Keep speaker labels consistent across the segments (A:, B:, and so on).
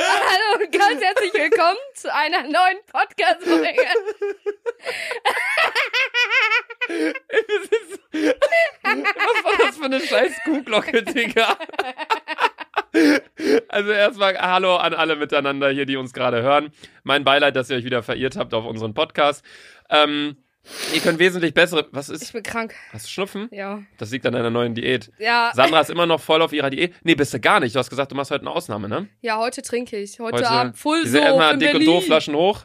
A: und ganz herzlich willkommen zu einer neuen Podcast-Folge.
B: Das ist, was war das für eine scheiß Kuhglocke, Digga? Also erstmal Hallo an alle miteinander hier, die uns gerade hören. Mein Beileid, dass ihr euch wieder verirrt habt auf unseren Podcast. Ähm, ihr könnt wesentlich bessere. Was
A: Ich
B: ist?
A: bin krank.
B: Hast du Schnupfen?
A: Ja.
B: Das liegt an deiner neuen Diät.
A: Ja,
B: Sandra ist immer noch voll auf ihrer Diät. Nee, bist du gar nicht. Du hast gesagt, du machst heute eine Ausnahme, ne?
A: ja heute trinke ich. Heute, Abend Full
B: Diese
A: Soap
B: erstmal
A: in
B: dick und
A: Berlin.
B: doof Flaschen hoch.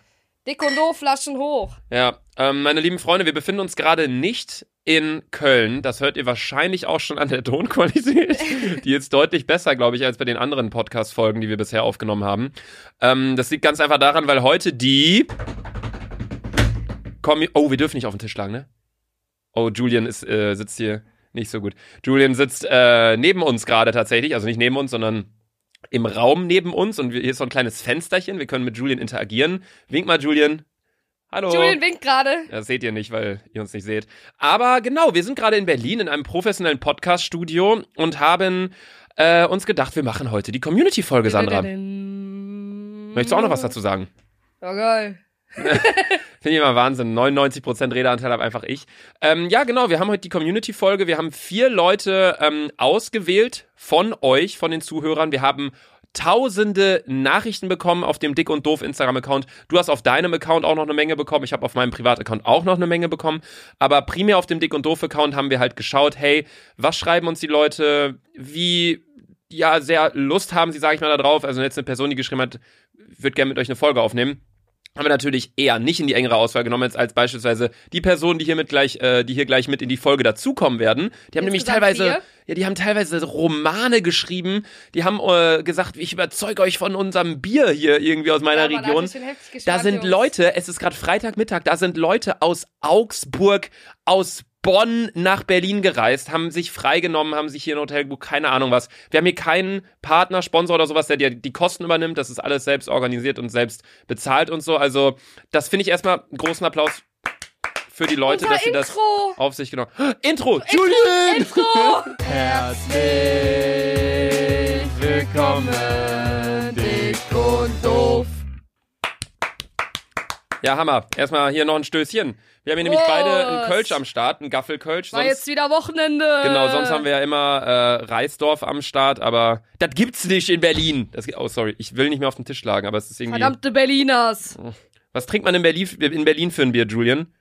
A: Dick und doof Flaschen hoch.
B: Ja, ähm, meine lieben Freunde, wir befinden uns gerade nicht in Köln. Das hört ihr wahrscheinlich auch schon an der Tonqualität. Die ist deutlich besser, glaube ich, als bei den anderen Podcast-Folgen, die wir bisher aufgenommen haben. Ähm, das liegt ganz einfach daran, weil heute die. Kommi oh, wir dürfen nicht auf den Tisch schlagen, ne? Oh, Julian ist, äh, sitzt hier nicht so gut. Julian sitzt äh, neben uns gerade tatsächlich, also nicht neben uns, sondern im Raum neben uns. Und wir, hier ist so ein kleines Fensterchen. Wir können mit Julian interagieren. Wink mal, Julian. Hallo.
A: Julian winkt gerade.
B: Das Äh, seht ihr nicht, weil ihr uns nicht seht. Aber genau, wir sind gerade in Berlin in einem professionellen Podcast-Studio und haben äh, uns gedacht, wir machen heute die Community-Folge, Sandra. Möchtest
A: Möchtest
B: du auch noch was dazu sagen?
A: Ja, geil.
B: Finde ich immer Wahnsinn. 99% Redeanteil habe einfach ich. Ähm, ja, genau, wir haben heute die Community-Folge. Wir haben vier Leute ähm, ausgewählt von euch, von den Zuhörern. Wir haben tausende Nachrichten bekommen auf dem Dick und Doof Instagram-Account. Du hast auf deinem Account auch noch eine Menge bekommen. Ich habe auf meinem Privataccount auch noch eine Menge bekommen. Aber primär auf dem Dick und Doof-Account haben wir halt geschaut, hey, was schreiben uns die Leute? Wie ja, sehr Lust haben sie, sage ich mal, da drauf. Also jetzt eine Person, die geschrieben hat, wird gerne mit euch eine Folge aufnehmen haben wir natürlich eher nicht in die engere Auswahl genommen jetzt als beispielsweise die Personen, die hiermit gleich, äh, die hier gleich mit in die Folge dazukommen werden. Die haben nämlich
A: Insgesamt
B: teilweise,
A: vier?
B: ja, die haben teilweise Romane geschrieben. Die haben äh, gesagt, ich überzeuge euch von unserem Bier hier irgendwie aus meiner
A: Ja, Mann,
B: Region.
A: Alter, ich bin heftig gespannt,
B: Da sind
A: Jungs.
B: Leute, es ist gerade Freitagmittag, da sind Leute aus Augsburg, aus Bonn nach Berlin gereist, haben sich freigenommen, haben sich hier ein Hotel gebucht, keine Ahnung was. Wir haben hier keinen Partner, Sponsor oder sowas, der dir die Kosten übernimmt. Das ist alles selbst organisiert und selbst bezahlt und so. Also, das finde ich erstmal einen großen Applaus für die Leute,
A: Unser
B: dass sie das
A: Intro.
B: auf sich genommen haben. Ah, Intro! Julian!
A: Intro.
B: Herzlich willkommen, dick und doof. Ja, Hammer. Erstmal hier noch ein Stößchen. Wir haben hier nämlich
A: Prost.
B: beide einen Kölsch am Start, einen Gaffelkölsch.
A: War
B: Sonst,
A: jetzt wieder Wochenende.
B: genau, sonst haben wir ja immer äh, Reisdorf am Start, aber das gibt's nicht in Berlin. Das, oh, sorry, ich will nicht mehr auf den Tisch schlagen, aber es ist irgendwie...
A: Verdammte Berliners.
B: Was trinkt man in Berlin, in Berlin für ein Bier, Julian?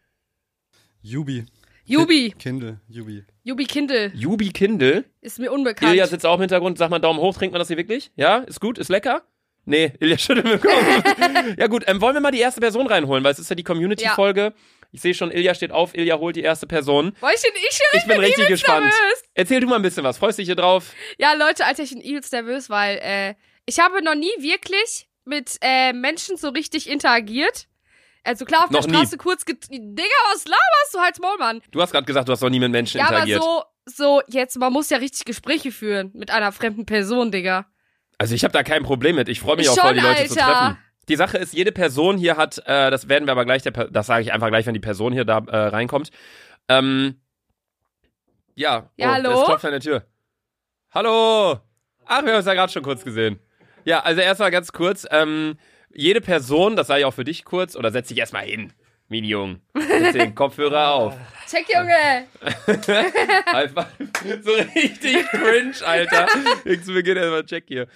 C: Jubi.
A: Jubi.
C: Kindle, Jubi.
A: Jubi Kindel.
B: Jubi Kindle?
A: Ist mir unbekannt.
B: Ilja sitzt auch im Hintergrund, sag mal Daumen hoch, trinkt man das hier wirklich? Ja, ist gut, ist lecker? Nee, Ilja schüttelt mit dem Kopf. ja gut, ähm, wollen wir mal die erste Person reinholen, weil es ist ja die Community-Folge. Ich sehe schon, Ilja steht auf, Ilja holt die erste Person.
A: Weil ich den ich
B: Ich bin richtig gespannt.
A: nervös.
B: Erzähl du mal ein bisschen was, freust dich hier drauf?
A: Ja, Leute, Alter, ich bin übelst nervös, weil äh, ich habe noch nie wirklich mit äh, Menschen so richtig interagiert. Also klar, auf
B: Noch
A: der
B: nie.
A: Straße kurz get Digga, was laberst du halt, Maul, Mann?
B: Du hast gerade gesagt, du hast noch nie mit Menschen
A: Ja, aber
B: interagiert.
A: so, so, jetzt, man muss ja richtig Gespräche führen mit einer fremden Person, Digga.
B: Also ich habe da kein Problem mit. Ich freue mich
A: Ich
B: auch voll, die
A: schon,
B: Leute zu
A: Alter.
B: treffen. Die Sache ist, jede Person hier hat, äh, das werden wir aber gleich, der, Per- das sage ich einfach gleich, wenn die Person hier da äh, reinkommt. Ähm, ja, oh,
A: Ja, hallo?
B: es klopft an der Tür. Hallo! Ach, wir haben uns ja gerade schon kurz gesehen. Ja, also erstmal ganz kurz, ähm, jede Person, das sage ich auch für dich kurz, oder setz dich erstmal hin, mini Jung. Setz den Kopfhörer auf.
A: Check, Junge!
B: High five. So richtig cringe, Alter. Ich zu Beginn erstmal check hier.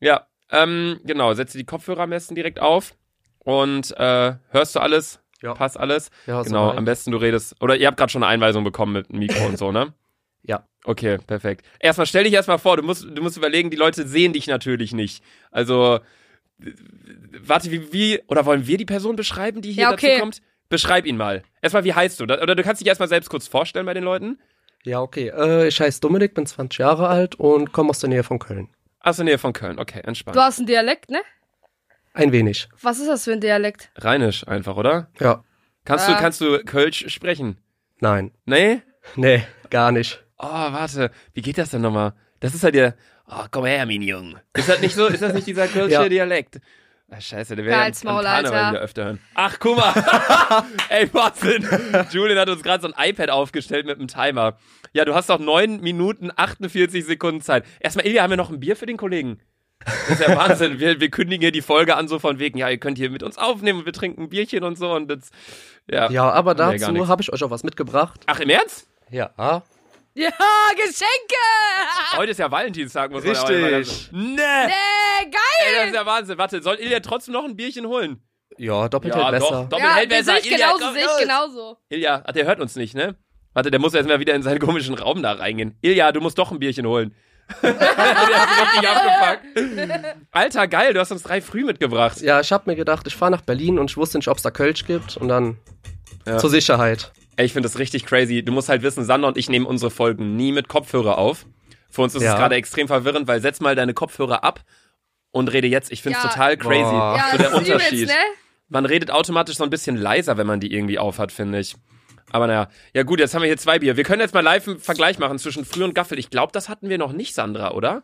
B: Ja, ähm, genau. Setze die Kopfhörer am besten direkt auf. Und äh, hörst du alles?
D: Ja.
B: Passt alles?
D: Ja,
B: genau,
D: soweit.
B: am besten du redest. Oder ihr habt gerade schon eine Einweisung bekommen mit dem Mikro und so, ne?
D: Ja.
B: Okay, perfekt. Erstmal stell dich erstmal vor, du musst, du musst überlegen, die Leute sehen dich natürlich nicht. Also, äh, warte, wie, wie, oder wollen wir die Person beschreiben, die hier
A: Ja, okay.
B: dazu kommt? Beschreib ihn mal. Erstmal, wie heißt du? Da- Oder du kannst dich erstmal selbst kurz vorstellen bei den Leuten.
D: Ja, okay. Äh, ich heiße Dominik, bin 20 Jahre alt und komme aus der Nähe von Köln.
B: Achso, Nähe von Köln, okay, entspannt.
A: Du hast einen Dialekt, ne?
D: Ein wenig.
A: Was ist das für ein Dialekt?
B: Rheinisch einfach, oder?
D: Ja.
B: Kannst du,
A: Ah.
B: kannst du Kölsch sprechen?
D: Nein.
B: Nee?
D: Nee, gar nicht.
B: Oh, warte, wie geht das denn nochmal? Das ist halt der, oh, komm her, mein Junge. Ist das nicht so, ist das nicht dieser Kölsche
D: Ja.
B: Dialekt? Ah, scheiße, der
A: Ja,
B: wäre ja
A: als
B: am
A: Maul,
B: Karneval
A: Alter.
B: wieder öfter hören. Ach, guck mal. Ey, Wahnsinn. Julian hat uns gerade so ein iPad aufgestellt mit einem Timer. Ja, du hast noch 9 Minuten 48 Sekunden Zeit. Erstmal, Ilja, haben wir noch ein Bier für den Kollegen? Das ist ja Wahnsinn. Wir, wir kündigen hier die Folge an, so von wegen, ja, ihr könnt hier mit uns aufnehmen und wir trinken ein Bierchen und so und das, ja.
D: Ja, aber
B: Haben wir ja gar
D: dazu
B: nichts.
D: habe ich euch auch was mitgebracht.
B: Ach, im Ernst?
D: Ja.
A: Ja, Geschenke!
B: Heute ist ja Valentinstag, muss man ja auch
C: Richtig.
B: mal Nee!
A: Äh, geil!
B: Ey, das ist ja Wahnsinn. Warte, soll Ilja trotzdem noch ein Bierchen holen?
D: Ja, doppelt
B: Ja,
D: hält
B: doch,
D: besser.
B: doppelt
A: Ja,
B: hält
A: das
B: besser.
A: sehe ich
B: Ilja,
A: genauso,
B: komm,
A: sehe ich
B: los.
A: genauso.
B: Ilja, ach, der hört uns nicht, ne? Warte, der muss erst mal wieder in seinen komischen Raum da reingehen. Ilja, du musst doch ein Bierchen holen. der hat richtig abgepackt. Alter, geil, du hast uns drei früh mitgebracht.
D: Ja, ich habe mir gedacht, ich fahre nach Berlin und ich wusste nicht, ob es da Kölsch gibt und dann
B: Ja.
D: zur Sicherheit.
B: Ey, ich finde das richtig crazy. Du musst halt wissen, Sander und ich nehmen unsere Folgen nie mit Kopfhörer auf. Für uns ist
D: Ja.
B: es gerade extrem verwirrend, weil setz mal deine Kopfhörer ab und rede jetzt. Ich finde es
A: Ja.
B: total crazy.
D: Boah.
A: Ja, das
B: so der
A: ist übelst,
B: Unterschied.
A: ne?
B: Man redet automatisch so ein bisschen leiser, wenn man die irgendwie aufhat, finde ich. Aber naja, ja gut, jetzt haben wir hier zwei Bier. Wir können jetzt mal live einen Vergleich machen zwischen Früh und Gaffel. Ich glaube, das hatten wir noch nicht, Sandra, oder?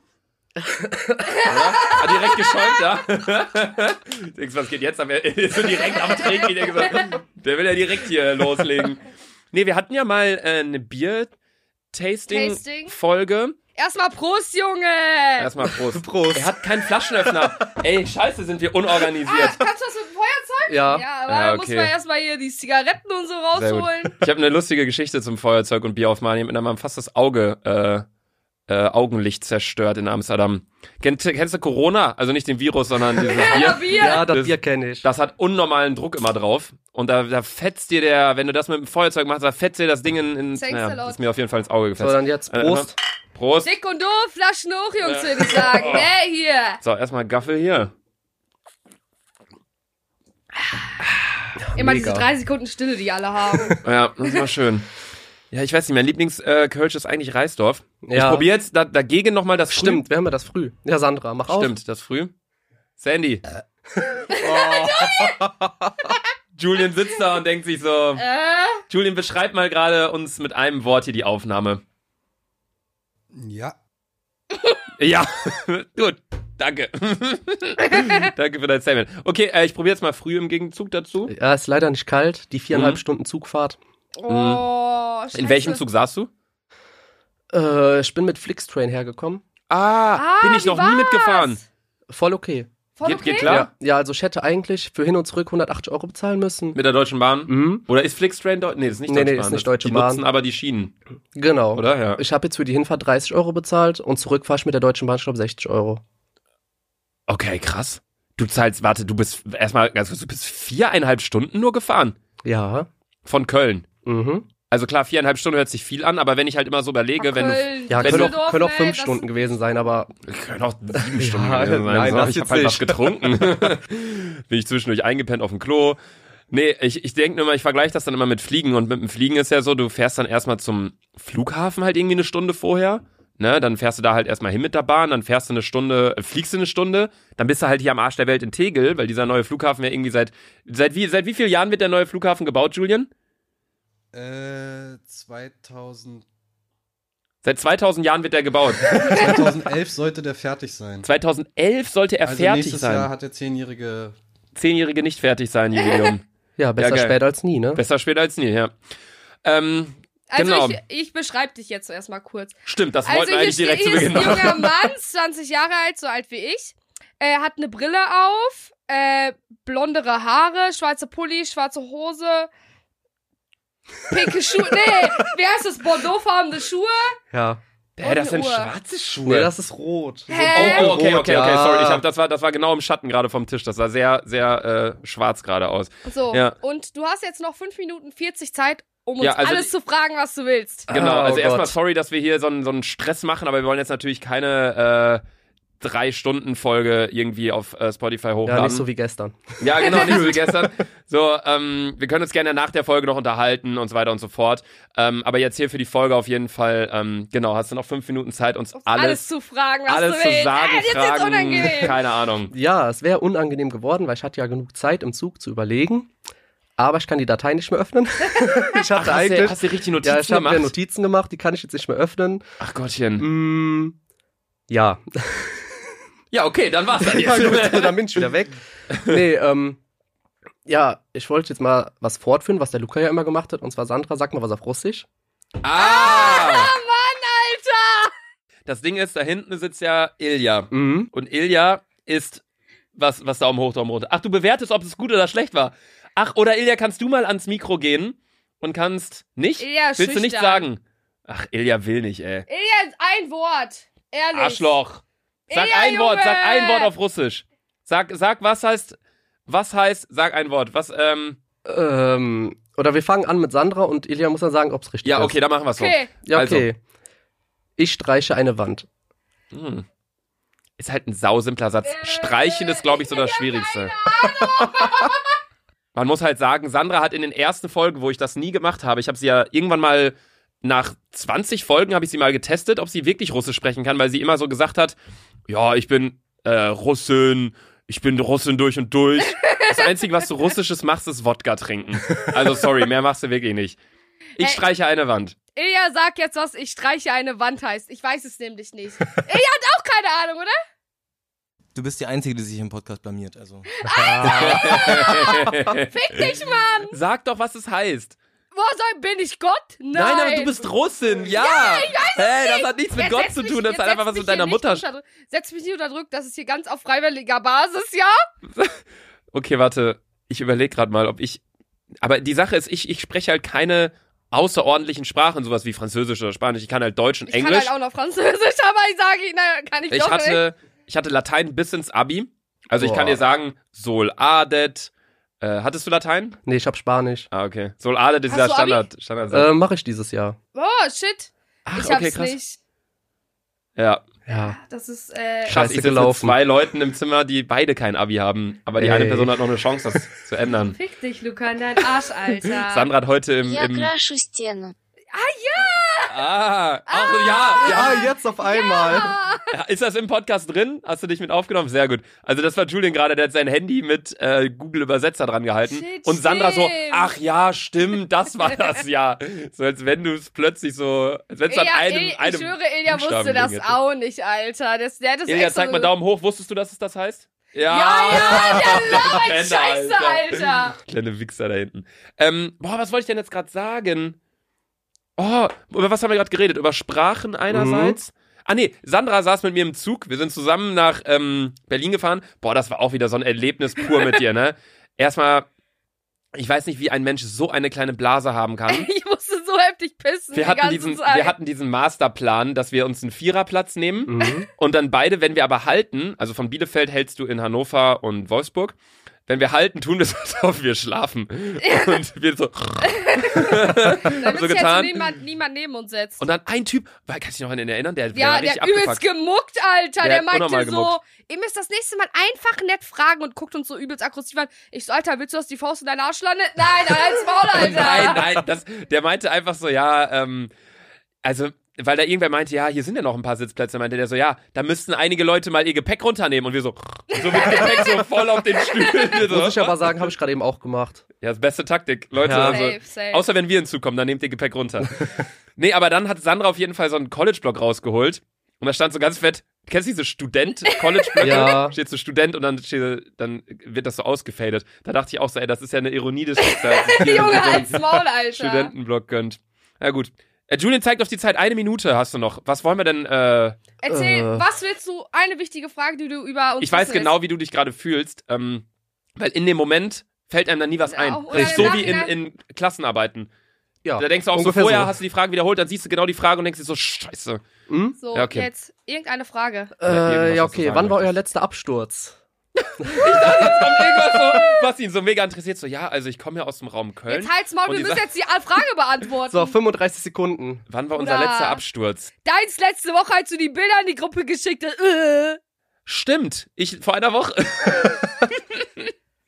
B: oder? Hat direkt geschäumt, ja? Denkst, was geht jetzt? Aber so direkt am Trinken. Ich denk so, Der will ja direkt hier loslegen. Nee, wir hatten ja mal äh, eine
A: Tasting?
B: Bier-Tasting-Folge.
A: Erstmal Prost, Junge!
B: Erstmal Prost.
C: Prost.
B: Er hat keinen Flaschenöffner. Ey, scheiße, sind wir unorganisiert.
A: Ah, kannst du das mit dem Feuerzeug?
D: Ja.
A: Ja, aber
B: Ja,
A: da muss
B: okay.
A: man erstmal hier die Zigaretten und so
B: Sehr gut.
A: rausholen.
B: Ich habe eine lustige Geschichte zum Feuerzeug und Bier aufmachen. Ich hab mit einem fast das Auge, äh, äh, Augenlicht zerstört in Amsterdam. Kennst, du- kennst du Corona? Also nicht den Virus, sondern dieses
A: Ja,
B: Bier.
A: Bier.
D: Ja, das
B: Das-
D: Bier kenne ich.
B: Das hat unnormalen Druck immer drauf. Und da, da fetzt dir der, wenn du das mit dem Feuerzeug machst, da fetzt dir das Ding in, in
A: Thanks a
B: naja,
A: lot.
B: ist mir auf jeden Fall ins Auge
D: So,
B: gefetzt. Äh,
D: dann jetzt Prost.
B: Prost.
A: Dick und doof, Flaschen hoch, Jungs, würde ich sagen. Ne, hier.
B: So, erstmal Gaffel hier.
A: Immer diese
D: Mega.
A: drei Sekunden Stille, die alle haben.
B: Ja, das ist mal schön. Ja, ich weiß nicht, mein Lieblingskölsch äh, Kölsch ist eigentlich Reisdorf. Ich
D: Ja.
B: probiere jetzt da, dagegen nochmal das Früh.
D: Stimmt, wir haben ja das früh. Ja, Sandra, mach auf.
B: Stimmt, das früh. Sandy.
D: Äh.
B: Oh. Julian sitzt da und denkt sich so,
A: äh,
B: Julian, beschreib mal gerade uns mit einem Wort hier die Aufnahme.
C: Ja.
B: Ja, gut, danke. danke für dein Statement. Okay, äh, ich probiere jetzt mal früh im Gegenzug dazu.
D: Ja, ist leider nicht kalt. Die viereinhalb
B: Mhm.
D: Stunden Zugfahrt.
A: oh, scheiße.
B: In welchem Zug saßt du?
D: Äh, ich bin mit Flixtrain hergekommen.
B: Ah,
A: Ah,
B: bin ich
A: wie
B: noch nie mitgefahren.
D: Voll okay.
A: Voll
B: Geht-
A: okay?
B: geht klar?
D: Ja, ja, also ich hätte eigentlich für hin und zurück 180 Euro bezahlen müssen.
B: Mit der Deutschen Bahn?
D: Mhm.
B: Oder ist Flixtrain Deutsche? Nee, das ist nicht
D: Nee, nee,
B: Deutsche
D: ist
B: Bahn.
D: nicht
B: Das-
D: Deutsche
B: die
D: Bahn.
B: nutzen aber die Schienen,
D: Genau.
B: oder? Ja.
D: Ich habe jetzt für die Hinfahrt 30 Euro bezahlt und zurück fahre ich mit der Deutschen Bahn, ich glaube, 60 Euro.
B: Okay, krass. Du zahlst, warte, du bist erstmal ganz kurz, du bist viereinhalb Stunden nur gefahren
D: Ja.
B: von Köln.
D: Mhm.
B: Also klar, viereinhalb Stunden hört sich viel an, aber wenn ich halt immer so überlege, wenn du.
A: Köln,
D: Ja,
B: Wenn
D: können
B: du-
D: auch,
A: Düsseldorf, ne?
D: können auch
A: ey,
D: fünf
A: das-
D: Stunden gewesen sein, aber
B: Können auch sieben Stunden
D: Ja,
B: gewesen sein.
D: nein,
B: so.
D: das
B: ich
D: jetzt
B: habe halt was
D: nicht.
B: getrunken. Bin ich zwischendurch eingepennt auf dem Klo. Nee, ich, ich denke nur mal, ich vergleiche das dann immer mit Fliegen. Und mit dem Fliegen ist ja so, du fährst dann erstmal zum Flughafen halt irgendwie eine Stunde vorher. Ne, dann fährst du da halt erstmal hin mit der Bahn, dann fährst du eine Stunde, äh, fliegst du eine Stunde, dann bist du halt hier am Arsch der Welt in Tegel, weil dieser neue Flughafen ja irgendwie seit, seit wie, seit wie vielen Jahren wird der neue Flughafen gebaut, Julian?
C: Äh, 2000,
B: Seit 2000 Jahren wird der gebaut.
C: 2011 sollte der fertig sein.
B: 2011 sollte er
C: also
B: fertig
C: nächstes
B: sein.
C: Jahr hat der Zehnjährige.
B: Zehnjährige nicht fertig sein, Jubiläum.
D: ja, besser
B: geil.
D: spät als nie, ne?
B: Besser später als nie, ja. Ähm,
A: Also
B: Genau.
A: ich, ich beschreibe dich jetzt erstmal kurz.
B: stimmt, das
A: Also
B: wollten wir
A: hier
B: eigentlich
A: steht,
B: direkt zu
A: hier ist ein
B: Beginn machen.
A: junger Mann, 20 Jahre alt, so alt wie ich. Er hat eine Brille auf, äh, blondere Haare, schwarze Pulli, schwarze Hose, pinke Schuhe. Nee, wie heißt das? Bordeauxfarbene Schuhe?
D: Ja.
B: Hä, das sind
A: Uhr.
B: schwarze Schuhe.
D: Nee, das ist rot.
A: Hä?
B: oh, oh, okay, okay, okay,
D: Rot, ja.
B: sorry. Ich hab, das, war, das war genau im Schatten gerade vom Tisch. Das sah sehr, sehr äh, schwarz gerade aus.
A: So,
B: Ja.
A: und du hast jetzt noch 5 Minuten 40 Zeit, um uns
B: Ja, also
A: alles zu fragen, was du willst.
B: Genau,
D: Ah, oh
B: also erstmal
D: Gott.
B: sorry, dass wir hier so einen, so einen Stress machen, aber wir wollen jetzt natürlich keine äh, Drei-Stunden-Folge irgendwie auf äh, Spotify hochladen.
D: Ja, nicht so wie gestern.
B: Ja, genau, nicht so wie gestern. So, ähm, wir können uns gerne nach der Folge noch unterhalten und so weiter und so fort. Ähm, aber jetzt hier für die Folge auf jeden Fall, ähm, genau, hast du noch fünf Minuten Zeit, uns
A: Alles,
B: alles,
A: zu fragen, was
B: alles
A: du
B: zu
A: willst.
B: sagen,
A: ah, jetzt ist
B: fragen,
A: unangenehm.
B: keine Ahnung.
D: Ja, es wäre unangenehm geworden, weil ich hatte ja genug Zeit im Zug zu überlegen. Aber ich kann die Datei nicht mehr öffnen. ich hatte
B: Hast
D: eigentlich.
B: du, hast du richtig Notizen
D: ja, ich habe
B: gemacht?
D: mir Notizen gemacht, die kann ich jetzt nicht mehr öffnen.
B: Ach Gottchen.
D: Mm, ja.
B: Ja, okay, dann war's dann
D: Ja, gut,
B: jetzt.
D: dann bin ich wieder weg. Nee, ähm, ja, ich wollte jetzt mal was fortführen, was der Luca ja immer gemacht hat. Und zwar Sandra, sag mal was auf Russisch.
B: ah!
A: Alter!
B: Das Ding ist, da hinten sitzt ja Ilja.
D: Mhm.
B: Und Ilja ist was, was Daumen hoch, Daumen runter. Ach, du bewertest, ob es gut oder schlecht war. Ach, oder Ilja, kannst du mal ans Mikro gehen und kannst nicht?
A: Ilja ist
B: Willst du nicht
A: schüchtern.
B: sagen? Ach, Ilja will nicht, ey.
A: Ilja ist ein Wort. Ehrlich.
B: Arschloch. Sag
A: Ilja,
B: ein Wort, sag
A: Junge!
B: ein Wort auf Russisch. Sag, sag, was heißt, was heißt, sag ein Wort. Was, ähm,
D: Ähm, oder wir fangen an mit Sandra und Ilja muss dann sagen, ob es richtig
B: ja,
D: ist.
B: okay, dann machen wir so.
A: Okay.
D: Ja,
B: Also.
D: okay. Ich streiche eine Wand.
B: Hm. Ist halt ein sausimpler Satz.
A: Äh,
B: Streichen ist, glaube ich, so das Schwierigste. Man muss halt sagen, Sandra hat in den ersten Folgen, wo ich das nie gemacht habe, ich habe sie ja irgendwann mal nach 20 Folgen habe ich sie mal getestet, ob sie wirklich Russisch sprechen kann, weil sie immer so gesagt hat, ja, ich bin äh, Russin, ich bin Russin durch und durch. Das Einzige, was du Russisches machst, ist Wodka trinken. Also sorry, mehr machst du wirklich nicht. Ich
A: Äh,
B: streiche eine Wand.
A: Ilja sagt jetzt, was ich streiche eine Wand heißt. Ich weiß es nämlich nicht. Ilja hat auch keine Ahnung, oder?
E: Du bist die Einzige, die sich im Podcast blamiert. Also.
A: Fick dich, Mann!
B: Sag doch, was es heißt.
A: Wo soll, bin ich Gott? Nein.
B: Nein, aber du bist Russin, ja. ich weiß hey, das hat nichts mit
A: Jetzt
B: Gott
A: setz
B: zu
A: mich-
B: tun, das
A: jetzt
B: hat einfach
A: setz
B: was
A: mich
B: mit deiner
A: hier
B: Mutter.
A: nicht unter- Setz mich nicht unter Druck, das ist hier ganz auf freiwilliger Basis, ja?
B: Okay, warte, ich überlege gerade mal, ob ich. Aber die Sache ist, ich, ich spreche halt keine außerordentlichen Sprachen, sowas wie Französisch oder Spanisch. Ich kann halt Deutsch und
A: Ich kann
B: Englisch.
A: halt auch noch Französisch, aber ich sage, Ihnen, naja, kann ich,
B: ich
A: doch nicht.
B: hatte, ich hatte Latein bis ins Abi. Also ich kann
D: Boah.
B: dir sagen, Sol Adet. Äh, hattest du Latein?
D: Nee, ich hab Spanisch.
B: Ah, okay. Sol Adet ist
A: Hast
B: dieser
A: du Abi?
B: Standard. Standard
D: Äh, Mache ich dieses Jahr.
A: Oh, shit.
B: Ach,
A: ich hab's
B: okay, krass.
A: nicht.
B: Ja.
D: Ja.
A: Das ist, äh,
B: Krass,
D: Scheiße
B: ich sitze mit
D: gelaufen.
B: zwei Leuten im Zimmer, die beide kein Abi haben. Aber die
D: Ey.
B: eine Person hat noch eine Chance, das zu ändern.
A: Fick dich, Luca, in deinen Arsch, Alter.
B: Sandra hat heute im,
F: Я
B: im
F: крашу стену.
B: Ah, auch, ja, ja,
D: jetzt auf einmal.
B: ja. Ist das im Podcast drin? Hast du dich mit aufgenommen? Sehr gut. Also das war Julian gerade, der hat sein Handy mit äh, Google Übersetzer dran gehalten.
A: Shit,
B: und Sandra so,
A: stimmt.
B: ach ja, stimmt, das war das ja. So als wenn du es plötzlich so, als wenn es an
A: Ilja,
B: einem,
A: Ilja,
B: einem
A: ich schwöre, Ilja
B: Buchstaben
A: wusste das
B: gelegen hätte.
A: auch nicht, Alter. Das, der hat das
B: Ilja,
A: extra
B: zeig mal
A: so-
B: Daumen hoch. Wusstest du, dass es das heißt? Ja,
A: Ja, ja, der labert
B: Penner,
A: Scheiße, Alter.
B: Kleine Wichser da hinten. Ähm, boah, was wollte ich denn jetzt gerade sagen? Oh, über was haben wir gerade geredet? Über Sprachen einerseits?
A: Mhm.
B: Ah nee, Sandra saß mit mir im Zug. Wir sind zusammen nach ähm, Berlin gefahren. Boah, das war auch wieder so ein Erlebnis pur mit dir, ne? Erstmal, ich weiß nicht, wie ein Mensch so eine kleine Blase haben kann.
A: Ich musste so heftig pissen
B: Wir
A: die
B: hatten,
A: ganze
B: diesen,
A: Zeit.
B: wir hatten diesen Masterplan, dass wir uns einen Viererplatz nehmen.
D: Mhm.
B: Und dann beide, wenn wir aber halten, also von Bielefeld hältst du in Hannover und Wolfsburg, wenn wir halten, tun wir so, als ob wir schlafen. Und wir so,
A: Damit
B: so
A: sich
B: getan.
A: Jetzt niemand, niemand neben uns setzt.
B: und dann ein Typ, weil kann ich noch an den erinnern, der, der war
A: ja,
B: richtig
A: der übelst
B: abgefuckt.
A: gemuckt, Alter.
B: Der
A: Der,
B: hat unnormal
A: meinte so,
B: gemuckt.
A: ihr müsst das nächste Mal einfach nett fragen und guckt uns so übelst aggressiv an. Ich so, Alter, willst du, dass die Faust in deinen Arsch landet? Nein, nein, halt's Maul, Alter.
B: Nein, nein, das, der meinte einfach so, ja, ähm, also, weil da irgendwer meinte, ja, hier sind ja noch ein paar Sitzplätze, meinte der so, ja, da müssten einige Leute mal ihr Gepäck runternehmen und wir so, so mit Gepäck so voll auf den Stühlen. Wir so,
D: Muss ich aber sagen, habe ich gerade eben auch gemacht.
B: Ja, das beste Taktik, Leute.
D: Ja.
B: Also,
A: Safe, safe.
B: Außer wenn wir hinzukommen, dann nehmt ihr Gepäck runter. nee, aber dann hat Sandra auf jeden Fall so einen College-Block rausgeholt. Und da stand so ganz fett, kennst du diese Student-College-Blöcke?
D: Ja.
B: Steht so Student und dann, steht, dann wird das so ausgefadet. Da dachte ich auch so, ey, das ist ja eine Ironie des Schicksals. dass ihr so
A: Junge,
B: einen
A: halt's Maul, Alter.
B: Studentenblock gönnt. Na gut. Äh, Julian zeigt auf die Zeit, eine Minute hast du noch. Was wollen wir denn? Äh,
A: Erzähl,
D: Äh.
A: was willst du? Eine wichtige Frage, die du über uns
B: ich weiß
A: wissen
B: genau,
A: willst.
B: wie du dich gerade fühlst, ähm, weil in dem Moment fällt einem dann nie was ein.
A: Auch- ne? oder
B: Das ist so
A: im
B: wie in,
A: Nachhinein-
B: in Klassenarbeiten.
D: Ja.
B: Da denkst du auch so,
D: ungefähr
B: vorher hast du die Frage wiederholt, dann siehst du genau die Frage und denkst dir so, scheiße.
D: Hm?
A: So,
B: Ja, okay.
A: jetzt irgendeine Frage.
B: Oder
D: Äh,
B: irgendwas,
D: ja,
B: was du
D: okay.
B: sagen
D: Wann war
B: möchtest.
D: euer letzter Absturz?
B: kommt irgendwas so, was ihn so mega interessiert. So, ja, also ich komme ja aus dem Raum Köln.
A: Jetzt halt's Maul,
B: Und
A: wir
B: die
A: müssen
B: Sa-
A: jetzt die Frage beantworten.
D: So, 35 Sekunden.
B: Wann war unser
A: Oder-
B: letzter Absturz?
A: Deins letzte Woche, als du die Bilder in die Gruppe geschickt hast. Äh.
B: Stimmt, ich vor einer Woche.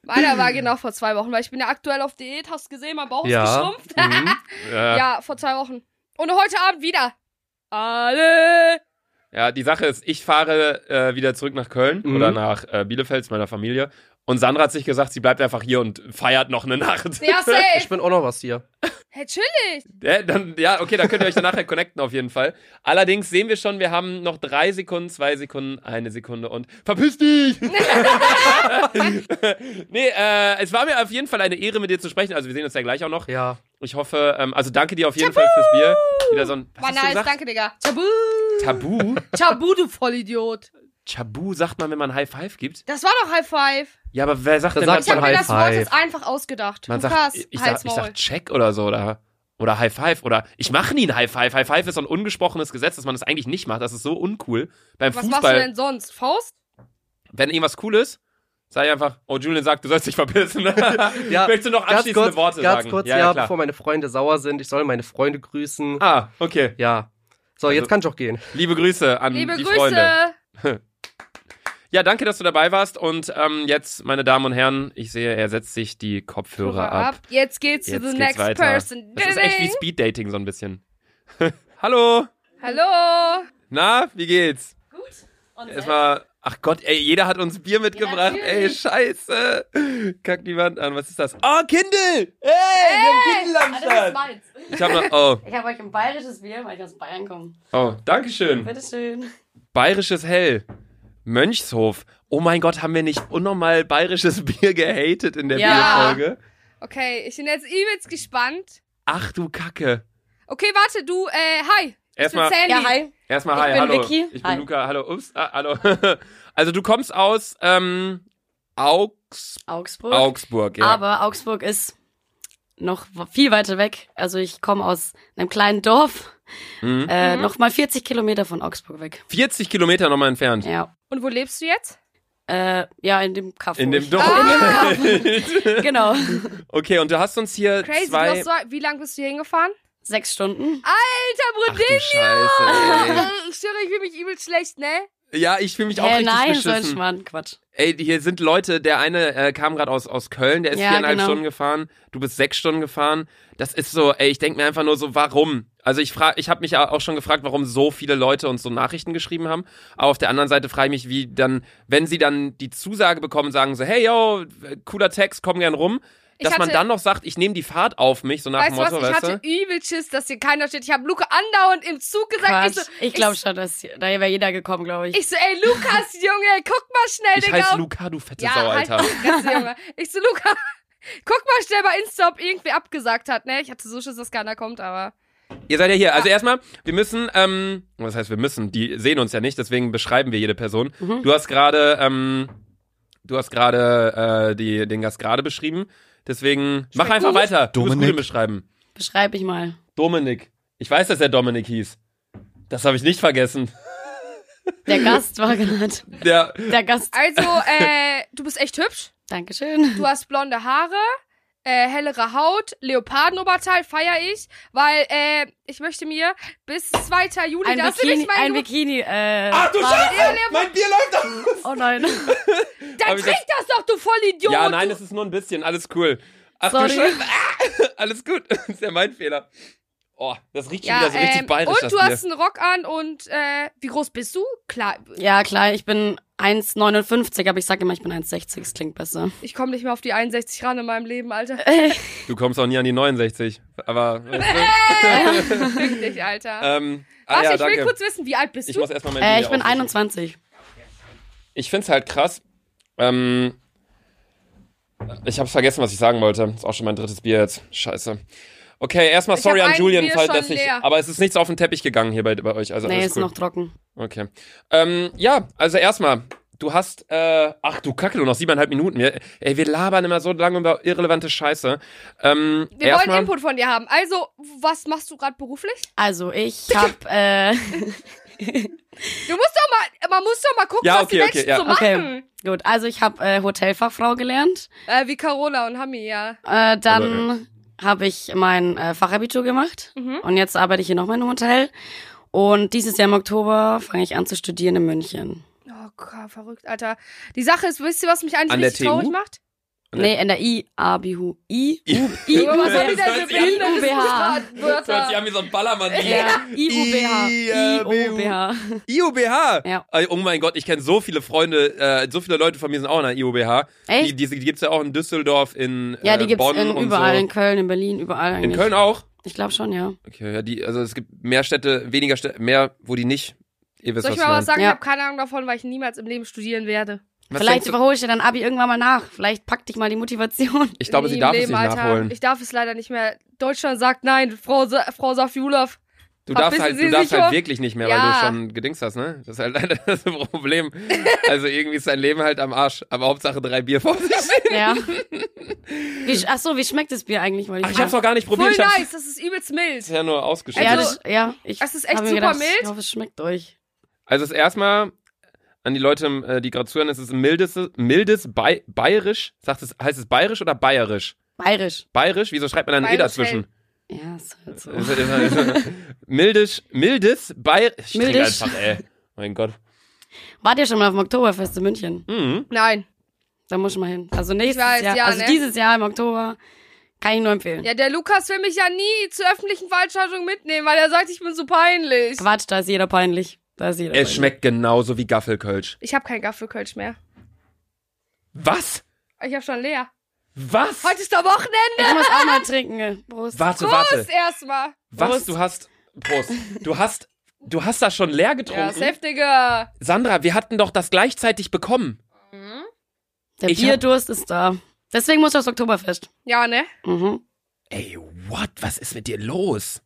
A: Meiner war genau vor zwei Wochen, weil ich bin ja aktuell auf Diät, hast gesehen, mein Bauch ist
D: ja.
A: geschrumpft.
D: Mhm.
B: Ja, ja.
A: Ja, vor zwei Wochen. Und heute Abend wieder. Alle.
B: die Sache ist, ich fahre äh, wieder zurück nach Köln
D: Mhm.
B: oder nach äh, Bielefeld zu meiner Familie Und Sandra hat sich gesagt, sie bleibt einfach hier und feiert noch eine Nacht.
A: Ja,
D: Ich
A: safe.
D: bin auch noch was hier.
A: Hey, chillig.
B: Ja, dann, ja okay, dann könnt ihr euch dann nachher connecten auf jeden Fall. Allerdings sehen wir schon, wir haben noch drei Sekunden, zwei Sekunden, eine Sekunde und verpiss dich! nee, äh, es war mir auf jeden Fall eine Ehre, mit dir zu sprechen. Also wir sehen uns ja gleich auch noch.
D: Ja.
B: Ich hoffe, ähm, also danke dir auf jeden Fall fürs Bier. Wieder so ein was
A: War
B: hast du
A: nice,
B: gesagt?
A: danke, Digga. Tabu.
B: Tabu?
A: Tabu, du Vollidiot.
B: Tabu sagt man, wenn man High Five gibt?
A: Das war doch High Five.
B: Ja, aber wer sagt
D: Da
B: denn
D: sagt
A: Ich habe
B: man
D: man
A: mir
D: High
A: das Wort
D: Five.
A: jetzt einfach ausgedacht.
B: Man
A: Lukas,
B: sagt, ich, ich,
A: halt's
B: sag, ich
A: Maul.
B: sag Check oder so oder, oder High Five oder ich mache nie ein High Five. High Five ist so ein ungesprochenes Gesetz, dass man das eigentlich nicht macht. Das ist so uncool. Beim
A: Was machst du
B: Fußball,
A: denn sonst? Faust?
B: wenn irgendwas cool ist, sag ich einfach, oh Julian sagt, du sollst dich verpissen.
D: Ja,
B: Möchtest du noch
D: Ganz
B: abschließende
D: kurz,
B: Worte
D: ganz
B: sagen?
D: kurz, ja,
B: ja, klar.
D: bevor meine Freunde sauer sind, ich soll meine Freunde grüßen.
B: Ah, okay.
D: Ja. So, jetzt
B: Also-
D: kann ich auch gehen.
B: Liebe Grüße an
A: Liebe
B: Hm, die
A: Grüße.
B: Freunde. Ja, danke, dass du dabei warst. Und ähm, jetzt, meine Damen und Herren, ich sehe, er setzt sich die Kopfhörer ab.
A: Jetzt geht's
B: Jetzt
A: to the
B: geht's
A: next
B: weiter.
A: person.
B: Das ist echt wie
A: Ding.
B: Speed-Dating so ein bisschen. Hallo,
A: Hallo.
B: na, wie geht's?
A: Gut.
B: Erstmal, ach Gott, ey, jeder hat uns Bier mitgebracht. ey,
A: natürlich.
B: scheiße. Kack die Wand an. Was ist das? Oh, Kindle! Ey, wir haben Kindle am Start.
F: Ah, meins.
B: Ich hab noch, oh,
F: Ich habe euch ein bayerisches Bier, weil ich aus Bayern komme.
B: oh, Dankeschön.
F: Bitteschön.
B: Bayerisches Hell. Mönchshof. Oh mein Gott, haben wir nicht unnormal bayerisches Bier gehatet in der
A: Ja.
B: Bierfolge?
A: Okay, ich bin jetzt übelst gespannt.
B: Ach du Kacke.
A: Okay, warte, du, äh, hi. ich
B: Erstmal,
A: bin Sandy.
F: Ja, hi.
B: erstmal
F: Ich
B: hi,
F: bin
B: hallo.
F: Vicky.
B: Ich bin
F: Hi.
B: Luca, hallo. Ups, ah, hallo. also du kommst aus ähm, Augs
F: Augsburg.
B: Augsburg, ja.
F: Aber Augsburg ist noch w- viel weiter weg. Also ich komme aus einem kleinen Dorf,
B: mhm.
F: äh,
A: Mhm.
F: nochmal 40 Kilometer von Augsburg weg.
B: 40 Kilometer nochmal entfernt.
F: Ja.
A: Und wo lebst du jetzt?
F: Äh, ja, in dem Kaffee.
B: In
A: Oh,
B: dem Dorf.
F: Genau.
B: okay, und du hast uns hier
A: Crazy, du
B: zwei.
A: hast so, wie lang bist du hier hingefahren?
F: Sechs Stunden.
A: Alter,
B: Ach du
A: Brudin.
B: Scheiße.
A: Ich schwöre, ich fühle mich übel schlecht, ne?
B: Ey. Ja, ich fühle mich auch
F: Hä,
B: richtig
F: Äh, nein, so ein
B: beschissen.
F: Schmarrn. Quatsch.
B: Ey, hier sind Leute, der eine äh, kam gerade aus, aus Köln, der ist
F: Ja,
B: viereinhalb
F: genau.
B: Stunden gefahren, du bist sechs Stunden gefahren. Das ist so, ey, ich denk mir einfach nur so, warum? Also ich frage, ich habe mich ja auch schon gefragt, warum so viele Leute uns so Nachrichten geschrieben haben. Aber auf der anderen Seite frage ich mich, wie dann, wenn sie dann die Zusage bekommen, sagen so, hey yo, cooler Text, komm gern rum,
A: Ich
B: dass man
A: hatte-
B: dann noch sagt, ich nehme die Fahrt auf mich, so nach
A: Weißt
B: dem
A: du was?
B: Motto,
A: Ich
B: weißt
A: hatte
B: du?
A: übel Schiss, dass hier keiner steht. Ich habe Luca andauernd im Zug gesagt. Ich,
F: Quatsch.
A: so,
F: Ich glaube schon, dass da wäre jeder gekommen, glaube ich.
A: Ich so, ey, Lukas, Junge, guck mal schnell,
B: Ich
A: Digga.
B: heiße Luca, du fette Sau,
A: halt
B: Alter.
A: die Fresse, Junge. Ich so, Luca, guck mal schnell bei Insta, ob irgendwie abgesagt hat, ne? Ich hatte so Schiss, dass keiner kommt, aber.
B: Ihr seid ja hier.
A: Ah.
B: Also erstmal, wir müssen, ähm, was heißt wir müssen? Die sehen uns ja nicht, deswegen beschreiben wir jede Person.
F: Mhm.
B: Du hast gerade, ähm, du hast gerade äh, die, den Gast gerade beschrieben. Deswegen mach einfach weiter. Du musst
C: Dominik.
B: gut im beschreiben.
F: Beschreib ich mal.
B: Dominik. Ich weiß, dass er Dominik hieß. Das habe ich nicht vergessen.
F: Der Gast war gerade.
B: Der,
F: Der Gast.
A: Also, äh, du bist echt hübsch.
F: Dankeschön.
A: Du hast blonde Haare, äh, hellere Haut, Leopardenoberteil feier ich, weil, äh, ich möchte mir bis 2. Juli,
F: Ein
A: da hast du
F: Bikini.
A: nicht
F: Ein
A: mein
F: Bikini. Äh,
B: Ach du
F: war-
B: Scheiße! Mein Bier läuft aus!
F: Oh nein.
A: Dann
B: Hab ich das-
A: trink das doch, du Vollidiot!
B: Ja, nein, es ist nur ein bisschen. Alles cool. Ach
F: Sorry.
B: du Scheiße. Ah, alles gut. Das ist ja mein Fehler. Oh, das riecht schon
A: Ja,
B: wieder so richtig
A: ähm,
B: bayerisch.
A: Und
B: das
A: du
B: Bier.
A: hast einen Rock an und, äh, wie groß bist du? Klar,
F: Ja, klar, ich bin 1,59, aber ich sage immer, ich bin 1,60, es klingt besser.
A: ich komme nicht mehr auf die 61 ran in meinem Leben, Alter.
B: Du kommst auch nie an die 69. Aber. Weißt du?
A: Richtig, Alter.
B: ähm, ah,
A: Warte,
B: ja,
A: ich will
B: danke.
A: kurz wissen, wie alt bist
B: Ich
A: du?
B: muss erstmal mein
F: Äh,
B: Bier
F: ich bin
B: aufmachen.
F: 21.
B: Ich find's halt krass. Ähm, ich hab's vergessen, was ich sagen wollte. Ist auch schon mein drittes Bier jetzt. Scheiße. Okay, erstmal
A: Ich
B: sorry
A: hab
B: an
A: ein
B: Julian,
A: Bier
B: falls
A: schon
B: das nicht.
A: leer.
B: Aber es ist nichts auf den Teppich gegangen hier bei, bei euch. Also
F: nee,
B: alles
F: ist
B: cool.
F: noch trocken.
B: Okay. Ähm, ja, also erstmal, du hast, äh, ach du Kacke, du noch siebeneinhalb Minuten. Wir, ey, wir labern immer so lange über irrelevante Scheiße. Ähm,
A: Wir wollen
B: erstmal-
A: Input von dir haben. Also, was machst du gerade beruflich?
F: Also, ich hab, äh,
A: Du musst doch mal, man muss doch mal gucken,
B: Ja,
A: was die
B: okay,
A: Menschen
B: okay, ja.
A: so
F: Okay.
A: machen.
F: gut, also ich hab äh, Hotelfachfrau gelernt.
A: Äh, wie Carola und Hami, ja.
F: Äh, dann habe ich mein äh, Fachabitur gemacht
A: Mhm.
F: und jetzt arbeite ich hier nochmal im Hotel. Und dieses Jahr im Oktober fange ich an zu studieren in München.
A: Oh Gott, verrückt, Alter. Die Sache ist, wisst ihr, was mich eigentlich
B: An der
A: richtig traurig
B: TU?
A: macht?
G: Nee, NRI, A, Bihu, I, U, I, U,
A: Was haben die denn für
G: B,
B: Das hört sich
A: behindertes
G: IUBH.
B: Das hört sich
A: Wörter?
B: an wie so ein Ballermann.
G: ja, I, U, B, H, I, O, B, H.
B: IOBH.
G: Ja.
B: Äh, Oh mein Gott, ich kenne so viele Freunde, äh, so viele Leute von mir sind auch in der IOBH.
G: Echt?
B: Die, die, die gibt's ja auch in Düsseldorf, in
G: Ja,
B: äh,
G: die gibt's
B: Bonn
G: in,
B: und
G: überall, in
B: so.
G: Köln, in Berlin, überall
B: In
G: eigentlich.
B: Köln auch?
G: Ich glaube schon, ja.
B: Okay, ja, die, also es gibt mehr Städte, weniger Städte, mehr, wo die nicht. Ihr wisst,
A: Soll ich
B: was
A: mal was
B: meine.
A: sagen?
G: Ja.
A: Ich habe keine Ahnung davon, weil ich niemals im Leben studieren werde.
B: Was
G: Vielleicht
B: denkst du-
G: überhole ich dir dann Abi irgendwann mal nach. Vielleicht packt dich mal die Motivation.
B: ich glaube,
A: Nie
B: sie
A: im
B: darf es
A: Leben,
B: nicht
A: Alter.
B: nachholen.
A: Ich darf es leider nicht mehr. Deutschland sagt nein, Frau, Sa Frau Safiulov.
B: Du darfst
A: Verpissen
B: halt,
A: Sie
B: du darfst
A: sich,
B: halt
A: Junge.
B: wirklich nicht mehr,
A: Ja.
B: weil du schon gedingst hast, ne? Das ist halt leider das Problem. Also irgendwie ist dein Leben halt am Arsch. Aber Hauptsache drei Bier vor sich.
G: ja. Wie, sch- ach so, wie schmeckt das Bier eigentlich? Wollte
B: Ach, ich
G: fragen.
B: hab's noch gar nicht
A: Voll
B: probiert. Ich hab's
A: nice, das ist übelst mild.
B: bisher nur ausgeschüttet.
G: ja,
A: also-
G: das, ja, ich
A: Das ist echt
G: hab mir
A: super
G: gedacht, Ich
A: mild.
G: hoffe, es schmeckt euch.
B: Also es ist erstmal an die Leute, äh, die gerade zuhören, es ist ein mildes, mildes Bay bayerisch. Sagt es, heißt es bayerisch oder bayerisch?
G: Bayerisch.
B: Bayerisch, wieso schreibt man dann ein E
A: Bayerisch
B: dazwischen?
G: Ja, ist halt so.
B: Ist- ist- ist- Mildisch, mildes, bayerisch. Ich trinke
G: Mildisch.
B: einfach, ey. Mein Gott.
G: Wart ihr schon mal auf dem Oktoberfest in München?
B: Mhm.
A: Nein.
G: Da muss ich mal hin. Also nächstes
A: weiß,
G: Jahr.
A: ja,
G: also
A: ne?
G: dieses Jahr im Oktober. Kann ich nur empfehlen.
A: Ja, der Lukas will mich ja nie zur öffentlichen Veranstaltung mitnehmen, weil er sagt, ich bin so peinlich.
G: Quatsch, da ist jeder peinlich. Da ist jeder
B: Es
G: peinlich.
B: schmeckt genauso wie Gaffelkölsch.
A: Ich habe keinen Gaffelkölsch mehr.
B: Was?
A: Ich habe schon leer.
B: Was?
A: Heute ist doch Wochenende.
G: Ich muss auch mal trinken. äh. Prost.
B: warte,
A: Prost
B: warte.
A: erstmal.
B: Was? Du hast. Prost. Du hast. Du hast das schon leer
A: Ja,
B: getrunken.
A: safe, Digga.
B: Sandra, wir hatten doch das gleichzeitig bekommen.
G: Der
B: Ich hab-
G: Bierdurst ist da. Deswegen muss ich aufs Oktoberfest.
A: Ja, ne?
G: Mhm.
B: Ey, what? Was ist mit dir los?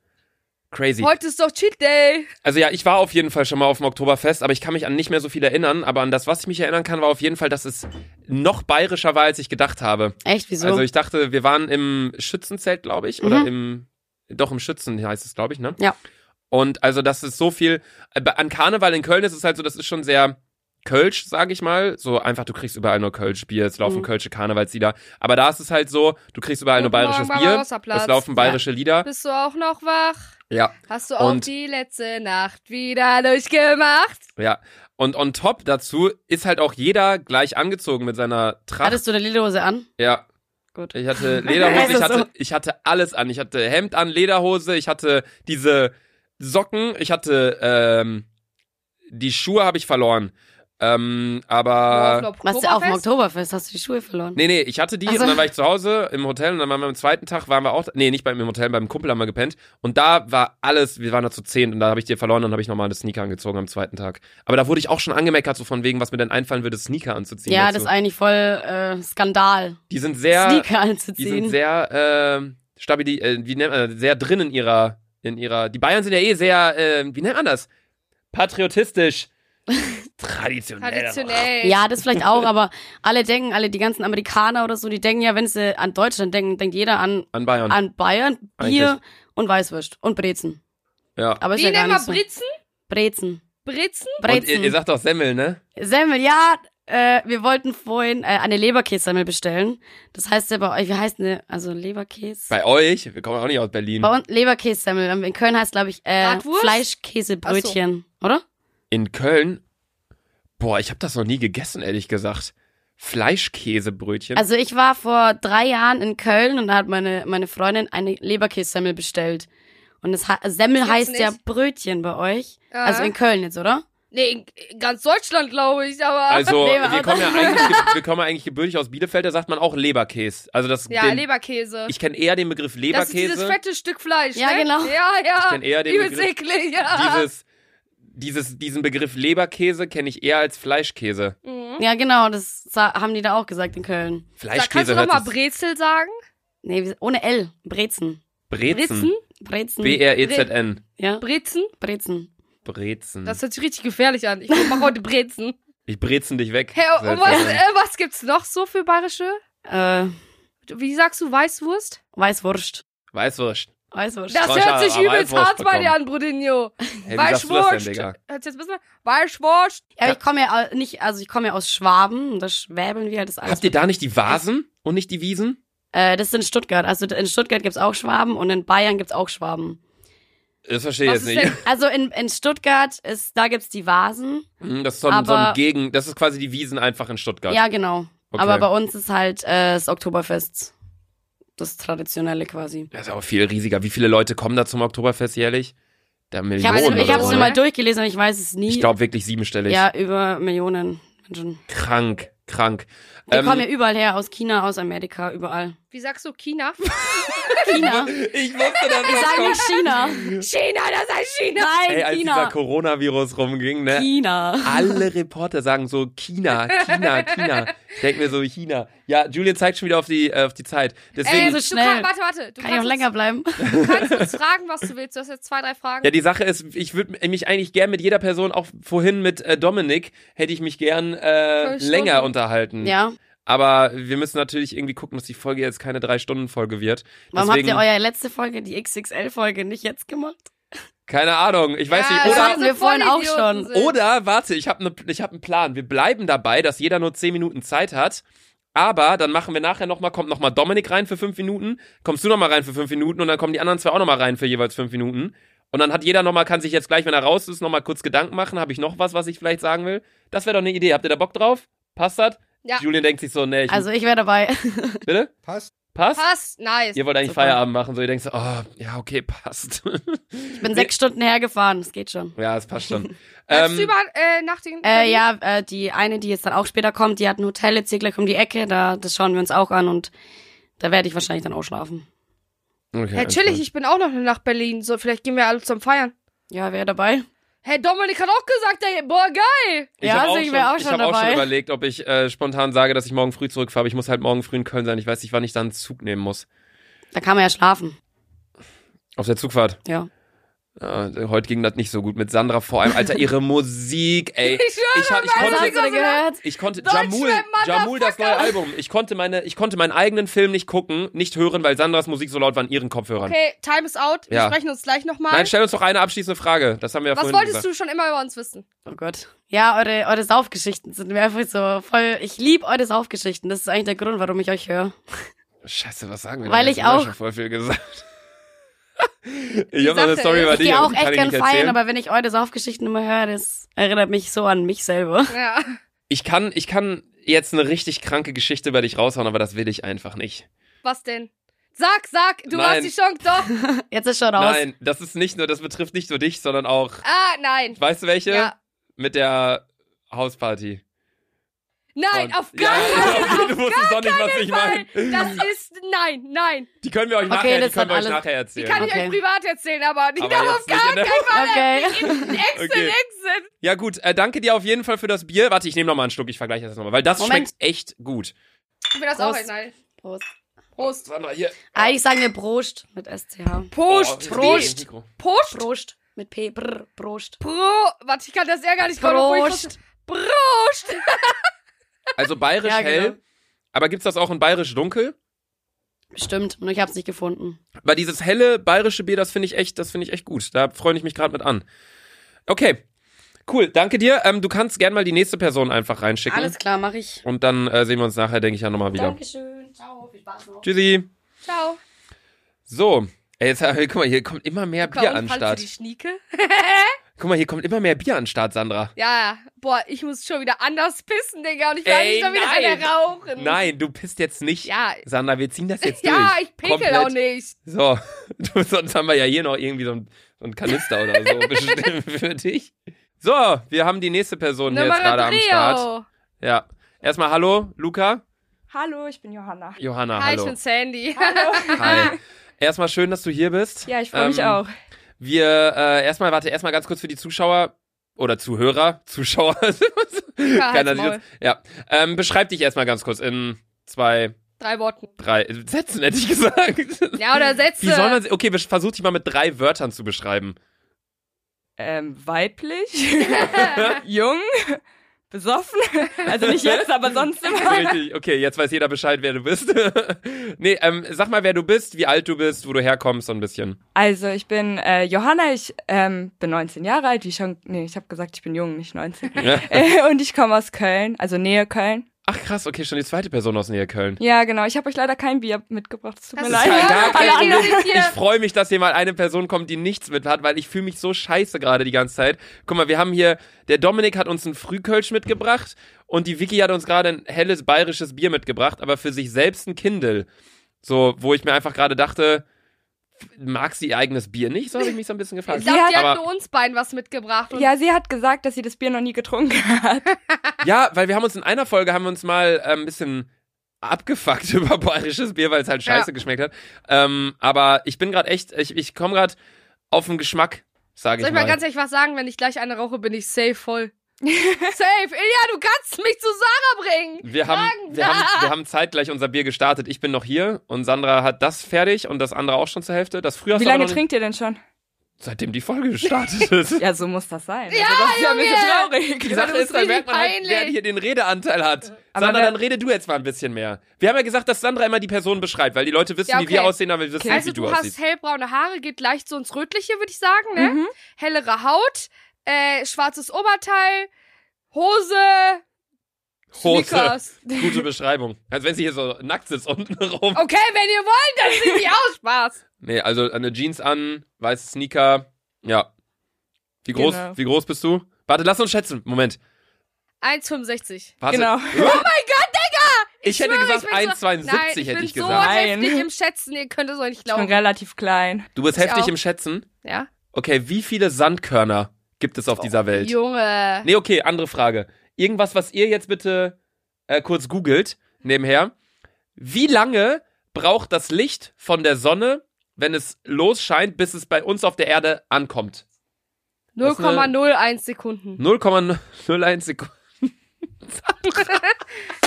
B: Crazy.
A: Heute ist doch Cheat Day.
B: Also ja, ich war auf jeden Fall schon mal auf dem Oktoberfest, aber ich kann mich an nicht mehr so viel erinnern. Aber an das, was ich mich erinnern kann, war auf jeden Fall, dass es noch bayerischer war, als ich gedacht habe.
G: Echt, wieso?
B: Also ich dachte, wir waren im Schützenzelt, glaube ich, oder im doch im Schützen heißt es, glaube ich, ne?
G: Ja.
B: Und also das ist so viel. aber An Karneval in Köln ist es halt so, das ist schon sehr Kölsch, sage ich mal. So einfach, du kriegst überall nur Kölschbier, es laufen
G: Mhm.
B: Kölsche Karnevalslieder. Aber da ist es halt so, du kriegst überall nur
A: Guten Morgen,
B: bayerisches Bier,
A: Barbarossaplatz.
B: es laufen bayerische Lieder.
A: Bist du auch noch wach?
B: Ja.
A: Hast du auch
B: Und-
A: die letzte Nacht wieder durchgemacht?
B: Ja. Und on top dazu ist halt auch jeder gleich angezogen mit seiner Tracht.
G: Hattest du eine Lederhose an?
B: ja.
G: Gut.
B: Ich hatte Lederhose, ich
G: Also so.
B: hatte, ich hatte alles an. Ich hatte Hemd an, Lederhose, ich hatte diese Socken, ich hatte ähm, die Schuhe habe ich verloren. Ähm, aber.
A: Nur auf dem
G: Was auf dem
A: Oktoberfest?
G: Oktoberfest hast du die Schuhe verloren?
B: Nee, nee, ich hatte die
G: Ach so.
B: und dann war ich zu Hause im Hotel und dann waren wir am zweiten Tag, waren wir auch, nee, nicht beim im Hotel, beim Kumpel haben wir gepennt und da war alles, wir waren da zu zehn und da habe ich dir verloren und habe ich nochmal eine Sneaker angezogen am zweiten Tag. Aber da wurde ich auch schon angemeckert, so von wegen, was mir denn einfallen würde, Sneaker anzuziehen.
G: ja,
B: dazu.
G: das ist eigentlich voll äh, Skandal,
B: die sind sehr,
G: Sneaker
B: die sind
G: anzuziehen.
B: sehr, äh, stabili, äh, wie nennt man, das? sehr drin in ihrer, in ihrer, die Bayern sind ja eh sehr, äh, wie nennt man das? Patriotistisch. Traditionell.
A: Traditionell.
G: ja, das vielleicht auch, aber alle denken, alle die ganzen Amerikaner oder so, die denken ja, wenn sie an Deutschland denken, denkt jeder an,
B: An Bayern.
G: an Bayern, Bier
B: Eigentlich.
G: und Weißwurst und Brezen.
B: ja.
G: Aber ist
A: Wie
G: ja
A: nennen
G: gar
A: wir
G: nicht so.
A: Britzen?
G: Brezen.
A: Britzen?
B: Und ihr,
G: Brezen.
B: ihr sagt doch Semmel, ne?
G: Semmel, ja, äh, wir wollten vorhin äh, eine Leberkässemmel bestellen. Das heißt ja bei euch, wie heißt eine, also Leberkäse?
B: Bei euch, wir kommen auch nicht aus Berlin.
G: Bei uns Leberkässemmel. In Köln heißt, glaube ich, äh,
A: Bratwurst?
G: Fleischkäsebrötchen, oder?
B: In Köln, boah, ich habe das noch nie gegessen, ehrlich gesagt. Fleischkäsebrötchen.
G: Also ich war vor drei Jahren in Köln und da hat meine, meine Freundin eine Leberkässemmel bestellt. Und das ha- also Semmel
A: Jetzt
G: heißt ja
A: nicht.
G: Brötchen bei euch.
A: Ja.
G: Also in Köln jetzt,
A: Äh,
G: oder?
A: Nee, in- in ganz Deutschland, glaube ich, aber.
B: Also,
G: Nee,
B: wir
G: aber-
B: kommen ja eigentlich, ge- wir kommen ja eigentlich gebürtig aus Bielefeld, da sagt man auch Leberkäse. Also das
A: ja,
B: den,
A: Leberkäse.
B: ich kenne eher den Begriff
A: Das ist dieses
B: Leberkäse,
A: fette Stück Fleisch.
G: Ja,
A: ne?
G: genau.
A: Ja, ja.
B: Ich kenn eher den
A: Übelst
B: Begriff-
A: eklig, ja.
B: dieses dieses diesen Begriff Leberkäse kenne ich eher als Fleischkäse.
A: mhm.
G: Ja, genau, das sa- haben die da auch gesagt in
A: Da
G: Köln.
A: kannst du
B: Fleischkäse hört
A: nochmal
B: sich-
A: Brezel sagen.
G: Nee, wie- ohne L. Brezen.
B: Brezen.
A: Brezen?
G: Brezen.
B: B R E Z N.
G: ja,
A: Brezen?
B: Hm.
G: Brezen.
B: Brezen.
A: Das hört sich richtig gefährlich an. Ich mach heute Brezen.
B: ich brezen dich weg.
A: Hey,
G: oh,
B: Soll
A: und
B: ich
A: was,
B: sagen.
A: äh, was gibt's noch so für bayerische?
G: Äh,
A: Wie sagst du, Weißwurst?
G: Weißwurst.
B: Weißwurst.
G: Weißwurst.
A: Das
B: Strauch
A: hört sich
B: hat aber
A: übelst
B: Weißwurst
A: hart bei dir
B: bekommen.
A: an, Brudinho.
B: Hey, wie sagst du das denn, Digga?
A: Hört's jetzt besser? Weißwurst.
G: ja, aber ich komme ja au- nicht, also ich komme ja aus Schwaben, und da schwäbeln wir halt das alles.
B: Habt ihr da nicht die Vasen und nicht die Wiesen?
G: Äh, das ist in Stuttgart. Also in Stuttgart gibt's auch Schwaben und in Bayern gibt's auch Schwaben.
B: Das verstehe ich
A: Was
B: jetzt
A: ist
B: nicht.
A: denn
G: Also in, in Stuttgart ist, da gibt's die Vasen.
B: Hm, Das ist so ein, so ein
G: Aber-
B: Gegen, das ist quasi die Wiesen einfach in Stuttgart.
G: Ja, genau.
B: Okay.
G: Aber bei uns ist halt äh, das Oktoberfest das Traditionelle quasi.
B: das ist aber viel riesiger. Wie viele Leute kommen da zum Oktoberfest jährlich? Da
G: Ich
B: Millionen
G: habe
A: Millionen
G: ich
B: oder
G: hab's
B: so.
G: nur
A: ne?
G: mal durchgelesen und ich weiß es nie.
B: Ich glaube wirklich siebenstellig.
G: ja, über Millionen Menschen.
B: Krank, krank.
G: Die
B: Ähm,
G: kommen ja überall her, aus China, aus Amerika, überall.
A: Wie sagst du China?
G: China.
B: ich wusste, dass
G: Ich
B: das
G: sage
B: kommt.
G: nicht China.
A: China, das heißt China.
G: Nein,
B: Ey, als dieser
G: China.
B: Coronavirus rumging, ne?
G: China.
B: Alle Reporter sagen so China, China, China. Ich denke mir so China. Ja, Julian zeigt schon wieder auf die, äh, auf die Zeit.
A: Ey,
B: Deswegen,
G: so
A: du
G: schnell.
A: Kann, warte, warte. Du
G: Kann ich auch
A: kannst,
G: länger bleiben?
A: Uns, du kannst uns fragen, was du willst. Du hast jetzt zwei, drei Fragen.
B: ja, die Sache ist, ich würde mich eigentlich gern mit jeder Person, auch vorhin mit äh, Dominik, hätte ich mich gern äh,
A: Voll Stunden.
B: länger unterhalten.
G: Ja.
B: Aber wir müssen natürlich irgendwie gucken, dass die Folge jetzt keine Drei-Stunden-Folge wird.
G: Warum
B: Deswegen,
G: habt ihr eure letzte Folge, die XXL-Folge, nicht jetzt gemacht?
B: Keine Ahnung, ich weiß
A: Ja,
B: nicht.
A: das
B: Oder,
A: heißt,
G: wir vorhin auch
A: Vollidioten
G: schon.
A: sind.
B: Oder, warte, ich habe ne, ich hab einen Plan. Wir bleiben dabei, dass jeder nur 10 Minuten Zeit hat. Aber dann machen wir nachher nochmal, kommt nochmal Dominik rein für 5 Minuten, kommst du nochmal rein für 5 Minuten und dann kommen die anderen zwei auch nochmal rein für jeweils 5 Minuten. Und dann hat jeder nochmal, kann sich jetzt gleich, wenn er raus ist, nochmal kurz Gedanken machen. Habe ich noch was, was ich vielleicht sagen will? Das wäre doch eine Idee. Habt ihr da Bock drauf? Passt das?
A: Ja.
B: Julian denkt sich so, nee, ich,
G: Also ich wäre dabei.
B: bitte?
C: Passt.
B: Passt?
A: Passt, nice.
B: Ihr wollt eigentlich
G: Super.
B: Feierabend machen, so ihr denkt so, oh, ja, okay, passt.
G: Ich bin sechs Stunden hergefahren, das geht schon.
B: ja, es passt schon.
A: Bleibst du
B: Ähm,
A: über äh, nach den.
G: Äh, ja, äh, die eine, die jetzt dann auch später kommt, die hat ein Hotel jetzt hier gleich um die Ecke, da, das schauen wir uns auch an und da werde ich wahrscheinlich dann auch schlafen.
B: okay,
A: Hey, chillig,
B: alles
A: ich bin auch noch nach Berlin. So, vielleicht gehen wir alle zum Feiern.
G: Ja, wer dabei?
A: Hey, Dominik hat auch gesagt, ey, boah, geil.
B: Ich
G: Ja,
B: hab
G: also ich wär
B: schon-
G: auch schon
B: Ich habe auch schon
G: dabei.
B: überlegt, ob ich äh, spontan sage, dass ich morgen früh zurückfahre. aber Ich muss halt morgen früh in Köln sein. Ich weiß nicht, wann ich dann einen Zug nehmen muss.
G: Da kann man ja schlafen.
B: Auf der Zugfahrt.
G: Ja.
B: Äh, heute ging das nicht so gut mit Sandra vor allem. Alter, ihre Musik, ey.
A: Ich schwöre,
B: ich, hab- ich
G: Also hast
B: konnte,
G: du die gehört?
B: ich konnte
A: Deutschrap,
B: Jamul, Jamul das neue Album. Ich konnte meine, ich konnte meinen eigenen Film nicht gucken, nicht hören, weil Sandras Musik so laut war in ihren Kopfhörern.
A: Okay, time is out.
B: Ja.
A: Wir sprechen uns gleich nochmal.
B: Nein, stell uns doch eine abschließende Frage. Das haben wir ja
A: Was
B: vorhin
A: wolltest
B: gesagt.
A: du schon immer über uns wissen?
G: Oh Gott. Ja, eure, eure Saufgeschichten sind mir einfach so voll. Ich liebe eure Saufgeschichten. Das ist eigentlich der Grund, warum ich euch höre.
B: Scheiße, was sagen wir?
G: Weil
B: denn?
G: ich
B: Jetzt haben wir
G: auch-
B: schon voll viel gesagt. ich habe noch eine
A: sagte,
B: Story
A: ich
B: über
G: Ich
B: dich.
G: gehe auch
B: aber die kann
G: echt
B: ich
G: gern
B: nicht
G: feiern,
B: erzählen.
G: aber wenn ich eure Saufgeschichten immer höre, das erinnert mich so an mich selber.
A: Ja.
B: Ich kann, ich kann jetzt eine richtig kranke Geschichte über dich raushauen, aber das will ich einfach nicht.
A: Was denn? Sag, sag, du hast
B: Nein.
A: die Chance, doch.
G: Jetzt ist schon raus.
B: Nein, das ist nicht nur, das betrifft nicht nur dich, sondern auch,
A: Ah, nein.
B: weißt du welche?
A: Ja.
B: Mit der Hausparty.
A: Nein,
B: Und-
A: auf gar keinen
B: ja, Du wusstest doch nicht, was ich meine.
A: Fall. Das ist, nein, nein.
B: Die können wir euch
G: Okay,
B: nachher, die
G: das
B: können wir
G: hat
B: euch
G: alles-
B: nachher
A: Die
B: erzählen.
A: kann ich
G: Okay.
A: euch privat erzählen, aber ich
B: Aber
A: darf
B: jetzt
A: auf
B: nicht
A: gar
B: in der-
A: keinen Fall.
G: Okay.
A: Exit,
B: Okay.
A: exit.
B: ja gut, äh, danke dir auf jeden Fall für das Bier. Warte, ich nehme nochmal einen Schluck, ich vergleiche das nochmal, weil das
G: Moment.
B: schmeckt echt gut.
A: Ich will das
G: Prost.
A: auch nein.
G: Prost. Ah,
A: Prost.
B: Sandra, hier.
G: Eigentlich sagen wir Prost mit SCH.
A: Prost.
B: Oh,
A: Prost.
B: Mikro.
A: Prost.
G: Prost. Mit P. Brr. Prost.
A: Pro. Warte, ich kann das ja gar nicht kommen, obwohl ich wusste- Prost.
B: Also bayerisch
G: Ja,
B: hell,
G: genau.
B: aber gibt's das auch in bayerisch dunkel?
G: Stimmt, nur ich hab's nicht gefunden.
B: Aber dieses helle bayerische Bier, das finde ich echt, das finde ich echt gut. Da freue ich mich gerade mit an. Okay, cool, danke dir. Ähm, du kannst gern mal die nächste Person einfach reinschicken.
G: Alles klar, mach ich.
B: Und dann äh, sehen wir uns nachher, denke ich, ja nochmal wieder.
G: Dankeschön. Ciao. Viel Spaß noch.
B: Tschüssi.
A: Ciao.
B: So, Ey, jetzt, äh, guck mal, hier kommt immer mehr
A: Guck mal,
B: Bier
A: und
B: an den
A: falls du halt die
B: Start.
A: Schnieke?
B: Guck mal, hier kommt immer mehr Bier an den Start, Sandra.
A: Ja, ja. Boah, ich muss schon wieder anders pissen, Digga. Und ich werde
B: Ey,
A: nicht schon wieder
B: nein.
A: eine rauchen.
B: Nein, du pisst jetzt nicht.
A: Ja.
B: Sandra, wir ziehen das jetzt durch.
A: Ja, ich pinkel
B: Komplett.
A: auch nicht.
B: So, du, sonst haben wir ja hier noch irgendwie so ein, so ein Kanister oder so bestimmt für dich. So, wir haben die nächste Person hier jetzt gerade am Start. Ja. Erstmal hallo, Luca.
H: Hallo, ich bin Johanna.
B: Johanna,
A: Hi, ich
B: Ah, hallo.
A: bin Sandy.
B: Hi. Erstmal schön, dass du hier bist.
H: Ja, ich freue mich
B: Ähm,
H: auch.
B: Wir, äh, erstmal, warte, erstmal ganz kurz für die Zuschauer oder Zuhörer, Zuschauer. Keiner sieht
A: Maul.
B: uns. Ja. Ähm, beschreib dich erstmal ganz kurz in zwei,
A: Drei Worten.
B: drei Sätzen, hätte ich gesagt.
A: Ja, oder Sätze.
B: Wie soll man, okay, besch- versuch dich mal mit drei Wörtern zu beschreiben.
H: Ähm, weiblich, jung, besoffen. Also nicht jetzt, aber sonst immer.
B: Richtig, okay, jetzt weiß jeder Bescheid, wer du bist. nee, ähm, sag mal, wer du bist, wie alt du bist, wo du herkommst, so ein bisschen.
H: Also ich bin äh, Johanna, ich ähm, bin 19 Jahre alt, wie schon. Nee, ich habe gesagt, ich bin jung, nicht 19.
B: Ja.
H: Äh, Und ich komme aus Köln, also Nähe Köln.
B: Ach krass, okay, schon die zweite Person aus Niederköln.
H: Ja, genau. Ich habe euch leider kein Bier mitgebracht. Es tut
A: Das
H: mir
A: ist
B: Ist
H: leid.
B: ja
A: ja
B: gar kein
A: alle
B: Problem.
A: anderen sind
B: Ich
A: hier.
B: freue mich, dass hier mal eine Person kommt, die nichts mit hat, weil ich fühle mich so scheiße gerade die ganze Zeit. Guck mal, wir haben hier, der Dominik hat uns einen Frühkölsch mitgebracht und die Vicky hat uns gerade ein helles bayerisches Bier mitgebracht, aber für sich selbst ein Kindle. So, wo ich mir einfach gerade dachte, mag sie ihr eigenes Bier nicht? So habe ich mich so ein bisschen gefragt.
A: Ich glaube, die
B: Aber-
A: hat nur uns beiden was mitgebracht. Und
H: Ja, sie hat gesagt, dass sie das Bier noch nie getrunken hat.
B: Ja, weil wir haben uns in einer Folge haben wir uns mal äh, ein bisschen abgefuckt über bayerisches Bier, weil es halt scheiße
A: Ja.
B: geschmeckt hat. Ähm, aber ich bin gerade echt, ich, ich komme gerade auf den Geschmack, sage
A: Soll
B: ich
A: ich mal
B: mal.
A: ganz ehrlich was sagen? Wenn ich gleich eine rauche, bin ich safe voll. safe. Ilja, du kannst mich zu Sarah bringen.
B: wir haben, wir, haben, wir haben zeitgleich unser Bier gestartet. Ich bin noch hier und Sandra hat das fertig und das andere auch schon zur Hälfte. Das früher hast
H: Wie
B: du aber
H: lange
B: noch
H: trinkt ihr denn schon?
B: nicht, seitdem die Folge gestartet ist.
H: Ja, so muss das sein.
A: Ja,
H: also, das ist ja ein
A: Junge!
H: bisschen
B: Die
H: traurig.
B: Sache
A: das
B: ist,
A: ist
B: dann
A: richtig
B: merkt man halt, wer
A: peinlich.
B: hier den Redeanteil hat.
H: Aber
B: Sandra,
H: wer-
B: dann rede du jetzt mal ein bisschen mehr. Wir haben ja gesagt, dass Sandra immer die Person beschreibt, weil die Leute wissen,
A: Ja,
B: wie wir
A: okay.
B: aussehen, aber wir wissen
A: Also
B: nicht, wie
A: du
B: du
A: hast
B: aussiehst.
A: hellbraune Haare, geht leicht so ins Rötliche, würde ich sagen. Ne?
H: Mhm.
A: Hellere Haut, äh, schwarzes Oberteil, Hose,
B: Hose.
A: Sneakers.
B: Gute Beschreibung. Als wenn sie hier so nackt sitzt unten rum.
A: Okay, wenn ihr wollt, dann sieht die aus. Spaß.
B: Nee, also eine Jeans an, weiße Sneaker. Ja. Wie groß,
H: Genau.
B: wie groß bist du? Warte, lass uns schätzen. Moment.
A: 1,65.
B: Warte.
H: Genau.
B: Oh mein Gott, Digga! Ich, hätte
A: schwöre,
B: gesagt
A: ich bin so-
B: 1,72
A: Nein, ich
B: hätte
A: bin
B: ich
A: so
B: gesagt.
H: Nein.
A: heftig im Schätzen, ihr könnt es euch nicht
H: Ich bin
A: glauben.
H: relativ klein.
B: Du bist
A: Ich
B: heftig
A: auch.
B: im Schätzen.
A: Ja?
B: Okay, wie viele Sandkörner gibt es auf dieser Welt?
A: Oh, Junge.
B: Nee, okay, andere Frage. Irgendwas, was ihr jetzt bitte äh, kurz googelt, nebenher. Wie lange braucht das Licht von der Sonne, wenn es losscheint, bis es bei uns auf der Erde ankommt? Das ist eine-
A: 0,01 Sekunden.
B: 0,01 Sekunden. Hm.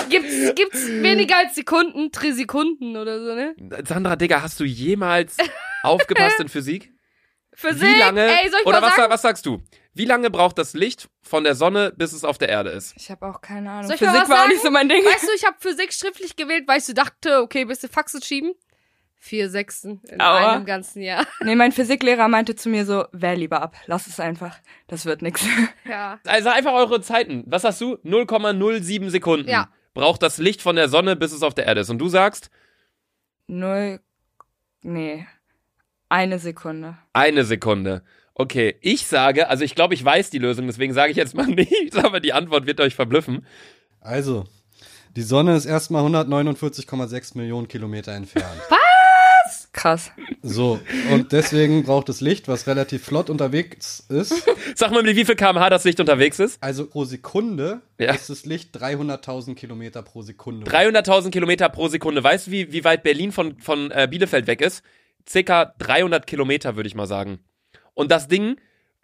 A: Gibt's, gibt's weniger als Sekunden, Trisekunden oder so, ne?
B: Sandra, Digga, hast du jemals aufgepasst in Physik?
A: Physik,
B: Wie lange?
A: ey, soll ich
B: oder
A: mal
B: was,
A: sagen?
B: was sagst du? Wie lange braucht das Licht von der Sonne, bis es auf der Erde ist?
H: Ich habe auch keine Ahnung.
A: Soll ich mal
H: Physik
A: was
H: war auch
A: sagen?
H: nicht so mein Ding.
A: Weißt du, ich habe Physik schriftlich gewählt, weil ich so dachte, okay, bist du Faxe schieben? Vier Sechsten in
H: Aua.
A: einem ganzen Jahr.
H: Nee, mein Physiklehrer meinte zu mir so, wähl lieber ab, lass es einfach. Das wird nix.
A: Ja.
B: Also einfach eure Zeiten. Was sagst du? 0,07 Sekunden.
A: Ja.
B: Braucht das Licht von der Sonne, bis es auf der Erde ist. Und du sagst
H: Null. Nee. Eine Sekunde.
B: eine Sekunde. Okay, ich sage, also ich glaube, ich weiß die Lösung, deswegen sage ich jetzt mal nichts, aber die Antwort wird euch verblüffen.
C: Also, die Sonne ist erstmal 149,6 Millionen Kilometer entfernt.
H: Krass.
C: So, und deswegen braucht es Licht, was relativ flott unterwegs ist.
B: Sag mal, mit wie viel kmh das Licht unterwegs ist?
C: Also pro Sekunde
B: Ja.
C: ist das Licht 300.000 Kilometer pro Sekunde.
B: 300.000 Kilometer pro Sekunde. Weißt du, wie, wie weit Berlin von, von äh, Bielefeld weg ist? Circa 300 Kilometer, würde ich mal sagen. Und das Ding,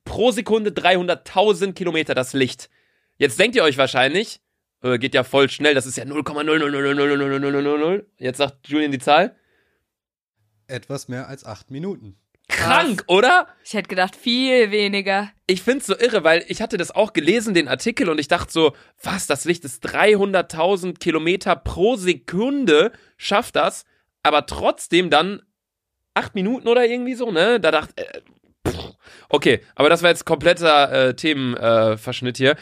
B: pro Sekunde 300.000 Kilometer das Licht. Jetzt denkt ihr euch wahrscheinlich, äh, geht ja voll schnell, das ist ja 0,000000000. Jetzt sagt Julian die Zahl.
C: Etwas mehr als acht Minuten.
B: Krank, oder?
H: Ich hätte gedacht, viel weniger.
B: Ich find's so irre, weil ich hatte das auch gelesen, den Artikel, und ich dachte so, was, das Licht ist 300.000 Kilometer pro Sekunde, schafft das, aber trotzdem dann acht Minuten oder irgendwie so, ne? Da dachte äh, pff. okay, aber das war jetzt kompletter äh, Themenverschnitt äh, Verschnitt hier.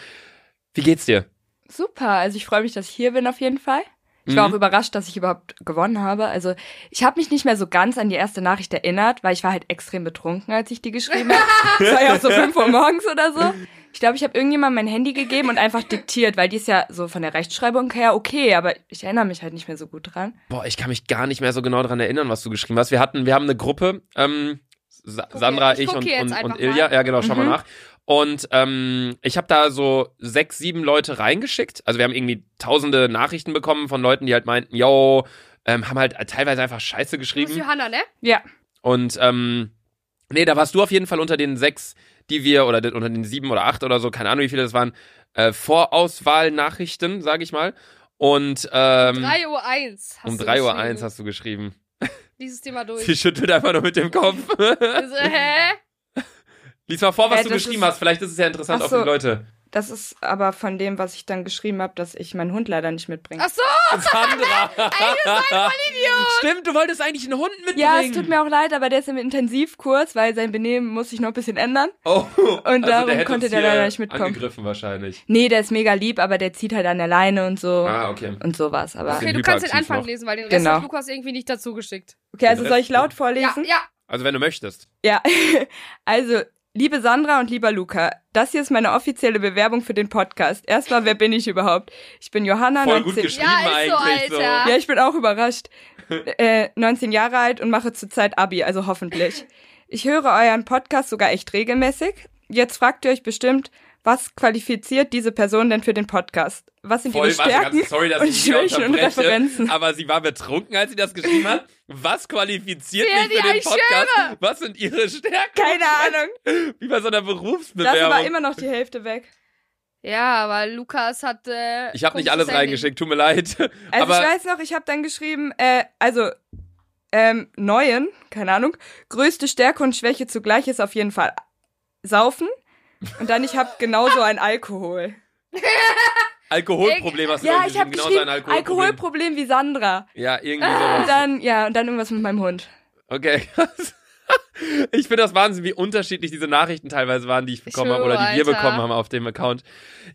B: Wie geht's dir?
H: Super. Also ich freue mich, dass ich hier bin auf jeden Fall. Ich war
B: Mhm.
H: auch überrascht, dass ich überhaupt gewonnen habe. Also ich habe mich nicht mehr so ganz an die erste Nachricht erinnert, weil ich war halt extrem betrunken, als ich die geschrieben habe. Es war ja auch so 5 Uhr morgens oder so. Ich glaube, ich habe irgendjemandem mein Handy gegeben und einfach diktiert, weil die ist ja so von der Rechtschreibung her okay, aber ich erinnere mich halt nicht mehr so gut dran.
B: Boah, ich kann mich gar nicht mehr so genau daran erinnern, was du geschrieben hast. Wir hatten, wir haben eine Gruppe, ähm, Sa
A: hier,
B: Sandra,
A: ich
B: ich,
A: guck
B: und,
A: hier jetzt
B: und,
A: einfach
B: und Ilja.
A: mal.
B: Ja, genau, schau mal
H: Mhm.
B: nach. Und ähm, ich habe da so sechs, sieben Leute reingeschickt. Also wir haben irgendwie tausende Nachrichten bekommen von Leuten, die halt meinten, yo, ähm, haben halt teilweise einfach Scheiße
A: Du bist
B: geschrieben.
A: Johanna, ne?
H: Ja,
B: Und ähm, nee, da warst du auf jeden Fall unter den sechs, die wir, oder de- unter den sieben oder acht oder so, keine Ahnung, wie viele das waren, äh, Vorauswahlnachrichten, sage ich mal. Und ähm,
A: 3.01 Um Uhr. Eins hast
B: um
A: du
B: 3 Uhr
A: geschrieben.
B: eins hast du geschrieben.
A: Lies es dir mal durch.
B: Sie schüttelt einfach nur mit dem Kopf.
A: Also, hä?
B: Lies mal vor, was
H: Hä,
B: du
H: das
B: geschrieben
H: ist-
B: hast. Vielleicht ist es ja interessant
H: Ach
B: auch für
H: so.
B: die Leute.
H: Das ist aber von dem, was ich dann geschrieben habe, dass ich meinen Hund leider nicht mitbringe.
A: Ach so,
B: Sandra! Stimmt, du wolltest eigentlich einen Hund mitbringen.
H: ja, es tut mir auch leid, aber der ist im Intensivkurs, weil sein Benehmen muss sich noch ein bisschen ändern.
B: Oh, und
H: darum konnte der leider nicht mitkommen.
B: Angegriffen wahrscheinlich.
H: Nee, der ist mega lieb, aber der zieht halt an der Leine und so
B: Ah, okay.
H: und sowas. Aber
B: Okay.
H: okay,
A: okay, du kannst den
B: hyperaktiv
A: Anfang
B: noch.
A: lesen, weil den Rest
H: Genau.
A: hat Lukas irgendwie nicht dazu geschickt.
H: also soll ich laut vorlesen?
A: Ja, ja.
B: Also wenn du möchtest.
H: Ja, also, liebe Sandra und lieber Luca, das hier ist meine offizielle Bewerbung für den Podcast. Erstmal, wer bin ich überhaupt? Ich bin Johanna,
B: Voll gut
H: 19
B: geschrieben
A: Ja, ist so,
B: eigentlich.
A: Alter.
H: Ja, ich bin auch überrascht. Äh, 19 Jahre alt und mache zurzeit Abi, also hoffentlich. Ich höre euren Podcast sogar echt regelmäßig. Jetzt fragt ihr euch bestimmt, was qualifiziert diese Person denn für den Podcast? Was sind
B: Voll,
H: ihre
B: warte,
H: Stärken
B: ganz sorry, dass
H: und
B: ich dich wieder
H: Schwächen und
B: unterbreche,
H: Referenzen?
B: aber sie war betrunken, als sie das geschrieben hat. Was qualifiziert
A: Ja,
B: mich für
A: ja,
B: den
A: ich
B: Podcast? Was sind ihre Stärken?
H: Keine Ahnung.
B: Wie bei so einer
H: Das war
B: Berufsbewerbung.
H: immer noch die Hälfte weg.
A: Ja, aber Lukas hat. Äh,
B: Ich habe
A: komisches
B: nicht alles
A: Handling.
B: reingeschickt, tut mir leid.
H: Also
B: aber
H: ich weiß noch, ich habe dann geschrieben, äh, also ähm, neuen, keine Ahnung, größte Stärke und Schwäche zugleich ist auf jeden Fall saufen. Und dann, ich habe genauso ein Alkohol.
B: Alkoholproblem hast du
H: Ja, ich
B: geschrieben,
H: habe
B: genau
H: geschrieben,
B: so ein Alkoholproblem.
H: Alkoholproblem wie Sandra.
B: Ja, irgendwie
H: Und
B: sowas.
H: dann, ja, und dann irgendwas mit meinem Hund.
B: Okay, krass. Ich finde das Wahnsinn, wie unterschiedlich diese Nachrichten teilweise waren, die ich bekommen habe
A: schwöre,
B: oder die wir
A: Alter.
B: bekommen haben auf dem Account.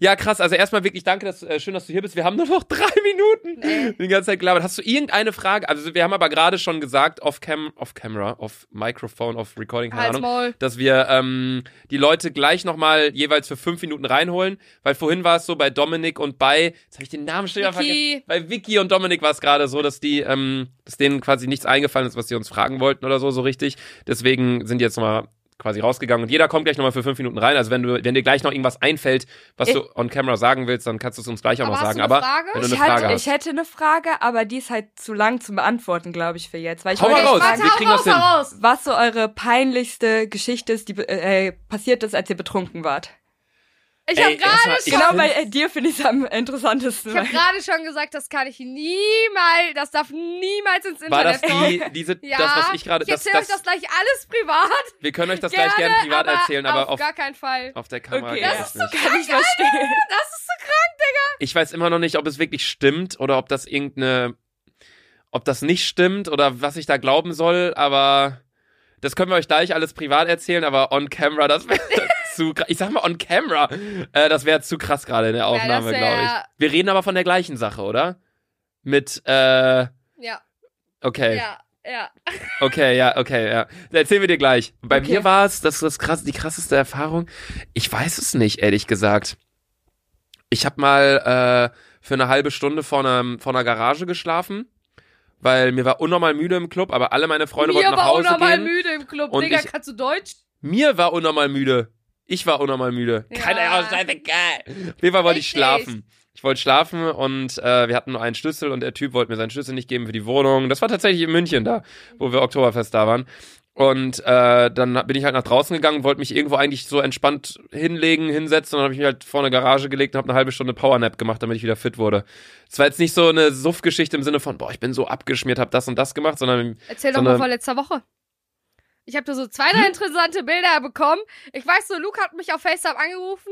B: Ja, krass. Also erstmal wirklich danke, dass, äh, schön, dass du hier bist. Wir haben nur noch drei Minuten. Die ganze Zeit gelabert. Hast du irgendeine Frage? Also wir haben aber gerade schon gesagt, off, cam off camera, off Microphone, off Recording, keine
A: Halt's
B: Ahnung,
A: Maul.
B: dass wir ähm, die Leute gleich nochmal jeweils für fünf Minuten reinholen. Weil vorhin war es so bei Dominik und bei, jetzt habe ich den Namen schon wieder
A: Vicky.
B: vergessen. Bei Vicky und Dominik war es gerade so, dass die, ähm, dass denen quasi nichts eingefallen ist, was sie uns fragen wollten oder so, so richtig. Deswegen sind die jetzt nochmal quasi rausgegangen und jeder kommt gleich nochmal für fünf Minuten rein. Also wenn du, wenn dir gleich noch irgendwas einfällt, was
H: Ich-
B: du on camera sagen willst, dann kannst du es uns gleich auch
A: Aber
B: noch
A: hast
B: sagen.
A: du eine
B: Aber
A: Frage?
B: wenn du
H: Ich,
B: eine Frage
H: hatte,
B: hast.
H: ich hätte eine Frage, aber die ist halt zu lang zu beantworten, glaube ich, für jetzt. Weil ich
B: Hau mal
H: wollte
B: raus,
A: Warte,
H: fragen,
B: wir
A: hau
B: kriegen das
A: raus,
B: hin.
A: hau raus.
H: was so eure peinlichste Geschichte ist, die äh, passiert ist, als ihr betrunken wart.
A: Ich
B: Ey,
A: habe gerade
B: erstmal, ich
A: schon.
H: Genau, bei äh, dir finde ich es am interessantesten.
A: Ich habe gerade schon gesagt, das kann ich niemals, das darf niemals ins Internet
B: war das
A: kommen.
B: die, diese, das, was ich gerade,
A: Ich
B: das,
A: erzähle euch das
B: das,
A: gleich alles privat.
B: wir können euch das
A: gerne,
B: gleich gerne privat
A: aber
B: erzählen, aber auf,
A: gar keinen Fall.
B: auf der Kamera
H: Okay.
B: geht
H: Das
B: das nicht.
H: Kann ich verstehen.
A: Das ist so krank.
B: Ich weiß immer noch nicht, ob es wirklich stimmt oder ob das irgendeine, ob das nicht stimmt oder was ich da glauben soll, aber das können wir euch gleich alles privat erzählen, aber on camera, das wäre zu krass. Ich sag mal on camera, äh, das wäre zu krass gerade in der
A: das
B: Aufnahme, glaube
A: wär-
B: ich. Wir reden aber von der gleichen Sache, oder? Mit, äh,
A: Ja,
B: okay.
A: ja, ja.
B: Okay, ja, okay, ja. Erzählen wir dir gleich. Bei
H: Okay.
B: mir war es, das ist das krass, die krasseste Erfahrung. Ich weiß es nicht, ehrlich gesagt. Ich habe mal äh, für eine halbe Stunde vor, einem, vor einer Garage geschlafen, weil mir war unnormal müde im Club, aber alle meine Freunde
A: Mir
B: wollten nach
A: war
B: Hause
A: unnormal
B: gehen.
A: müde im Club.
B: Und
A: Digga,
B: ich-
A: kannst du Deutsch?
B: Mir war unnormal müde. Ich war unnormal müde.
A: Ja.
B: Keine Ahnung, scheißegal. Auf jeden Fall wollte ich
A: Richtig.
B: schlafen. Ich wollte schlafen und äh, wir hatten nur einen Schlüssel und der Typ wollte mir seinen Schlüssel nicht geben für die Wohnung. Das war tatsächlich in München da, wo wir Oktoberfest da waren. Und äh, dann bin ich halt nach draußen gegangen, wollte mich irgendwo eigentlich so entspannt hinlegen, hinsetzen. Und dann habe ich mich halt vor eine Garage gelegt und habe eine halbe Stunde Powernap gemacht, damit ich wieder fit wurde. Es war jetzt nicht so eine Suff-Geschichte im Sinne von, boah, ich bin so abgeschmiert, habe das und das gemacht, sondern
A: Erzähl doch
B: Sondern- Hm?
A: mal von letzter Woche. Ich habe da so zwei, drei interessante Bilder bekommen. Ich weiß so, Luke hat mich auf FaceTime angerufen.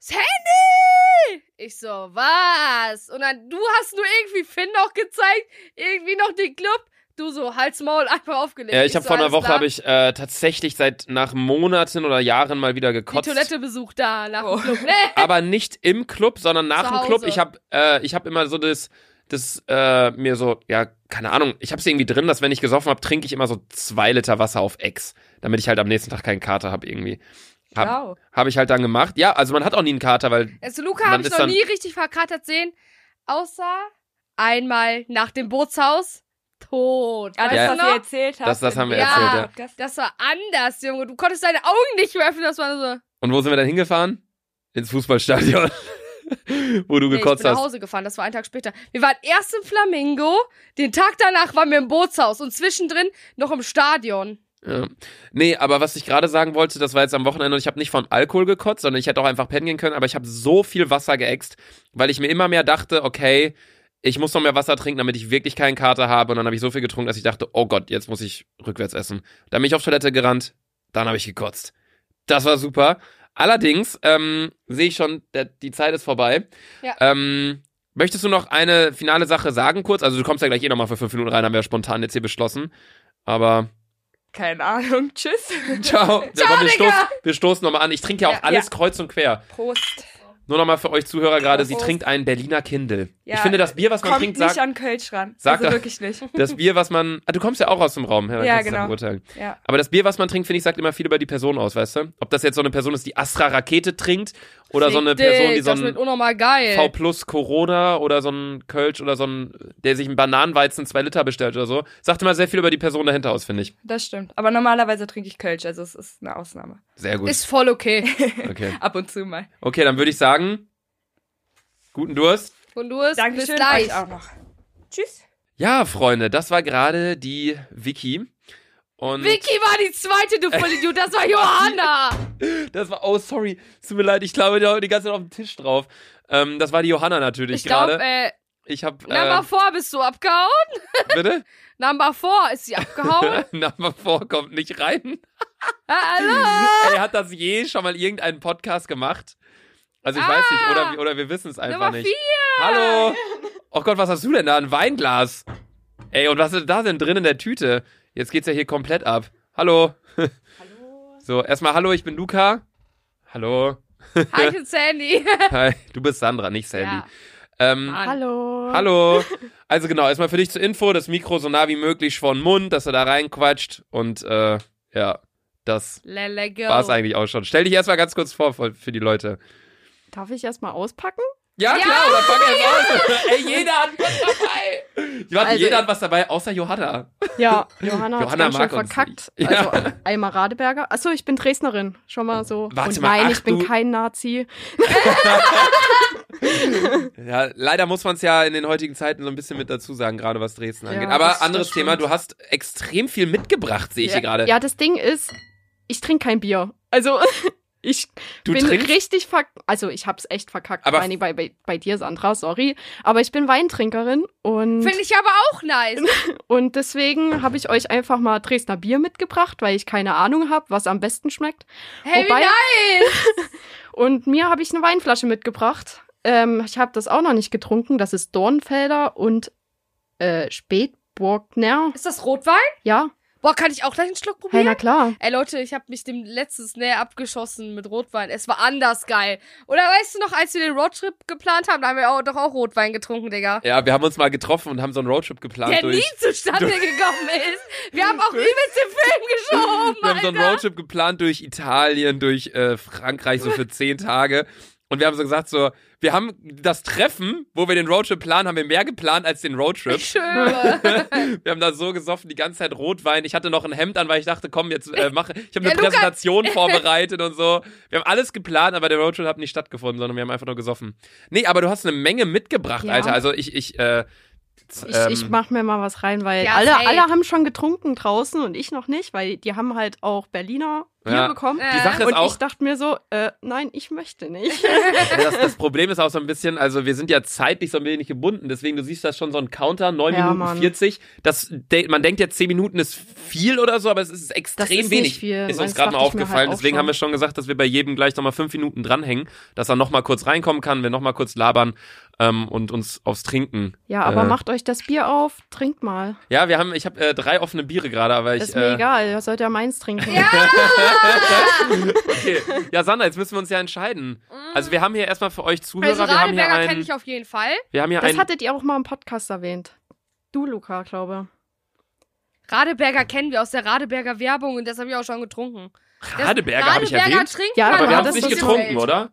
A: Das Handy! Ich so, was? Und dann, du hast nur irgendwie Finn noch gezeigt, irgendwie noch den Club. Du so, Hals, Maul, einfach aufgelegt.
B: Ja, ich habe
A: so,
B: vor einer
A: alles
B: Woche
A: klar.
B: habe ich äh, tatsächlich seit nach Monaten oder Jahren mal wieder
A: die
B: gekotzt.
A: Toilette besucht da nach
H: Oh.
A: dem Club. ne? Nee.
B: Aber nicht im Club, sondern nach
A: Zu
B: dem Club.
A: Hause.
B: Ich habe äh, ich hab immer so das, das äh, mir so, ja, keine Ahnung, ich habe es irgendwie drin, dass wenn ich gesoffen habe, trinke ich immer so zwei Liter Wasser auf Ex, damit ich halt am nächsten Tag keinen Kater habe irgendwie. Habe
H: Wow.
B: hab ich halt dann gemacht. Ja, also man hat auch nie einen Kater, weil
A: Also Luca
B: Man
A: habe ich
B: ist
A: noch
B: dann-
A: nie richtig verkratert sehen, außer einmal nach dem Bootshaus tot.
H: Ja, Ah, das,
B: Ja.
H: was ihr erzählt habt.
B: Das- das haben wir
H: im
A: erzählt, ja.
H: Podcast.
A: das war anders, Junge. Du konntest deine Augen nicht mehr öffnen. Das war nur so.
B: und wo sind wir dann hingefahren? Ins Fußballstadion, wo du
A: Nee, ich bin
B: gekotzt
A: nach
B: hast.
A: Hause gefahren. Das war einen Tag später. Wir waren erst im Flamingo, den Tag danach waren wir im Bootshaus und zwischendrin noch im Stadion.
B: Ja. Nee, aber was ich gerade sagen wollte, das war jetzt am Wochenende und ich habe nicht von Alkohol gekotzt, sondern ich hätte auch einfach pennen gehen können, aber ich habe so viel Wasser geäxt, weil ich mir immer mehr dachte, okay, ich muss noch mehr Wasser trinken, damit ich wirklich keinen Kater habe. Und dann habe ich so viel getrunken, dass ich dachte, oh Gott, jetzt muss ich rückwärts essen. Dann bin ich auf Toilette gerannt, dann habe ich gekotzt. Das war super. Allerdings ähm, sehe ich schon, der, die Zeit ist vorbei.
A: Ja.
B: Ähm, möchtest du noch eine finale Sache sagen kurz? Also du kommst ja gleich eh nochmal für fünf Minuten rein, haben wir ja spontan jetzt hier beschlossen. Aber
H: Keine Ahnung. Tschüss.
B: ciao. Ja, komm,
A: Digga.
B: wir, stoßen, wir stoßen nochmal an. Ich trinke ja auch
H: Ja,
B: alles kreuz und quer.
H: Prost.
B: Nur nochmal für euch Zuhörer gerade, sie
H: Prost.
B: trinkt einen Berliner Kindle.
H: Ja,
B: ich finde, das Bier, was man
H: Kommt
B: trinkt,
H: nicht
B: sagt,
H: an Kölsch ran.
B: Sag
H: also
B: doch-
H: wirklich nicht.
B: das Bier, was man... Ah, du kommst ja auch aus dem Raum, ja, dann
H: Ja,
B: kannst du das
H: genau.
B: beurteilen.
H: Ja.
B: Aber das Bier, was man trinkt, finde ich, sagt immer viel über die Person aus, weißt du? Ob das jetzt so eine Person ist, die Astra-Rakete trinkt oder so eine
A: Fick
B: Person,
A: dich,
B: die so
A: Das wird
B: ein
A: unnormal geil.
B: V plus Corona oder so ein Kölsch oder so ein, der sich einen Bananenweizen 2 Liter bestellt oder so. Sagt immer sehr viel über die Person dahinter aus, finde ich.
H: Das stimmt. Aber normalerweise trinke ich Kölsch, also es ist eine Ausnahme.
B: Sehr gut.
A: Ist voll okay.
B: Okay,
H: Ab und zu mal.
B: okay dann würde ich sagen, guten Durst.
A: Und du bist bis
H: Dankeschön.
A: gleich.
H: Euch auch noch. Tschüss.
B: Ja, Freunde, das war gerade die Vicky. Und
A: Vicky war die zweite, du Vollidiot. Das war Johanna.
B: das war, oh, sorry, es tut mir leid, ich glaube, die die ganze Zeit auf dem Tisch drauf. Ähm, das war die Johanna natürlich
A: Ich glaube,
B: gerade.
A: äh,
B: ich habe, äh,
A: Number 4 bist du abgehauen.
B: bitte?
A: Number 4 ist sie abgehauen.
B: Number 4 kommt nicht rein.
A: Ah, Hallo.
B: Ey, hat das je schon mal irgendeinen Podcast gemacht? Also ich
A: Ah!
B: weiß nicht, oder, wir- oder wir wissen es einfach
A: Nummer
B: nicht.
A: vier!
B: Hallo! Oh Gott, was hast du denn da? Ein Weinglas. Ey, und was ist da denn drin in der Tüte? Jetzt geht's ja hier komplett ab. Hallo. Hallo. So, erstmal hallo, ich bin Luca. Hallo.
A: Hi, ich bin Sandy.
B: Hi, du bist Sandra, nicht Sandy.
A: Ja,
B: Ähm,
A: Mann.
H: Hallo.
B: Hallo. Also genau, erstmal für dich zur Info, das Mikro so nah wie möglich vor den Mund, dass er da reinquatscht und äh, ja, das
A: Lele go.
B: war's eigentlich auch schon. Stell dich erstmal ganz kurz vor voll- für die Leute.
G: Darf ich erstmal auspacken?
B: Ja,
A: Ja,
B: klar, dann fang jetzt an. Ey, jeder hat was dabei. Ich warte,
G: Also-
B: jeder hat was dabei, außer Johanna.
G: Ja, Johanna,
B: Johanna
G: hat ganz schön
B: mag uns
G: verkackt.
B: nicht. Ja.
G: Also einmal Radeberger. Achso, ich bin Dresdnerin. Schon mal so.
B: Warte
G: Und
B: mal,
G: nein,
B: ach
G: ich bin
B: du-
G: kein Nazi.
B: Ja, leider muss man es ja in den heutigen Zeiten so ein bisschen mit dazu sagen, gerade was Dresden
G: Ja,
B: angeht.
G: das-
B: Aber
G: das
B: anderes
G: stimmt.
B: Thema, du hast extrem viel mitgebracht, sehe ich hier gerade.
G: Ja, das Ding ist, ich trinke kein Bier. Also ich
B: du
G: bin
B: trinkst
G: richtig verk Also ich hab's echt verkackt.
B: Aber-
G: vor allen Dingen bei, bei, bei dir, Sandra, sorry. Aber ich bin Weintrinkerin und,
A: Finde ich aber auch nice.
G: und deswegen habe ich euch einfach mal Dresdner Bier mitgebracht, weil ich keine Ahnung habe, was am besten schmeckt.
A: Hey, wie
G: Wobei-
A: nice.
G: Und mir habe ich eine Weinflasche mitgebracht. Ähm, ich habe das auch noch nicht getrunken. Das ist Dornfelder und äh, Spätburgner.
A: Ist das Rotwein?
G: Ja,
A: Boah, kann ich auch gleich einen Schluck
G: hey,
A: probieren?
G: na klar.
A: Ey Leute, ich habe mich dem letztes näher abgeschossen mit Rotwein. Es war anders geil. Oder weißt du noch, als wir den Roadtrip geplant haben, da haben wir auch, doch auch Rotwein getrunken, Digga.
B: Ja, wir haben uns mal getroffen und haben so einen Roadtrip geplant
A: Der
B: durch.
A: nie zustande gekommen ist. Wir haben auch übelst den Film
G: oh
A: geschoben,
B: Wir haben so einen
A: Alter.
B: Roadtrip geplant durch Italien, durch äh, Frankreich, so für zehn Tage. Und wir haben so gesagt, so, wir haben das Treffen, wo wir den Roadtrip planen, haben wir mehr geplant als den Roadtrip.
A: Ich schwöre.
B: Wir haben da so gesoffen, die ganze Zeit Rotwein. Ich hatte noch ein Hemd an, weil ich dachte, komm, jetzt äh, mache ich. habe eine
A: Ja, Luca-
B: Präsentation vorbereitet und so. Wir haben alles geplant, aber der Roadtrip hat nicht stattgefunden, sondern wir haben einfach nur gesoffen. Nee, aber du hast eine Menge mitgebracht,
G: Ja.
B: Alter. Also ich, ich, äh, z-
G: Ich, ich
B: ähm,
G: mach mir mal was rein, weil
A: Ja,
G: alle,
A: safe.
G: alle haben schon getrunken draußen und ich noch nicht, weil die haben halt auch Berliner Bier
B: Ja.
G: bekommen.
A: Äh.
B: die Sache ist
G: Und
B: auch,
G: ich dachte mir so, äh, nein, ich möchte nicht.
B: Ja, das, das Problem ist auch so ein bisschen, also wir sind ja zeitlich so ein wenig gebunden, deswegen, du siehst das schon so ein Counter, 9
G: Ja,
B: Minuten
G: Mann.
B: 40. Das, de, man denkt jetzt 10 Minuten ist viel oder so, aber es ist
G: Das
B: extrem
G: ist nicht
B: wenig.
G: viel.
B: Ist
G: Das
B: uns gerade
G: dachte
B: mal
G: ich mir
B: aufgefallen,
G: halt auch
B: deswegen
G: schon.
B: haben wir schon gesagt, dass wir bei jedem gleich nochmal 5 Minuten dranhängen, dass er nochmal kurz reinkommen kann, wir nochmal kurz labern ähm, und uns aufs Trinken.
G: Ja, aber
B: Äh.
G: macht euch das Bier auf, trinkt mal.
B: Ja, wir haben, ich habe äh, drei offene Biere gerade, aber ich.
G: ist mir
B: äh,
G: egal, ihr sollt ja meins trinken.
B: Okay. Ja, Sandra, jetzt müssen wir uns ja entscheiden. Also wir haben hier erstmal für euch Zuhörer,
A: Also
B: wir haben hier
A: Radeberger kenne
B: einen.
A: ich auf jeden Fall.
B: Wir haben hier
G: Das
B: einen.
G: hattet ihr auch mal im Podcast erwähnt. Du, Luca, glaube.
A: Radeberger kennen wir aus der Radeberger Werbung und das habe ich auch schon getrunken. Das-
B: Radeberger habe ich
A: Radeberger
B: erwähnt.
A: trinkt
G: Ja,
A: man
B: Aber
G: Ja,
B: wir haben
A: auch
B: es
G: das
B: nicht
G: ist
A: im
B: getrunken,
A: Feld.
B: oder?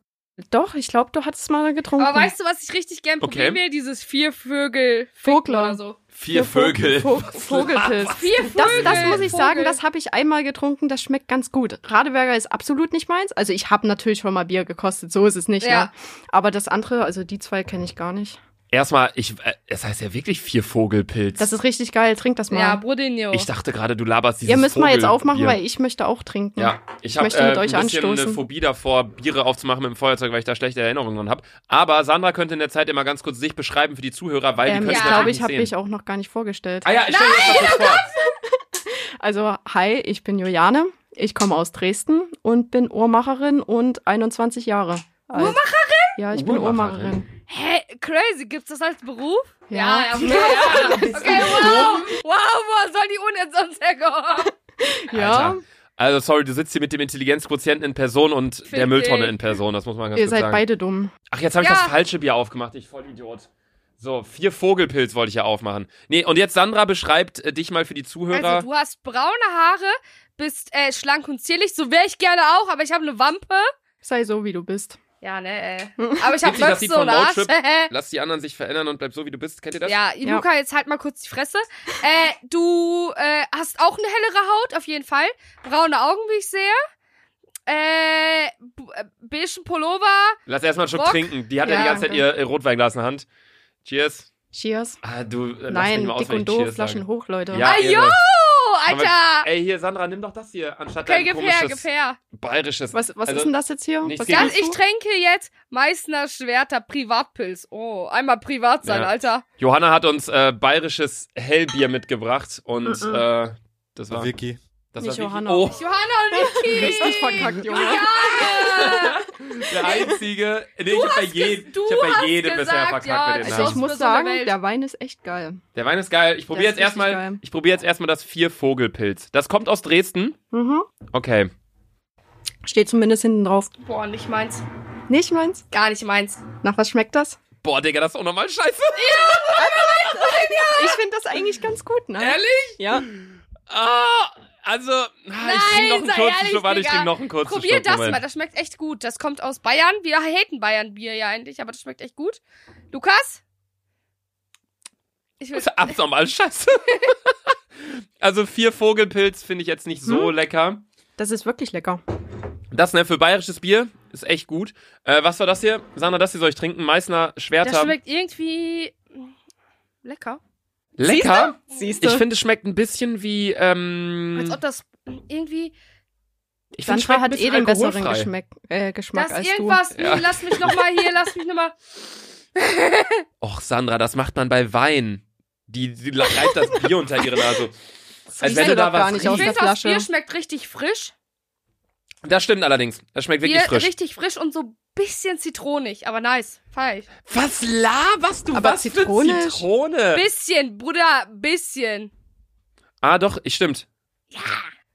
G: Doch, ich glaube, du hattest mal getrunken.
A: Aber weißt du, was ich richtig gern
B: Okay.
A: probieren will? Dieses vier Vögel
G: Vogler.
A: oder so.
B: Vier Vögel.
G: Vog Vogelpilz.
A: Vier
G: Das,
A: Vögel.
G: das muss ich sagen,
A: Vogel.
G: das habe ich einmal getrunken, das schmeckt ganz gut. Radeberger ist absolut nicht meins. Also ich habe natürlich schon mal Bier gekostet, so ist es nicht.
A: Ja.
G: Ne? Aber das andere, also die zwei kenne ich gar nicht.
B: Erstmal, ich, äh, es heißt ja wirklich vier Vogelpilz.
G: Das ist richtig geil, trink das mal.
A: Ja, Brudenio.
B: ich dachte gerade, du laberst dieses
G: Ihr müsst mal jetzt aufmachen,
B: Vogelbier.
G: weil ich möchte auch trinken.
B: ja, ich habe
G: möchte mit
B: äh,
G: euch
B: ein bisschen
G: anstoßen.
B: eine Phobie davor, Biere aufzumachen mit dem Feuerzeug, weil ich da schlechte Erinnerungen dran habe. Aber Sandra könnte in der Zeit immer ganz kurz sich beschreiben für die Zuhörer, weil die
G: Ähm,
B: können
G: ich
B: es
A: ja
G: glaube,
B: natürlich
G: ich habe
B: nicht
G: mich
B: sehen.
G: auch noch gar nicht vorgestellt.
B: Ah ja, ich stelle jetzt mal kurz vor.
G: Also, hi, ich bin Juliane. Ich komme aus Dresden und bin Uhrmacherin und 21 Jahre alt. Uhrmacherin? Ja, ich bin
B: Uhrmacherin.
G: Uhrmacherin.
A: Hä, crazy, gibt's das als Beruf?
G: Ja.
A: ja, ja. Okay, wow. Wow, wo soll die Uni denn sonst herkommen?
G: Ja,
B: Alter. Also, sorry, du sitzt hier mit dem Intelligenzquotienten in Person und
A: Fick
B: der Mülltonne
A: dich.
B: in Person, das muss man ganz
G: ihr
B: kurz
G: seid
B: sagen.
G: beide dumm.
B: Ach, jetzt habe ich
A: Ja.
B: das falsche Bier aufgemacht, ich Vollidiot. So, vier Vogelpilz wollte ich ja aufmachen. Nee, und jetzt Sandra beschreibt äh, dich mal für die Zuhörer.
A: Also, du hast braune Haare, bist äh, schlank und zierlich, so wäre ich gerne auch, aber ich habe eine Wampe.
G: Sei so, wie du bist.
A: Ja, ne, ey. Aber ich habe
B: Witzig, dass die
A: Möpse
B: von
A: und Arsch.
B: Roadtrip- Lass die anderen sich verändern und bleib so, wie du bist. Kennt ihr das?
A: Ja,
G: Ja.
A: Luca, jetzt halt mal kurz die Fresse. Äh, du äh, hast auch eine hellere Haut, auf jeden Fall. Braune Augen, wie ich sehe. Äh, b- äh, beigen Pullover.
B: Lass erstmal schon
A: Bock?
B: trinken. Die hat ja,
G: Ja,
B: die ganze Zeit
G: okay.
B: ihr, ihr Rotweinglas in der Hand. Cheers.
G: Cheers.
B: Ah, du, äh, lass mich
G: Nein,
B: mal
G: dick und
B: auswendig
G: doof,
B: Cheers
G: Flaschen
B: sagen.
G: hoch, Leute.
B: Ja,
A: Ah,
B: Ehre.
A: jo,
B: Aber-
A: Alter!
B: Ey, hier, Sandra, nimm doch das hier, anstatt
A: Okay,
B: dein
A: gib her,
B: komisches
A: gib her.
B: bayerisches.
G: Was, was
B: Also,
G: ist denn das jetzt hier?
B: nichts
G: Was
B: gegen-
A: Ganz,
G: trinkst
A: ich
G: du?
A: trinke jetzt Meißner Schwerter Privatpilz. Oh, einmal privat sein,
B: Ja.
A: Alter.
B: Johanna hat uns äh, bayerisches Hellbier mitgebracht und
G: Mhm.
B: äh, das war.
C: Vicky.
B: Das
G: Nicht
B: war
G: Johanna.
B: Oh,
A: Johanna und Niki.
G: Richtig verkackt, Junge.
A: Ja.
B: der einzige. Nee, ich hab bei, jedem,
A: du
B: ich hab bei
A: hast
B: jedem bisher
A: gesagt,
B: verkackt
A: ja,
B: mit den
A: das
G: Also
B: Namen.
A: ist
G: ich muss
A: Besondere
G: sagen,
A: Welt.
G: der Wein ist echt geil.
B: Der Wein ist geil. Ich probiere
G: Der ist
B: jetzt erstmal.
G: richtig geil.
B: Ich probiere jetzt erstmal das vier Vogelpilz. Das kommt aus Dresden.
G: Mhm.
B: Okay.
G: Steht zumindest hinten drauf.
A: Boah, nicht meins.
G: Nicht meins?
A: Gar nicht meins.
G: Nach was schmeckt das?
B: Boah, Digga, das ist auch nochmal scheiße.
G: Ich finde das eigentlich ganz gut, ne?
B: Ehrlich?
G: Ja.
B: Ah, also, ah, ich
A: Nein,
B: trinke noch einen
A: sei
B: kurzen
A: ehrlich,
B: Schluck. Warte, ich
A: Digga.
B: trinke noch einen kurzen
A: Probier
B: Schluck.
A: das
B: Moment.
A: mal, das schmeckt echt gut. Das kommt aus Bayern. Wir haten Bayern-Bier ja eigentlich, aber das schmeckt echt gut. Lukas? Ich will,
B: Das ist abnormal scheiße. also, vier Vogelpilz finde ich jetzt nicht
A: Hm?
B: so lecker.
G: Das ist wirklich lecker.
B: Das, ne, für bayerisches Bier ist echt gut. Äh, was war das hier? Sandra, das hier soll ich trinken. Meißner
A: das
B: Schwerter.
A: schmeckt irgendwie mm, lecker.
B: Lecker.
G: Siehst
B: Ich finde, es schmeckt ein bisschen wie, ähm,
A: Als ob das irgendwie,
B: ich finde, es
G: Sandra
B: schmeckt ein
G: hat eh
B: bisschen
G: den besseren
B: alkoholfrei.
G: Geschmack, äh, Geschmack
A: das
G: als
A: irgendwas,
B: Ja.
A: nee, lass mich nochmal hier, lass mich nochmal.
B: Och, Sandra, das macht man bei Wein. Die, die reibt das Bier unter ihre Nase.
G: du.
B: als wenn
G: Siehst
B: du da
G: doch gar
B: was
G: nicht
A: Ich
G: aus
A: finde,
G: der
A: das
G: Flasche.
A: Bier schmeckt richtig frisch.
B: Das stimmt allerdings. Das schmeckt wirklich
A: Bier,
B: frisch.
A: Richtig frisch und so ein bisschen zitronig, aber nice. Feier ich.
B: Was laberst du?
G: Aber
B: was für
G: zitronisch?
B: Zitrone?
A: Bisschen, Bruder, bisschen.
B: Ah, doch, ich stimmt.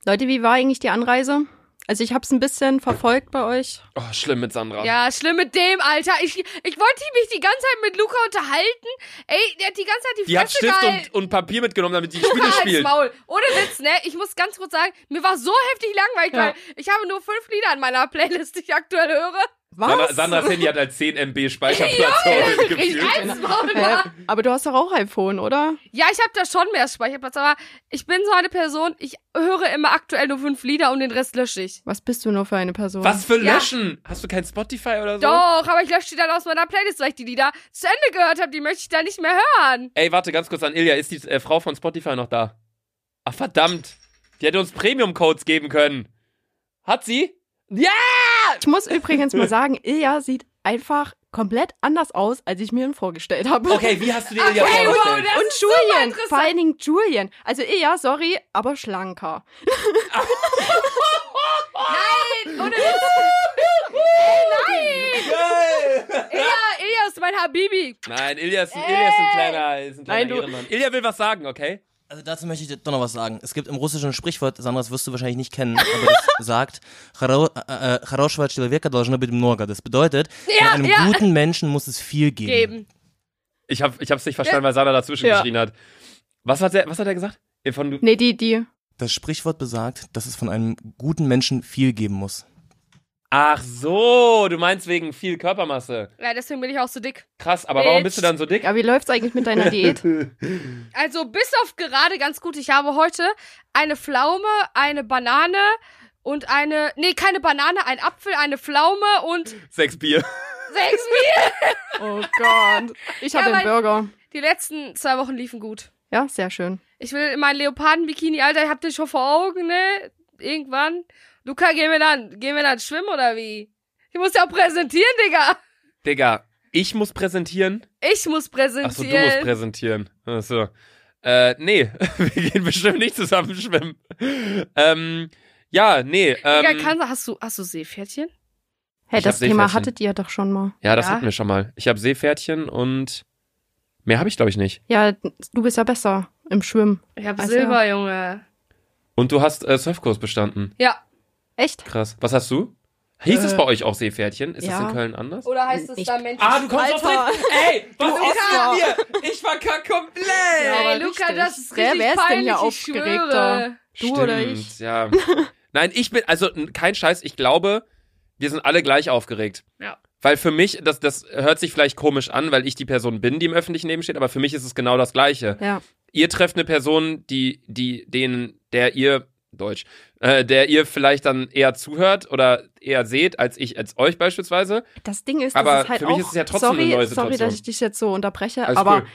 G: Leute, wie war eigentlich die Anreise? Also ich habe es ein bisschen verfolgt bei euch.
B: Oh, schlimm mit Sandra.
A: Ja, schlimm mit dem, Alter. Ich, ich wollte mich die ganze Zeit mit Luca unterhalten. Ey, der hat die ganze Zeit die,
B: Die hat
A: Fresse
B: Stift
A: gehalten.
B: und, und Papier mitgenommen, damit die Spiele
A: Luca ins
B: spielt.
A: Maul. Ohne Witz, ne? Ich muss ganz kurz sagen, mir war so heftig langweilig,
G: Ja.
A: weil ich habe nur fünf Lieder in meiner Playlist, die ich aktuell höre.
B: Sandra, Sandras Handy hat halt 10 MB Speicherplatz heute
A: Ich
B: gefühlt.
A: eins Maul,
G: Äh,
A: Mann.
G: aber du hast doch auch iPhone, oder?
A: Ja, ich habe da schon mehr Speicherplatz, aber ich bin so eine Person, ich höre immer aktuell nur fünf Lieder und den Rest lösche ich.
G: Was bist du nur für eine Person?
B: Was für
A: Ja.
B: Löschen? Hast du kein Spotify oder so?
A: Doch, aber ich lösche die dann aus meiner Playlist, weil ich die Lieder zu Ende gehört habe. Die möchte ich dann nicht mehr hören.
B: Ey, warte ganz kurz an Ilja. Ist die äh, Frau von Spotify noch da? Ach, verdammt. Die hätte uns Premium-Codes geben können. Hat sie?
G: Ich muss übrigens mal sagen, Ilja sieht einfach komplett anders aus, als ich mir ihn vorgestellt habe.
B: Okay, wie hast du dir Ilja
A: Okay, wow,
B: vorgestellt?
A: das
G: Und
A: ist
G: Julian,
A: interessant.
G: vor allen Dingen Julian. Also Ilja, sorry, aber schlanker.
A: Nein, ohne Witz. Ilja, Ilja ist mein eh Habibi.
B: Nein, Ilja ist, ein- Ilja ist ein kleiner, ist ein kleiner
G: Nein, du-
B: Ehrenmann. Ilja will was sagen, okay?
E: Also dazu möchte ich doch noch was sagen. Es gibt im Russischen ein Sprichwort, Sandra, das wirst du wahrscheinlich nicht kennen, aber das sagt, «Хоро- äh, äh, хорошего человека должно быть много. Das bedeutet, von
A: Ja,
E: einem
A: ja.
E: guten Menschen muss es viel geben.
A: Geben.
B: Ich, hab, ich hab's nicht verstanden, weil Sana dazwischen
G: Ja.
B: geschrien hat. Was hat, der, was hat er gesagt? Äh, Von,
G: Nee, die, die.
E: Das Sprichwort besagt, dass es von einem guten Menschen viel geben muss.
B: Ach so, du meinst wegen viel Körpermasse.
A: Ja, deswegen bin ich auch so dick.
B: Krass, aber warum
A: Bitch.
B: bist du dann so dick?
G: Ja, wie läuft's eigentlich mit deiner Diät?
A: Also bis auf gerade ganz gut. Ich habe heute eine Pflaume, eine Banane und eine... Nee, keine Banane, ein Apfel, eine Pflaume und
B: Sechs Bier.
A: sechs Bier.
G: Oh Gott. Ich habe
A: Ja,
G: den Burger.
A: Die letzten zwei Wochen liefen gut.
G: Ja, sehr schön.
A: Ich will mein Leoparden-Bikini, Alter, ich hab den schon vor Augen, ne? Irgendwann. Luca, gehen wir dann, gehen wir dann schwimmen oder wie? Ich muss ja auch präsentieren, Digga.
B: Digga, ich muss präsentieren.
A: Ich muss präsentieren.
B: Achso, du musst präsentieren. Achso. Äh, nee, wir gehen bestimmt nicht zusammen schwimmen. Ähm, Ja, nee.
A: Digga,
B: Ähm,
A: kann, hast, du, hast du Seepferdchen?
G: Hey,
B: Ich
G: das
B: hab
G: Thema
B: Seepferdchen.
G: hattet ihr doch schon mal.
B: ja, das
A: Ja.
B: hatten wir schon mal. Ich habe Seepferdchen und mehr habe ich, glaube ich, nicht.
G: Ja, du bist ja besser im Schwimmen.
A: Ich hab
G: Ach so.
A: Silber, Junge.
B: Und du hast äh, Surfkurs bestanden.
A: Ja.
G: Echt?
B: Krass. Was hast du? Hieß es bei euch auch Seepferdchen? Ist das
G: ja.
B: in Köln anders?
A: Oder heißt es
F: Ich-
A: da Menschen?
B: Ah, du kommst aus
I: Alter.
B: Dresden. Ey, was ist mit mir? Ich verkack komplett.
I: Ja, aber
A: Ey, Luca,
I: richtig.
A: das ist
I: Wer-
A: richtig
I: wer ist denn
A: peinlich,
I: hier
A: ich
I: aufgeregter?
A: schwöre.
I: Du oder ich?
B: Ja. Nein, ich bin, also n- kein Scheiß, ich glaube, wir sind alle gleich aufgeregt.
A: Ja.
B: Weil für mich, das, das hört sich vielleicht komisch an, weil ich die Person bin, die im öffentlichen Leben steht, aber für mich ist es genau das Gleiche.
G: Ja.
B: Ihr trefft eine Person, die, die, denen, der ihr, Deutsch, äh, der ihr vielleicht dann eher zuhört oder eher seht, als ich, als euch beispielsweise.
G: Das Ding ist,
B: Aber
G: das ist halt
B: für mich
G: auch,
B: ist es ja trotzdem
G: sorry,
B: eine neue
G: sorry,
B: Situation.
G: dass ich dich jetzt so unterbreche,
B: Alles
G: aber
B: cool.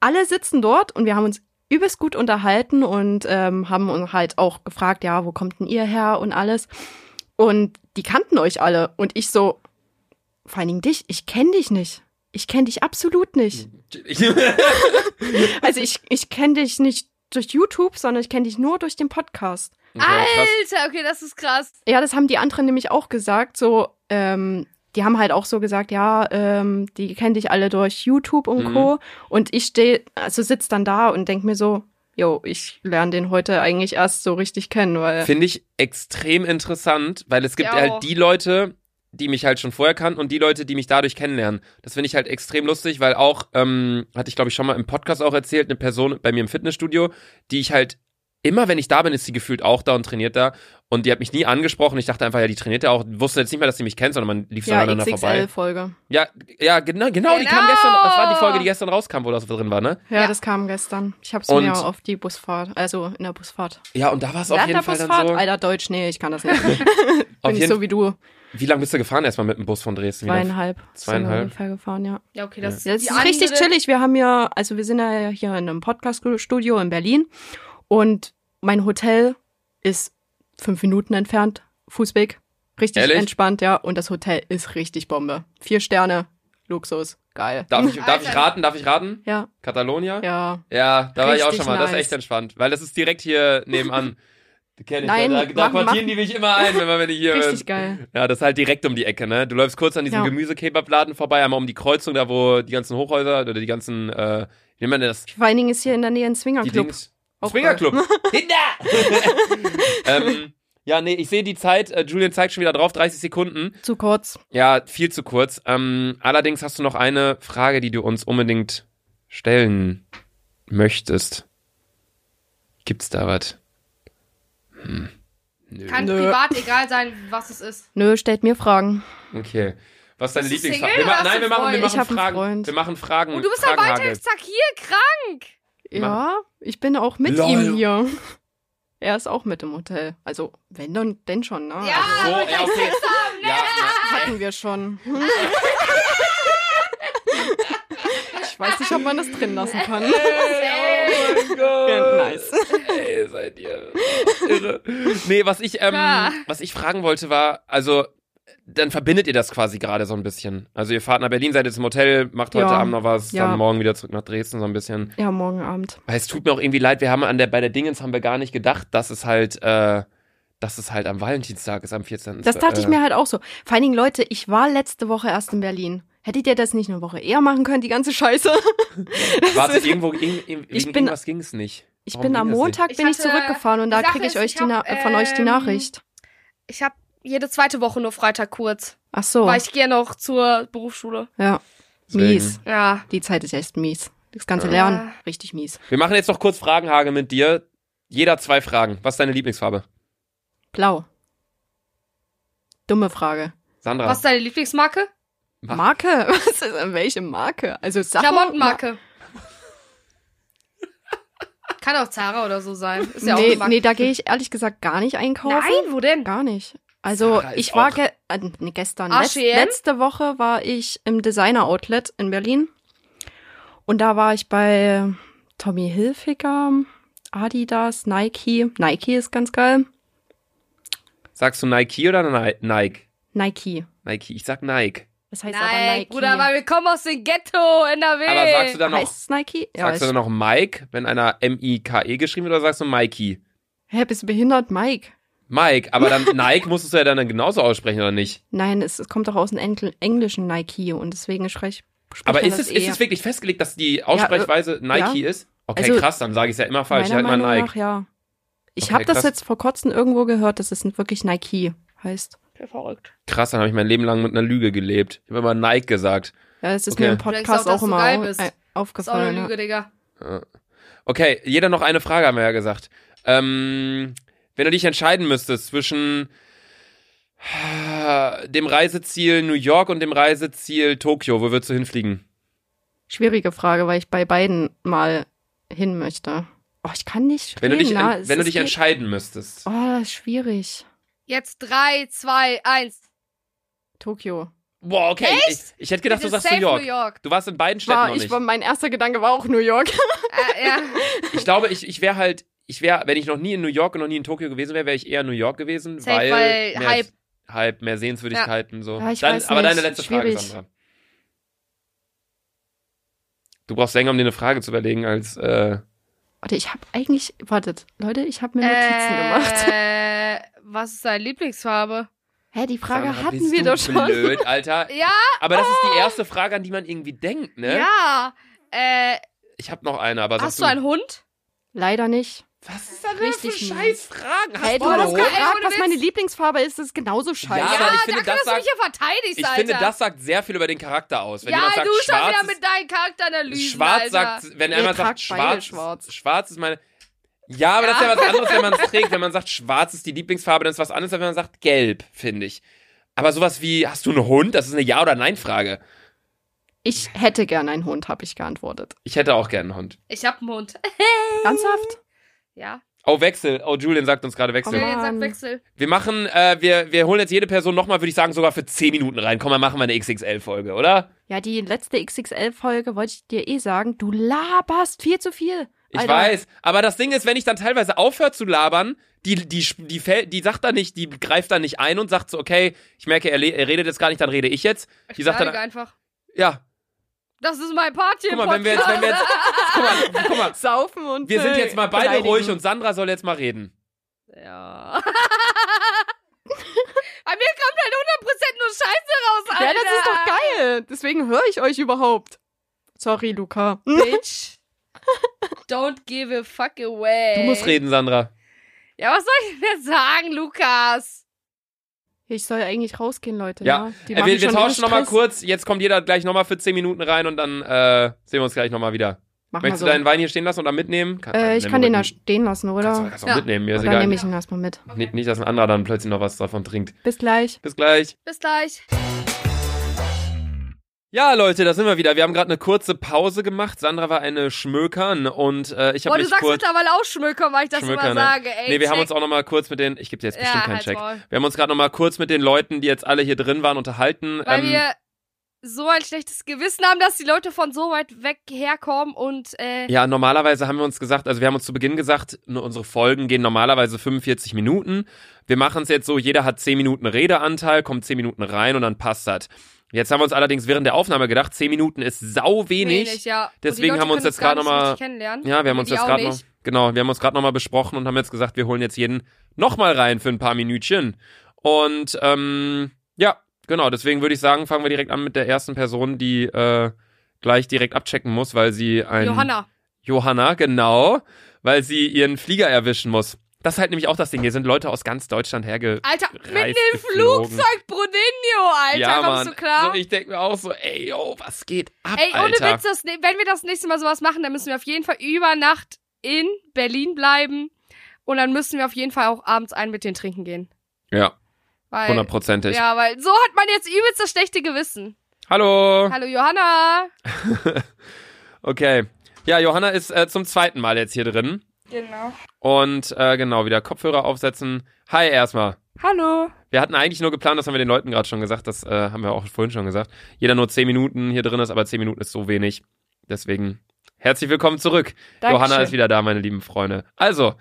G: alle sitzen dort und wir haben uns übelst gut unterhalten und ähm, haben uns halt auch gefragt, ja, wo kommt denn ihr her und alles. Und die kannten euch alle und ich so, vor allen Dingen dich, ich kenne dich nicht. Ich kenne dich absolut nicht.
B: Mhm.
G: Also ich, ich kenne dich nicht durch YouTube, sondern ich kenne dich nur durch den Podcast.
B: Okay, krass.
A: Alter, okay, das ist krass.
G: Ja, das haben die anderen nämlich auch gesagt. So, ähm, die haben halt auch so gesagt, ja, ähm, die kennen dich alle durch YouTube und
B: Mhm.
G: Co. Und ich stehe, also sitz dann da und denk mir so, yo, ich lerne den heute eigentlich erst so richtig kennen, weil
B: Finde ich extrem interessant, weil es gibt
A: Ja, auch.
B: halt die Leute, die mich halt schon vorher kannten und die Leute, die mich dadurch kennenlernen. Das finde ich halt extrem lustig, weil auch, ähm, hatte ich glaube ich schon mal im Podcast auch erzählt, eine Person bei mir im Fitnessstudio, die ich halt immer, wenn ich da bin, ist sie gefühlt auch da und trainiert da. Und die hat mich nie angesprochen. Ich dachte einfach, ja, die trainiert ja auch. Wusste jetzt nicht mehr, dass sie mich kennt, sondern man lief so
G: ja,
B: aneinander vorbei.
G: XXL-Folge.
B: Ja, ja, genau, genau, die kam
A: Genau.
B: gestern. Das war die Folge, die gestern rauskam, wo das drin war, ne?
G: Ja,
A: Ja.
G: das kam gestern. Ich hab's
B: Und-
G: mir auf die Busfahrt, also in der Busfahrt.
B: Ja, und da war es auf
G: Während der
B: jeden Fall
G: Busfahrt?
B: dann so.
G: Alter, Deutsch, nee, ich kann das nicht.
B: Auf
G: Bin ich
B: jeden,
G: so wie du.
B: wie lange bist du gefahren erstmal mit dem Bus von Dresden? Wie lange-
G: Zweieinhalb. sind wir
B: Zweieinhalb.
G: Ungefähr gefahren, ja.
A: Ja, okay, das
G: Ja, es
A: die
G: ist richtig
A: andere-
G: chillig. Wir haben ja, also wir sind ja hier in einem Podcast-Studio in Berlin und mein Hotel ist fünf Minuten entfernt, Fußweg. Richtig
B: Ehrlich?
G: entspannt, ja. Und das Hotel ist richtig Bombe. Vier Sterne, Luxus, geil.
B: Darf ich, darf ich
A: Alter.
B: raten? Darf ich raten?
G: Ja,
B: Katalonia?
G: ja.
B: Ja, da war ich auch
G: Richtig
B: schon mal. Das ist
G: nice.
B: echt entspannt, weil das ist direkt hier nebenan. Die kenn ich.
G: Nein,
B: da, da, da
G: mach-
B: quartieren die mich immer ein, wenn, man- wenn ich hier bin.
G: Richtig geil.
B: Ja, äh, das ist halt direkt um die Ecke, ne? Du läufst kurz an diesem
G: Ja.
B: Gemüsekebabladen vorbei, einmal um die Kreuzung, da wo die ganzen Hochhäuser oder die ganzen, äh, wie nennt man das?
G: Vor allen Dingen ist hier in der Nähe ein
B: Die
G: Swingerclub.
B: Dings.
G: Auch äh,
B: Swingerclub. Hinder! ähm, ja, nee, ich sehe die Zeit. Äh, Julian zeigt schon wieder drauf, 30 Sekunden.
G: Zu kurz.
B: Ja, viel zu kurz. Ähm, allerdings hast du noch eine Frage, die du uns unbedingt stellen möchtest. Gibt's da was? Hm. Nö.
A: Kann
G: Nö.
A: privat egal sein, was es ist.
G: Nö, stellt mir Fragen.
B: Okay. Was ist deine
A: Bist du
B: Lieblingsfrage?
A: Single
B: Wir ma-
A: oder hast
B: Nein,
A: du
B: wir machen, wir
A: einen Freund?
B: machen
G: Ich hab einen
B: Fragen.
G: Freund.
B: Wir machen Fragen.
A: Und du bist ja weiter
B: Fragenhagel.
A: im Zack hier krank.
G: Ja, ich bin auch mit
B: Lol.
G: ihm hier. Er ist auch mit im Hotel. Also, wenn dann, denn schon, ne?
A: Ja,
G: Also,
B: So, ja, okay.
A: ne?
B: Ja,
G: hatten wir schon. Ich weiß nicht, ob man das drin lassen kann.
B: Hey, oh mein Gott.
G: Nice.
B: Ey, seid ihr irre. Nee, was ich, ähm,
A: Ja.
B: was ich fragen wollte war, also, dann verbindet ihr das quasi gerade so ein bisschen. Also ihr fahrt nach Berlin, seid jetzt im Hotel, macht heute
G: Ja.
B: Abend noch was,
G: Ja.
B: dann morgen wieder zurück nach Dresden so ein bisschen.
G: Ja, morgen Abend.
B: Weil es tut mir auch irgendwie leid, wir haben an der, bei der Dingens haben wir gar nicht gedacht, dass es halt, äh, dass es halt am Valentinstag ist, am 14.
G: Das dachte
B: äh,
G: ich mir halt auch so. Vor allen Dingen, Leute, ich war letzte Woche erst in Berlin. Hättet ihr das nicht eine Woche eher machen können, die ganze Scheiße?
B: Warte, irgendwo, irg- irg-
G: Ich
B: wegen
G: bin-
B: irgendwas ging es nicht.
G: Ich
B: Warum
G: bin
B: ging
G: am
B: das nicht?
G: Montag
A: Ich
G: bin ich
A: hatte-
G: zurückgefahren und da
A: die Sache
G: kriege ich
A: ist,
G: euch
A: ich
G: die Na
A: hab,
G: von euch die
A: ähm,
G: Nachricht.
A: Ich habe jede zweite Woche nur Freitag kurz,
G: Ach so.
A: weil ich gehe noch zur Berufsschule.
G: ja.
B: Deswegen.
G: Mies.
A: Ja.
G: Die Zeit ist echt mies. Das ganze
B: Ja.
G: Lernen, richtig mies.
B: Wir machen jetzt noch kurz Fragenhage mit dir. Jeder zwei Fragen. Was ist deine Lieblingsfarbe?
G: Blau. Dumme Frage.
B: Sandra.
A: Was ist deine Lieblingsmarke?
B: Ach.
G: Marke? Was ist, welche Marke? Also Sachen,
A: Klamottenmarke. Kann auch Zara oder so sein. Ist ja auch
G: nee,
A: eine Marke.
G: nee, da gehe ich ehrlich gesagt gar nicht einkaufen.
A: Nein, wo denn?
G: Gar nicht. Also
B: Sarah ist
G: ich war
B: auch-
G: ge äh, nee, gestern, letz
A: H&M?
G: letzte Woche war ich im Designer Outlet in Berlin und da war ich bei Tommy Hilfiger, Adidas, Nike. Nike ist ganz geil.
B: Sagst du Nike oder Ni- Nike?
G: Nike.
B: Nike, ich sag Nike.
G: Das heißt aber
A: Nein,
G: Nike.
A: Bruder, weil wir kommen aus dem Ghetto NRW.
B: Aber sagst du dann noch,
G: heißt es Nike? Ja,
B: Genau. sagst du genau.
G: ich,
B: dann noch E Mike, wenn einer M-I-K-E geschrieben wird, oder sagst du Mikey?
G: hä, bist du behindert, Mike?
B: Mike, aber dann Nike musstest du ja dann genauso aussprechen, oder nicht?
G: Nein, es, es kommt doch aus dem Engl englischen Nike und deswegen spreche ich.
B: Aber ist es, ist es wirklich festgelegt, dass die Aussprechweise Nike ist? Okay,
G: äh, Also,
B: krass, dann sage ich es ja immer falsch. Ich
G: Meiner
B: halt mal
G: Meinung
B: Nike.
G: nach, ja. Ich
B: Okay,
G: habe das
B: krass.
G: jetzt vor kurzem irgendwo gehört, dass es wirklich Nike heißt.
A: Verrückt.
B: Krass, dann habe ich mein Leben lang mit einer Lüge gelebt. Ich habe immer Nike gesagt.
G: Ja, es ist
B: Okay.
G: mir im
A: Vielleicht
G: Podcast
A: auch, dass
G: auch
A: du
G: immer
A: geil
G: au-
A: bist.
G: äh,
A: Das ist auch eine
G: aufgefallen.
A: Lüge, Digga.
B: Ja. Okay, jeder noch eine Frage, haben wir ja gesagt. Ähm, wenn du dich entscheiden müsstest zwischen äh, dem Reiseziel New York und dem Reiseziel Tokio, wo würdest du hinfliegen?
G: Schwierige Frage, weil ich bei beiden mal hin möchte. Oh, ich kann nicht
B: Wenn du
G: reden,
B: dich,
G: na,
B: en-
G: es-
B: wenn du
G: es
B: dich
G: geht-
B: entscheiden müsstest.
G: Oh, das ist schwierig.
A: Jetzt drei, zwei, eins.
G: Tokio.
B: Boah, okay. Ich, ich hätte gedacht, du
A: Bitte
B: sagst
A: safe
B: New York.
A: New York.
B: Du warst in beiden Städten
G: War,
B: noch
G: ich,
B: nicht.
G: war, mein erster Gedanke war auch New York.
A: äh, ja.
B: Ich glaube, ich, ich wäre halt, ich wäre, wenn ich noch nie in New York und noch nie in Tokio gewesen wäre, wäre ich eher in New York gewesen,
A: Safe,
B: weil,
A: weil
B: mehr,
A: Hype.
B: Hype, mehr Sehenswürdigkeiten so.
G: Ja, ich weiß
B: aber
G: nicht.
B: deine letzte Frage,
G: Schwierig.
B: Sandra. Du brauchst länger, um dir eine Frage zu überlegen, als äh,
G: Warte, ich habe eigentlich. Wartet, Leute, ich habe mir Notizen gemacht.
A: äh, was ist deine Lieblingsfarbe?
G: Hä, die Frage
B: Sandra,
G: hatten
B: bist
G: wir
B: du
G: doch schon.
B: Blöd, Alter.
A: Ja, Oh.
B: Aber das ist die erste Frage, an die man irgendwie denkt, ne?
A: ja. Äh,
B: Ich habe noch eine, aber
A: hast
B: sagst
A: du einen Hund?
G: Leider nicht.
B: Was ist da denn für
G: Richtig
B: scheiß Fragen? Hast
G: Hey, du
B: einen
G: hast
B: Hund?
A: Ey,
G: gefragt,
A: ohne
G: was meine
A: Witz.
G: Lieblingsfarbe ist. Das ist genauso
B: Oh. Ja,
G: scheiße.
B: aber ich
A: da
B: finde, das
A: kannst du
B: sagt,
A: mich ja verteidigst,
B: ich
A: Alter.
B: finde, das sagt sehr viel über den Charakter aus. Wenn
A: ja,
B: jemand sagt,
A: du schon
B: schwarz
A: wieder
B: ist-
A: mit deinen Charakteranalysen,
B: Schwarz
A: Alter.
B: sagt, wenn
G: Ihr
B: jemand
G: tragt
B: sagt,
G: beide
B: schwarz,
G: schwarz.
B: schwarz. ist meine. Ja, aber das ist ja was anderes, wenn man es trägt. Wenn man sagt, schwarz ist die Lieblingsfarbe, dann ist was anderes, als wenn man sagt, gelb, finde ich. Aber sowas wie, hast du einen Hund? Das ist eine Ja- oder Nein-Frage.
G: Ich hätte gern einen Hund, habe ich geantwortet.
B: Ich hätte auch gerne einen Hund.
A: Ich hab einen Hund.
G: Ernsthaft?
A: Ja.
B: Oh, Wechsel. Oh, Julian sagt uns gerade Wechsel.
G: Komm,
A: Julian sagt
G: Mann.
A: Wechsel.
B: Wir machen, äh, wir, wir holen jetzt jede Person nochmal, würde ich sagen, sogar für 10 Minuten rein. Komm, dann machen wir eine XXL-Folge, oder?
G: Ja, die letzte XXL-Folge wollte ich dir eh sagen. Du laberst viel zu viel.
B: Ich
G: Alter.
B: weiß. Aber das Ding ist, wenn ich dann teilweise aufhöre zu labern, die, die, die, fäll- die sagt da nicht, die greift da nicht ein und sagt so, okay, ich merke, er, le- er redet jetzt gar nicht, dann rede ich jetzt.
A: Ich
B: Die sagt
A: beleidige
B: dann-
A: einfach.
B: Ja,
A: Das ist mein Part hier.
B: guck
A: im
B: mal, wenn wir jetzt, wenn wir jetzt, guck mal, guck mal,
G: Saufen und.
B: wir sind
G: äh,
B: jetzt mal beide
G: beleidigen.
B: ruhig und Sandra soll jetzt mal reden.
A: Podcast. Ja. Bei mir kommt halt 100% nur Scheiße raus, Alter.
G: Ja, das ist doch geil. Deswegen höre ich euch überhaupt. Sorry, Luca.
A: Bitch. Don't give a fuck away.
G: Äh,
B: Du musst reden, Sandra.
A: Ja, was soll ich denn sagen, Lukas?
G: Ich soll eigentlich rausgehen, Leute.
B: Ja.
G: ne? Die
B: Äh,
G: machen
B: wir wir
G: schon
B: tauschen
G: ihre
B: nochmal
G: Stress.
B: kurz. Jetzt kommt jeder gleich nochmal für 10 Minuten rein und dann äh, sehen wir uns gleich nochmal wieder.
G: Mach
B: Möchtest
G: mal so.
B: du deinen Wein hier stehen lassen oder mitnehmen? Kann-
G: äh,
B: äh,
G: ich
B: nimm
G: kann den da
B: mit-
G: stehen lassen,
B: Kannst, du-
G: oder?
B: kannst du
A: Ja.
B: auch mitnehmen, mir ist
G: Dann
B: egal.
G: nehme ich ihn erstmal mit.
B: Nicht, nicht, dass ein anderer dann plötzlich noch was davon trinkt.
G: Bis gleich.
B: Bis gleich.
A: Bis gleich.
B: Ja, Leute, da sind wir wieder. Wir haben gerade eine kurze Pause gemacht. Sandra war eine Schmökern und äh, ich
A: Boah,
B: habe
A: Oh, du
B: mich
A: sagst
B: kurz...
A: mittlerweile auch Schmöker, weil ich das
B: Schmöker,
A: immer
B: ne?
A: sage. Ey,
B: Nee, wir
A: check.
B: haben uns auch nochmal kurz mit den... Ich gebe dir jetzt bestimmt
A: ja,
B: keinen
A: halt's
B: Check.
A: Maul.
B: Wir haben uns gerade nochmal kurz mit den Leuten, die jetzt alle hier drin waren, unterhalten.
A: Weil
B: Ähm,
A: wir so ein schlechtes Gewissen haben, dass die Leute von so weit weg herkommen und äh,
B: ja, normalerweise haben wir uns gesagt, also wir haben uns zu Beginn gesagt, nur unsere Folgen gehen normalerweise 45 Minuten. Wir machen es jetzt so, jeder hat 10 Minuten Redeanteil, kommt 10 Minuten rein und dann passt das. Jetzt haben wir uns allerdings während der Aufnahme gedacht, 10 Minuten ist sau wenig.
A: ja. Und die
B: Deswegen
A: Leute
B: haben wir uns
A: können
B: jetzt
A: gar
B: gerade
A: nicht
B: noch mal-
A: richtig kennenlernen.
B: Ja, wir haben uns
A: Die
B: jetzt
A: auch
B: gerade noch,
A: nicht.
B: genau, wir haben uns gerade noch mal besprochen und haben jetzt gesagt, wir holen jetzt jeden noch mal rein für ein paar Minütchen. Und ähm, ja, genau. Deswegen würde ich sagen, fangen wir direkt an mit der ersten Person, die äh, gleich direkt abchecken muss, weil sie ein
A: Johanna.
B: Johanna, genau, weil sie ihren Flieger erwischen muss. Das ist halt nämlich auch das Ding. Hier sind Leute aus ganz Deutschland herge.
A: Alter,
B: Reis
A: mitten im
B: geflogen.
A: Flugzeug, Bruninho, Alter,
B: ja,
A: kommst
B: Mann.
A: du klar?
B: So, ich denke mir auch so, ey, yo, was geht ab,
A: Ey, ohne
B: Alter?
A: Witz, das, ne- wenn wir das nächste Mal sowas machen, dann müssen wir auf jeden Fall über Nacht in Berlin bleiben und dann müssen wir auf jeden Fall auch abends ein mit den trinken gehen.
B: Ja,
A: Weil,
B: hundertprozentig.
A: ja, weil so hat man jetzt übelst das schlechte Gewissen.
B: Hallo.
A: Hallo Johanna.
B: Okay. Ja, Johanna ist äh, zum zweiten Mal jetzt hier drin.
H: Genau.
B: Und äh, genau, wieder Kopfhörer aufsetzen. Hi erstmal.
H: Hallo.
B: Wir hatten eigentlich nur geplant, das haben wir den Leuten gerade schon gesagt, das äh, haben wir auch vorhin schon gesagt. Jeder nur 10 Minuten hier drin ist, aber 10 Minuten ist so wenig. Deswegen herzlich willkommen zurück.
H: Dankeschön.
B: Johanna ist wieder da, meine lieben Freunde. Also,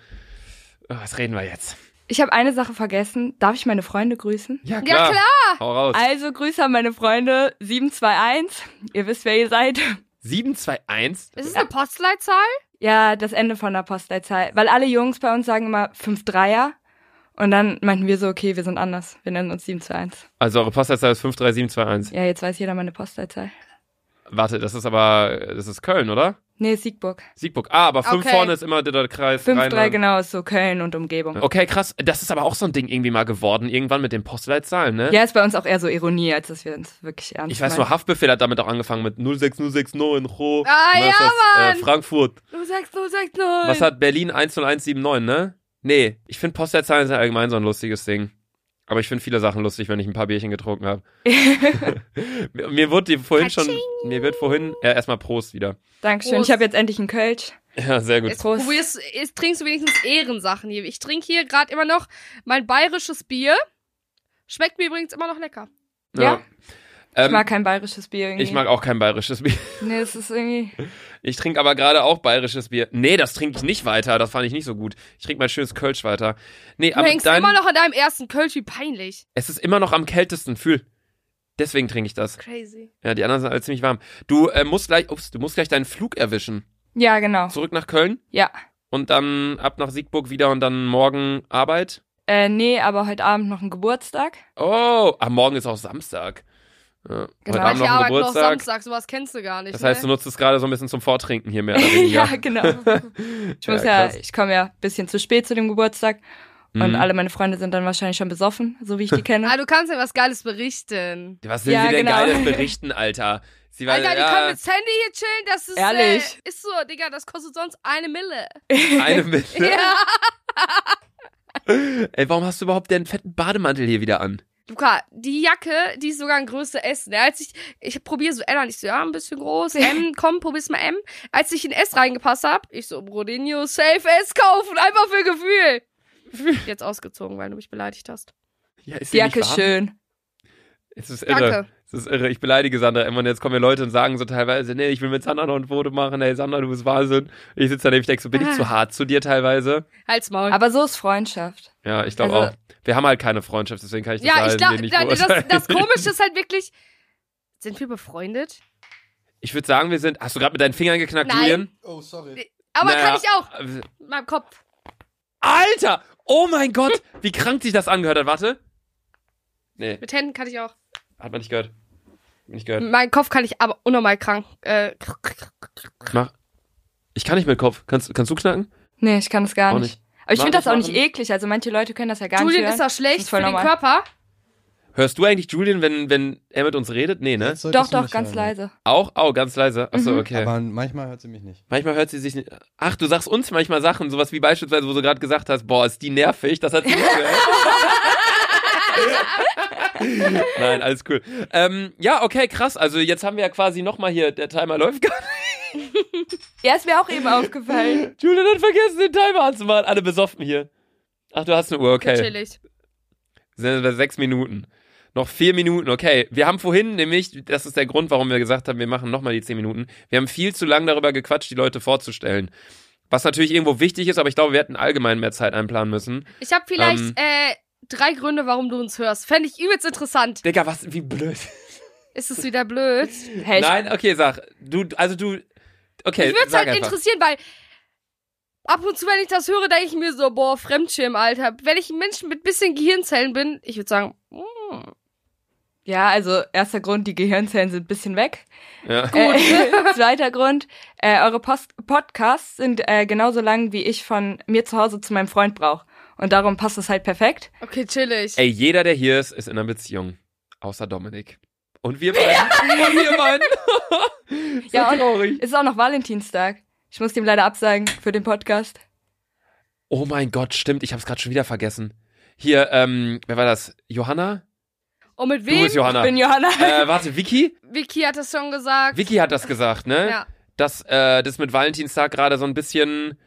B: was reden wir jetzt?
H: Ich habe eine Sache vergessen. Darf ich meine Freunde grüßen?
B: Ja,
A: klar.
B: Hau raus.
H: Also Grüße an meine Freunde 721. Ihr wisst, wer ihr seid.
B: 721.
A: Ist es eine Postleitzahl?
H: Ja, das Ende von der Postleitzahl. Weil alle Jungs bei uns sagen immer 5-3er. Und dann meinten wir so, okay, wir sind anders. Wir nennen uns 721.
B: Also eure Postleitzahl ist 53721.
H: Ja, jetzt weiß jeder meine Postleitzahl.
B: Warte, das ist aber, das ist Köln, oder?
H: Nee, Siegburg.
B: Siegburg. Ah, aber 5
A: Okay.
B: vorne ist immer der, der Kreis
H: 5-3
B: Rheinland.
H: genau ist so Köln und Umgebung.
B: Okay, krass. Das ist aber auch so ein Ding irgendwie mal geworden, irgendwann mit den Postleitzahlen, ne?
H: Ja, genau. ist bei uns auch eher so Ironie, als dass wir uns wirklich ernst
B: Ich weiß
H: meinen.
B: nur, Haftbefehl hat damit auch angefangen mit 06069 in Ro.
A: Ah,
B: Und dann
A: ja,
B: ist das,
A: Mann.
B: Äh, Frankfurt.
A: 06, 06,
B: Was hat Berlin 10179, ne? Nee, ich finde Postleitzahlen sind allgemein so ein lustiges Ding. Aber ich finde viele Sachen lustig, wenn ich ein paar Bierchen getrunken habe. mir mir wurde die vorhin schon, mir wird vorhin, äh, erstmal Prost wieder.
H: Dankeschön.
A: Prost.
H: Ich habe jetzt endlich einen Kölsch.
B: Ja, sehr gut.
A: Jetzt probierst, jetzt trinkst du wenigstens Ehrensachen hier. Ich trinke hier gerade immer noch mein bayerisches Bier. Schmeckt mir übrigens immer noch lecker.
H: ja.
B: Ähm,
H: Ich mag kein bayerisches Bier irgendwie.
B: ich mag auch kein bayerisches Bier.
H: Nee, es ist irgendwie.
B: Ich trinke aber gerade auch bayerisches Bier. Nee, das trinke ich nicht weiter. Das fand ich nicht so gut. Ich trinke mein schönes Kölsch weiter. Nee,
A: Du
B: aber
A: hängst
B: dein,
A: immer noch an deinem ersten Kölsch, wie peinlich.
B: es ist immer noch am kältesten. Fühl. Deswegen trinke ich das.
A: Crazy.
B: Ja, die anderen sind alle ziemlich warm. Du äh, musst gleich, ups, du musst gleich deinen Flug erwischen.
H: Ja, genau.
B: Zurück nach Köln
H: Ja.
B: und dann ab nach Siegburg wieder und dann morgen Arbeit.
H: Äh, nee, aber heute Abend noch ein Geburtstag.
B: Oh, am Morgen ist auch Samstag. Ja, Heute
H: Genau.
B: Abend
A: ich
B: noch ein
A: arbeite noch
B: Geburtstag.
A: Samstag, sowas kennst du gar nicht.
B: das heißt, du
A: ne?
B: nutzt es gerade so ein bisschen zum Vortrinken hier mehr oder weniger.
H: ja, genau. Ich muss ja, ich komme ja ein bisschen zu spät zu dem Geburtstag
B: Hm. Mhm.
H: und alle meine Freunde sind dann wahrscheinlich schon besoffen, so wie ich die kenne.
A: Ah, du kannst mir was Geiles berichten.
B: Was will
H: Ja,
B: sie denn
H: genau.
B: Geiles berichten, Alter? Sie war,
A: Alter, die
B: ja,
A: können mit Sandy hier chillen, das ist.
H: Ehrlich?
A: Äh, ist so, Digga, das kostet sonst eine Mille.
B: Eine mit.
A: Ja.
B: Ey, warum hast du überhaupt den fetten Bademantel hier wieder an?
A: Luca, die Jacke, die ist sogar in Größe S. Ne? Als ich, ich probiere so L an, ich so, ja, ein bisschen groß, M, komm, probier's mal M. Als ich in S reingepasst hab, ich so, Brodinho, safe S kaufen, einfach für Gefühl. Jetzt ausgezogen, weil du mich beleidigt hast.
B: Ja, ist
H: die
B: ja nicht
H: Jacke ist
B: warm?
H: schön.
B: Es ist irre.
A: Danke.
B: Es ist irre. Ich beleidige Sandra immer und jetzt kommen mir Leute und sagen so teilweise, nee, ich will mit Sandra noch ein Foto machen. Ey, Sandra, du bist Wahnsinn. Ich sitze daneben, ich denke so,
A: Ah.
B: bin ich zu hart zu dir teilweise?
A: Halt's Maul.
H: Aber so ist Freundschaft.
B: Ja, ich glaube
H: Also-
B: auch. Wir haben halt keine Freundschaft, deswegen kann ich das
A: ja, ich
B: halt
A: glaube,
B: nicht
A: das, das,
B: beurteilen.
A: das Komische ist halt wirklich, sind wir befreundet?
B: Ich würde sagen, wir sind. Hast du gerade mit deinen Fingern geknackt,
A: Nein.
B: Julian?
C: Oh, sorry.
A: Aber
B: Naja.
A: kann ich auch.
B: Äh,
A: Mit meinem Kopf.
B: Alter! Oh mein Gott! Wie krank sich das angehört hat. Warte. Nee,
A: Mit Händen kann ich auch.
B: hat man nicht gehört. Nicht gehört.
A: Mit meinem Kopf kann ich aber unnormal krank. Äh,
B: Mach. Ich kann nicht mit Kopf. Kannst, kannst du knacken?
H: Nee, ich kann das gar
B: Auch
H: nicht.
B: nicht.
H: Aber ich
B: Mach
H: finde das
B: nicht
H: auch nicht
B: machen.
H: eklig. Also manche Leute können das ja gar
A: Julian
H: nicht.
A: ist auch
H: Das
A: schlecht
H: ist
A: für
H: voll
A: den
H: normal.
A: Körper.
B: Hörst du eigentlich Julian, wenn, wenn er mit uns redet? Nee, ne?
C: Jetzt solltest
H: doch,
C: du
H: doch,
C: mich
H: ganz
C: hören.
H: leise.
B: Auch? Oh, ganz leise. Achso,
H: Mhm.
B: okay.
C: Aber manchmal hört sie mich nicht.
B: manchmal hört sie sich nicht. Ach, du sagst uns manchmal Sachen, sowas wie beispielsweise, wo du gerade gesagt hast, boah, ist die nervig, das hat sie nicht gehört. Nein, alles cool. Ähm, ja, okay, krass. Also jetzt haben wir ja quasi nochmal hier, der Timer läuft gar nicht.
H: Ja, ist mir auch eben aufgefallen.
B: Julian hat vergessen, den Timer anzumachen. Alle besoffen hier. Ach, du hast eine Uhr, okay.
A: Chillig.
B: sind wir sechs Minuten. Noch vier Minuten, okay. Wir haben vorhin nämlich, das ist der Grund, warum wir gesagt haben, wir machen nochmal die zehn Minuten. Wir haben viel zu lange darüber gequatscht, die Leute vorzustellen. Was natürlich irgendwo wichtig ist, aber ich glaube, wir hätten allgemein mehr Zeit einplanen müssen.
A: Ich habe vielleicht
B: Ähm.
A: äh, drei Gründe, warum du uns hörst. Fände ich übelst interessant.
B: Digga, was, wie blöd.
A: Ist es wieder blöd?
H: Hey, ich-
B: Nein, okay, sag. Du, also du, okay,
A: Mich würde es
B: sag
A: halt
B: einfach.
A: interessieren, weil ab und zu, wenn ich das höre, denke ich mir so, boah, Fremdschirm, Alter. Wenn ich ein Mensch mit bisschen Gehirnzellen bin, ich würde sagen, mm,
H: Ja, also erster Grund, die Gehirnzellen sind ein bisschen weg.
B: Ja.
H: Äh, zweiter Grund, äh, eure Post Podcasts sind äh, genauso lang, wie ich von mir zu Hause zu meinem Freund brauche. Und darum passt es halt perfekt.
A: okay, chillig.
B: Ey, jeder, der hier ist, ist in einer Beziehung. Außer Dominik. Und wir beiden. Und wir beiden. so
H: Ja, und-
B: traurig.
H: Es ist auch noch Valentinstag. Ich muss dem leider absagen für den Podcast.
B: Oh mein Gott, stimmt, ich hab's gerade schon wieder vergessen. Hier, ähm, wer war das? Johanna?
A: Und mit
B: Du bist
A: wem?
B: Johanna.
H: Ich bin Johanna.
B: äh, warte, Vicky?
A: Vicky hat das schon gesagt.
B: Vicky hat das gesagt, ne?
A: Ja.
B: Dass äh, das mit Valentinstag gerade so ein bisschen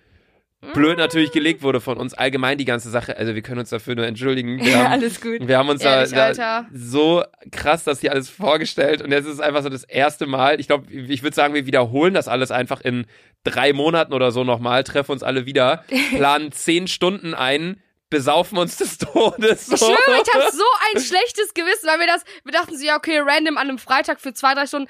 B: blöd natürlich gelegt wurde von uns allgemein die ganze Sache. Also wir können uns dafür nur entschuldigen. Wir
H: Ja,
B: haben,
H: alles gut.
B: wir haben uns
A: Ehrlich,
B: da, da
A: Alter.
B: so krass das hier alles vorgestellt und jetzt ist es einfach so das erste Mal. Ich glaube, ich würde sagen, wir wiederholen das alles einfach in drei Monaten oder so nochmal, treffen uns alle wieder, planen zehn Stunden ein, besaufen uns des Todes.
A: Ich schwöre, ich hatte so ein schlechtes Gewissen, weil wir das, wir dachten so, ja, okay, random an einem Freitag für zwei, drei Stunden.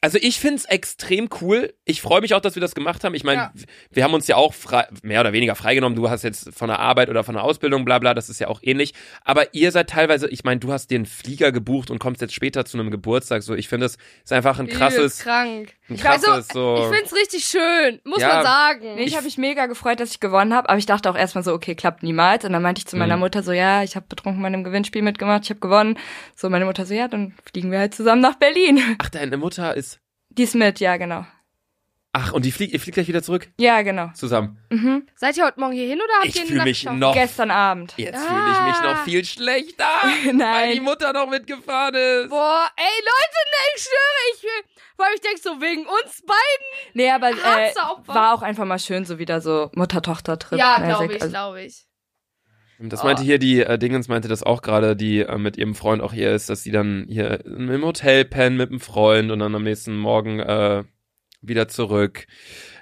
B: Also ich finde es extrem cool. Ich freue mich auch, dass wir das gemacht haben. Ich meine,
A: Ja.
B: w- wir haben uns ja auch frei, mehr oder weniger freigenommen. Du hast jetzt von der Arbeit oder von der Ausbildung, bla bla, das ist ja auch ähnlich. Aber ihr seid teilweise, ich meine, du hast dir einen Flieger gebucht und kommst jetzt später zu einem Geburtstag. So, ich finde, das ist einfach ein
A: Übelst
B: krasses,
A: krank.
B: ein
A: Also,
B: krasses so.
A: Ich find's richtig schön, muss
B: Ja.
A: man sagen.
H: Nee, ich habe mich mega gefreut, dass ich gewonnen habe, aber ich dachte auch erstmal so, okay, klappt niemals. Und dann meinte ich zu meiner
B: Mhm.
H: Mutter so, ja, ich habe betrunken bei einem Gewinnspiel mitgemacht, ich habe gewonnen. So, meine Mutter so, ja, dann fliegen wir halt zusammen nach Berlin.
B: Ach, deine Mutter ist.
H: Die ist mit, ja, genau.
B: Ach, und die fliegt, ihr fliegt gleich wieder zurück
H: Ja, genau.
B: zusammen.
H: Mhm.
A: Seid ihr heute Morgen hier hin oder habt
B: Ich
A: ihr eine
B: fühl
A: Nacht
B: mich
A: geschlafen?
B: noch-
H: Gestern Abend.
B: Jetzt fühle ich mich
A: Ah.
B: noch viel schlechter, weil die
H: Nein.
B: Mutter noch mitgefahren ist.
A: Boah, ey Leute, ne, ich schwöre, ich will, weil ich denke so wegen uns beiden.
H: Nee, aber äh,
A: Harzer Opfer.
H: war auch einfach mal schön, so wieder so Mutter-Tochter-Trip.
A: ja,
H: mäßig.
A: glaube ich,
H: Also,
A: glaube ich.
B: Das meinte hier die äh, Dingens, meinte das auch gerade, die äh, mit ihrem Freund auch hier ist, dass sie dann hier im Hotel pennen mit dem Freund und dann am nächsten Morgen äh, wieder zurück.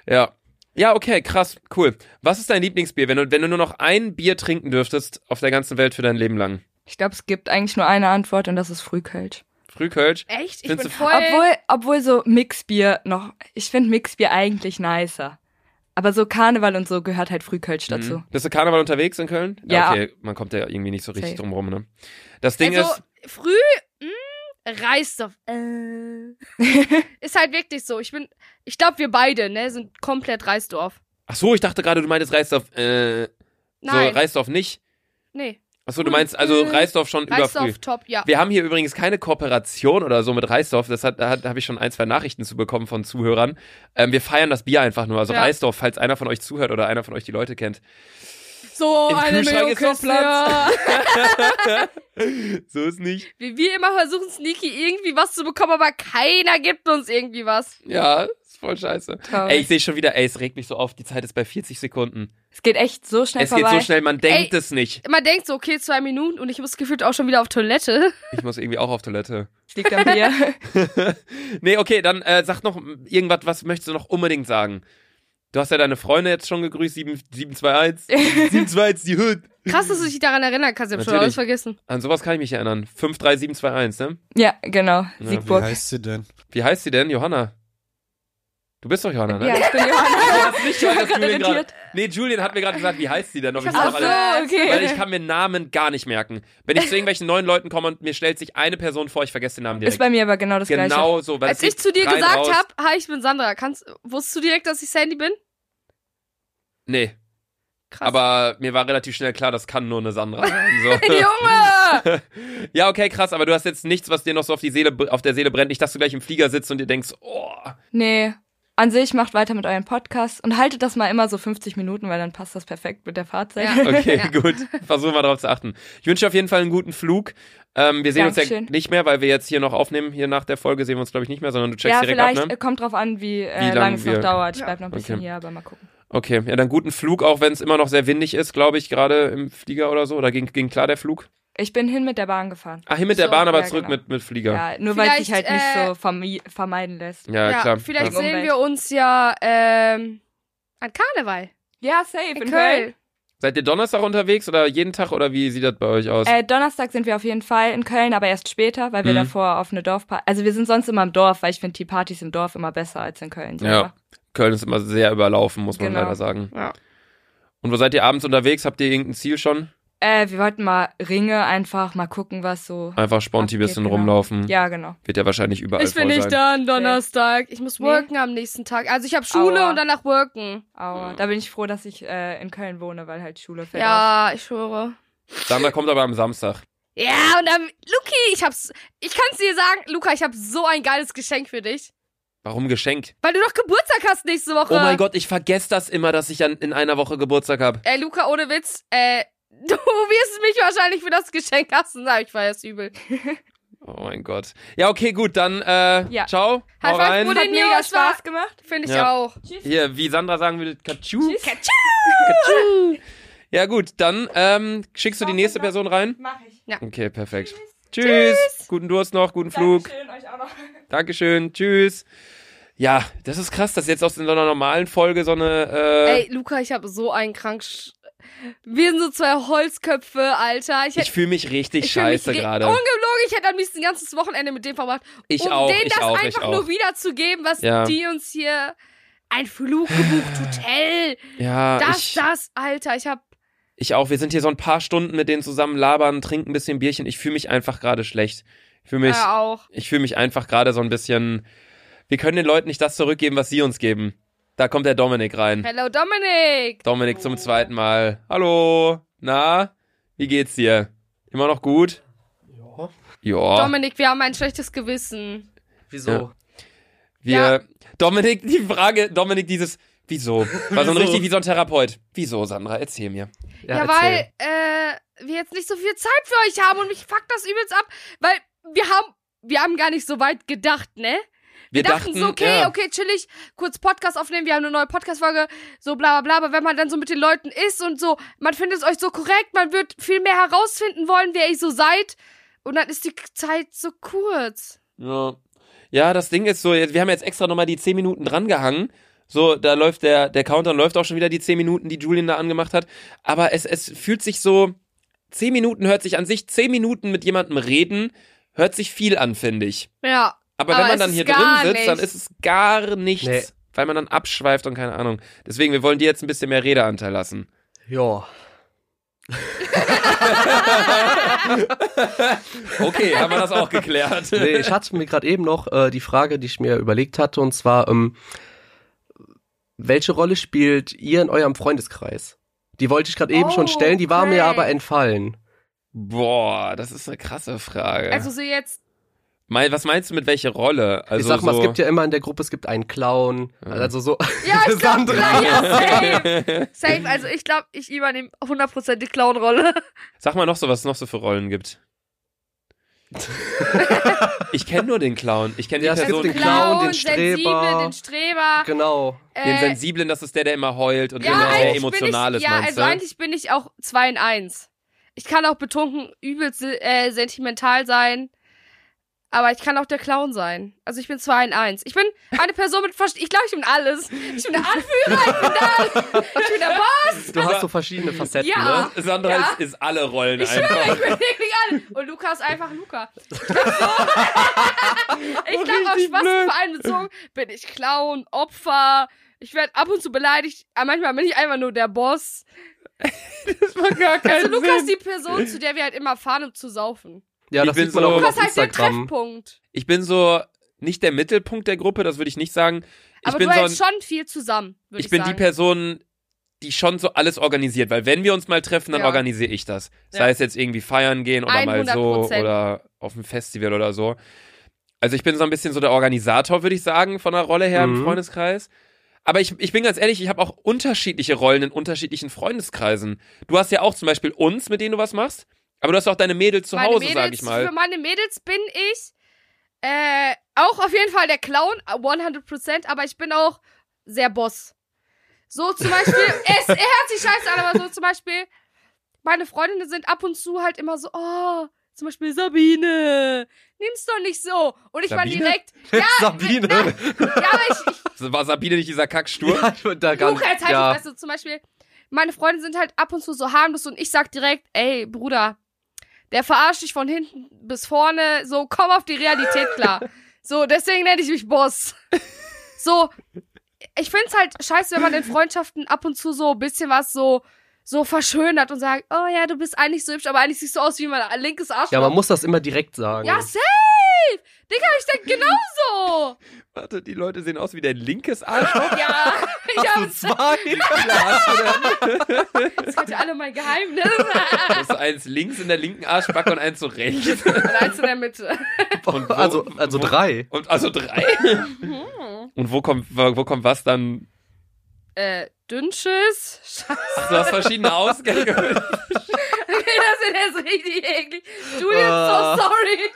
B: Ja. Ja, okay, krass, cool. Was ist dein Lieblingsbier, wenn du, wenn du nur noch ein Bier trinken dürftest auf der ganzen Welt für dein Leben lang?
H: ich glaube, es gibt eigentlich nur eine Antwort und das ist Frühkölsch.
B: Frühkölsch?
A: Echt? Ich
B: Findest
A: bin voll.
B: du-
H: Obwohl, obwohl so Mixbier noch, ich finde Mixbier eigentlich nicer. Aber so Karneval und so gehört halt Frühkölsch dazu.
B: Mhm. Bist du Karneval unterwegs in Köln?
H: Ja.
B: Okay, man kommt ja irgendwie nicht so richtig
H: Safe.
B: drum rum, ne? Das Ding
A: also,
B: ist,
A: früh, mh, reißt auf. Äh. ist halt wirklich so. Ich bin, ich glaube, wir beide, ne, sind komplett Reisdorf.
B: ach so, ich dachte gerade, du meintest Reisdorf, äh,
A: Nein,
B: so Reisdorf nicht.
A: nee.
B: Ach so, du meinst also
A: Äh,
B: Reisdorf schon über früh.
A: Reisdorf top, ja.
B: Wir haben hier übrigens keine Kooperation oder so mit Reisdorf. Das hat, da hat, habe ich schon ein, zwei Nachrichten zu bekommen von Zuhörern. Ähm, wir feiern das Bier einfach nur. Also
A: Ja.
B: Reisdorf, falls einer von euch zuhört oder einer von euch die Leute kennt.
A: So,
B: Im
A: eine
B: Kühlschrank
A: Million
B: ist noch
A: Küssen, ja.
B: So ist nicht.
A: Wie wir immer versuchen, Sneaky irgendwie was zu bekommen, aber keiner gibt uns irgendwie was.
B: Ja, ist voll scheiße. Ey, ich sehe schon wieder, ey, es regt mich so auf. Die Zeit ist bei 40 Sekunden.
H: Es geht echt so schnell
B: es geht
H: vorbei.
B: so schnell, man denkt es nicht.
A: Man denkt so, okay, zwei Minuten und ich muss gefühlt auch schon wieder auf Toilette.
B: Ich muss irgendwie auch auf Toilette.
H: Es liegt am Bier.
B: Nee, okay, dann äh, sag noch irgendwas, was möchtest du noch unbedingt sagen? Du hast ja deine Freunde jetzt schon gegrüßt, 7- 721. 721, die Hüt.
A: Krass, dass du dich daran erinnern kannst. Ich hab schon
B: Natürlich.
A: alles vergessen.
B: An sowas kann ich mich erinnern. 53721, ne?
H: ja, genau.
B: Ja,
C: Wie
H: Siegburg.
C: heißt sie denn?
B: Wie heißt sie denn? Johanna? Du bist doch Johanna, ne?
H: Ja, ich bin Johanna.
B: Du hast nicht gehört, dass
H: Ich war
B: Julian
H: gerade
B: gerade. Nee, Julian hat mir gerade gesagt, wie heißt sie denn? Ob ich das
H: Ach
B: noch alle-
H: so,
B: Weil ich
H: okay.
B: kann mir Namen gar nicht merken. Wenn ich zu irgendwelchen neuen Leuten komme und mir stellt sich eine Person vor, ich vergesse den Namen
H: Ist
B: direkt.
H: bei mir aber genau das gleiche.
B: Genau so. weil
A: Als
B: es
A: ich
B: geht
A: zu dir
B: rein,
A: gesagt
B: raus.
A: habe, hi, ich bin Sandra, kannst, wusstest du direkt, dass ich Sandy bin?
B: Nee,
A: Krass.
B: aber mir war relativ schnell klar, das kann nur eine Sandra sein. So.
A: Junge!
B: ja, okay, krass, aber du hast jetzt nichts, was dir noch so auf, die Seele, auf der Seele brennt. Nicht, dass du gleich im Flieger sitzt und dir denkst, oh.
H: Nee. An sich macht weiter mit eurem Podcast und haltet das mal immer so 50 Minuten, weil dann passt das perfekt mit der Fahrzeit.
A: Ja.
B: Okay,
A: Ja.
B: gut. Versuchen wir darauf zu achten. Ich wünsche dir auf jeden Fall einen guten Flug. Ähm, wir sehen
H: Dankeschön.
B: uns ja nicht mehr, weil wir jetzt hier noch aufnehmen. Hier nach der Folge sehen wir uns, glaube ich, nicht mehr, sondern du checkst
H: Ja,
B: direkt
H: vielleicht
B: ab, ne?
H: äh, kommt drauf an, wie, äh,
B: Wie
H: lange
B: lang
H: es
B: wir-
H: noch dauert. Ich
A: Ja.
H: bleib noch ein bisschen
B: Okay.
H: hier, aber mal gucken.
B: Okay, ja, dann guten Flug, auch wenn es immer noch sehr windig ist, glaube ich, gerade im Flieger oder so. Oder ging, ging klar der Flug?
H: Ich bin hin mit der Bahn gefahren.
B: Ach, hier mit der
H: So,
B: Bahn, aber
H: ja,
B: zurück
H: genau.
B: mit, mit Flieger.
H: Ja, nur weil es sich halt
A: Vielleicht,
H: nicht
A: äh,
H: so vermi- vermeiden lässt.
B: Ja,
A: ja,
B: klar.
A: vielleicht
B: ja.
H: Ja.
A: sehen wir uns ja ähm, an Karneval
H: Ja, safe.
A: in, Köln.
B: Seid ihr Donnerstag unterwegs oder jeden Tag oder wie sieht das bei euch aus?
H: Äh, Donnerstag sind wir auf jeden Fall in Köln, aber erst später, weil wir
B: Also Mhm.
H: davor auf eine Dorfparty. Also wir sind sonst immer im Dorf, weil ich finde die Partys im Dorf immer besser als in Köln. selber.
B: Köln ist immer sehr überlaufen, muss man
H: Genau.
B: leider sagen.
A: Ja.
B: Und wo seid ihr abends unterwegs? Habt ihr irgendein Ziel schon?
H: Äh, wir wollten mal Ringe einfach mal gucken, was so.
B: Einfach sponti
H: Abgeht,
B: bisschen
H: genau.
B: rumlaufen.
H: Ja, genau.
B: Wird ja wahrscheinlich überall
A: Ich bin
B: voll
A: nicht
B: sein.
A: da am Donnerstag. Ich muss
H: Nee.
A: worken am nächsten Tag. Also ich habe Schule
H: Aua.
A: und danach worken.
H: Aua. Da bin ich froh, dass ich äh, in Köln wohne, weil halt Schule fällt aus.
A: Ja, ich schwöre.
B: Sandra kommt aber am Samstag.
A: Ja, und dann, Luki, ich hab's, ich kann's dir sagen, Luca, ich habe so ein geiles Geschenk für dich.
B: Warum Geschenk?
A: Weil du doch Geburtstag hast nächste Woche.
B: Oh mein Gott, ich vergesse das immer, dass ich an, in einer Woche Geburtstag habe.
A: Ey, Luca, ohne Witz, äh, du wirst mich wahrscheinlich für das Geschenk hassen. Na, ich war jetzt übel.
B: Oh mein Gott. Ja, okay, gut, dann äh,
H: Ja.
B: ciao.
A: High
B: Hau
A: five,
B: rein.
A: Halt Bruder.
H: Hat
A: Den
H: mega
A: Jungs war-
H: Spaß gemacht.
A: Finde ich
B: Ja.
A: auch.
B: Hier, wie Sandra sagen würde, Katschu.
H: Tschüss.
B: Katschu. Ja gut, dann ähm, schickst du die nächste Person rein.
H: Mach ich.
B: Okay, perfekt. Tschüss. Guten Durst noch, guten Flug.
H: Dankeschön euch auch noch.
B: Dankeschön. Tschüss. Ja, das ist krass, dass jetzt aus so einer normalen Folge so eine äh,
A: Ey, Luca, ich habe so einen krank. sch- Wir sind so zwei Holzköpfe, Alter. Ich, hätt-
B: Ich fühle mich richtig
A: ich fühl mich
B: scheiße
A: re-
B: gerade.
A: Ungelogen, ich hätte am liebsten ein ganzes Wochenende mit dem verbracht.
B: Ich
A: um
B: auch,
A: denen
B: ich
A: das
B: auch, ich
A: einfach
B: auch.
A: nur wiederzugeben, was
B: Ja.
A: die uns hier ein Fluch gebucht, Hotel,
B: Ja,
A: das,
B: Ah, ich,
A: das, Alter. Ich hab,
B: ich auch. Wir sind hier so ein paar Stunden mit denen zusammen labern, trinken ein bisschen Bierchen. Ich fühle mich einfach gerade schlecht. Ich fühle mich,
A: äh, auch.
B: ich fühle mich einfach gerade so ein bisschen. Wir können den Leuten nicht das zurückgeben, was sie uns geben. Da kommt der Dominik rein.
A: Hello, Dominik.
B: Dominik zum zweiten Mal. Hallo. Na, wie geht's dir? Immer noch gut? Ja. Ja.
A: Dominik, wir haben ein schlechtes Gewissen.
D: Wieso?
B: Ja. Wir, Dominik, die Frage, Dominik, dieses, wieso? War so ein richtig wie so ein Therapeut. Wieso, Sandra? Erzähl mir.
A: Ja,
D: erzähl.
A: weil äh, wir jetzt nicht so viel Zeit für euch haben und mich fuckt das übelst ab, weil wir haben, wir haben gar nicht so weit gedacht, ne? Wir, dachten, so, okay,
B: ja,
A: okay, chillig, kurz Podcast aufnehmen, wir haben eine neue Podcast-Folge, so bla bla bla, aber wenn man dann so mit den Leuten ist und so, man findet es euch so korrekt, man wird viel mehr herausfinden wollen, wer ihr so seid und dann ist die Zeit so kurz.
B: Ja. ja, das Ding ist so, jetzt- wir haben jetzt extra nochmal die 10 Minuten drangehangen. So, da läuft der, der Countdown läuft auch schon wieder die 10 Minuten, die Julian da angemacht hat. Aber es, es fühlt sich so, 10 Minuten hört sich an sich, 10 Minuten mit jemandem reden, hört sich viel an, finde ich.
A: Ja, Aber
B: Aber, wenn man
A: es
B: dann
A: ist
B: hier drin
A: gar
B: sitzt, dann ist
A: nichts.
B: es gar nichts.
D: Nee.
B: Weil man dann abschweift und keine Ahnung. Deswegen, wir wollen dir jetzt ein bisschen mehr Redeanteil lassen.
D: Ja.
B: Okay, haben wir das auch geklärt.
D: Nee, ich hatte mir gerade eben noch äh, die Frage, die ich mir überlegt hatte, und zwar, ähm, welche Rolle spielt ihr in eurem Freundeskreis? Die wollte ich gerade eben schon
A: Oh,
D: stellen, die war
A: okay.
D: mir aber entfallen.
B: Boah, das ist eine krasse Frage.
A: also so jetzt,
B: Mei- was meinst du mit welcher Rolle? Also
D: ich sag mal,
B: so,
D: es gibt ja immer in der Gruppe, es gibt einen Clown,
B: Ja.
D: also so.
A: ja, ich glaub,
D: Sandra.
A: klar, ja, safe, safe, also ich glaube, ich übernehme 100% die Clown-Rolle.
B: Sag mal noch so, was es noch so für Rollen gibt. ich kenne nur den Clown. Ich kenne
D: Ja,
B: die
D: es gibt
B: Person,
D: den Clown, den
A: Sensible,
D: Streber.
A: den Streber,
D: Genau.
B: den
A: äh,
B: Sensiblen, das ist der, der immer heult und
A: Ja,
B: immer sehr
A: eigentlich
B: emotional
A: bin ich,
B: ist,
A: ja,
B: meinst
A: also
B: du?
A: eigentlich bin ich auch 2 in 1. Ich kann auch betrunken übelst äh, sentimental sein, aber ich kann auch der Clown sein. Also ich bin 2 in 1. Ich bin eine Person mit Verst ich glaube, ich bin alles. Ich bin der Anführer, ich bin der, ich bin der Boss,
D: Du hast so verschiedene Facetten,
A: Ja.
D: ne?
B: Sandra
A: Ja.
B: ist, ist alle Rollen
A: ich
B: einfach.
A: schwöre, ich bin wirklich alle. Und Luca ist einfach Luca. Ich glaube, so, ich glaub, auf Spaßverein bezogen bin ich Clown, Opfer, ich werde ab und zu beleidigt, aber manchmal bin ich einfach nur der Boss.
B: gar
A: Also Lukas ist die Person, zu der wir halt immer fahren, um zu saufen.
D: Ja,
B: Ich
D: das
B: bin
D: sieht man
B: so-
D: auch immer
A: Lukas
D: auf
A: ist halt der
D: Instagram.
A: Treffpunkt.
B: Ich bin so nicht der Mittelpunkt der Gruppe, das würde ich nicht sagen.
A: Aber
B: ich bin
A: du
B: so ein,
A: hältst schon viel zusammen, würde ich,
B: ich bin
A: sagen.
B: die Person, die schon so alles organisiert, weil wenn wir uns mal treffen, dann
A: Ja.
B: organisiere ich das.
A: Ja.
B: Sei es jetzt irgendwie feiern gehen oder mal so
A: 100%.
B: oder auf ein Festival oder so. Also ich bin so ein bisschen so der Organisator, würde ich sagen, von der Rolle her im
D: Mhm.
B: Freundeskreis. Aber ich, ich bin ganz ehrlich, ich habe auch unterschiedliche Rollen in unterschiedlichen Freundeskreisen. Du hast ja auch zum Beispiel uns, mit denen du was machst, aber du hast auch deine Mädels zu
A: Meine
B: Hause,
A: Mädels,
B: sag ich mal.
A: Für meine Mädels bin ich äh, auch auf jeden Fall der Clown, 100%, aber ich bin auch sehr Boss. So zum Beispiel, es, er hört sich scheiße an, aber so zum Beispiel, meine Freundinnen sind ab und zu halt immer so, oh, zum Beispiel Sabine, nimm's doch nicht so. Und ich war
B: Sabine?
A: direkt,
D: Sabine.
A: ja, aber ich, ich
B: Also War Sabine nicht dieser Kacksturm?
D: Ja, ich bin da gar
A: Luca,
D: nicht.
A: jetzt halt
D: Ja.
A: ja. also zum Beispiel, meine Freunde sind halt ab und zu so harmlos und ich sag direkt, ey, Bruder, der verarscht dich von hinten bis vorne, so komm auf die Realität klar. so, deswegen nenne ich mich Boss. so, ich find's halt scheiße, wenn man in Freundschaften ab und zu so ein bisschen was so, so verschönert und sagt, oh ja, du bist eigentlich so hübsch, aber eigentlich siehst du aus wie mein linkes Arschloch.
D: ja, man muss das immer direkt sagen.
A: ja safe! Digga, ich denk genauso!
B: Warte, die Leute sehen aus wie dein linkes Arschloch.
A: Ja, ich hab's.
D: Zwei.
A: Jetzt kennt ihr alle mein Geheimnis.
B: Das ist eins links in der linken Arschbacke und eins so rechts.
A: Und eins in der Mitte.
B: Und wo-
D: also, also
B: wo-
D: drei.
B: Und also drei. Und wo kommt, wo wo kommt was dann?
A: äh, Dünnschiss. Scheiße,
B: Ach, du hast verschiedene Ausgänge.
A: das ist jetzt richtig eklig. Julian,
B: Ah.
A: so sorry.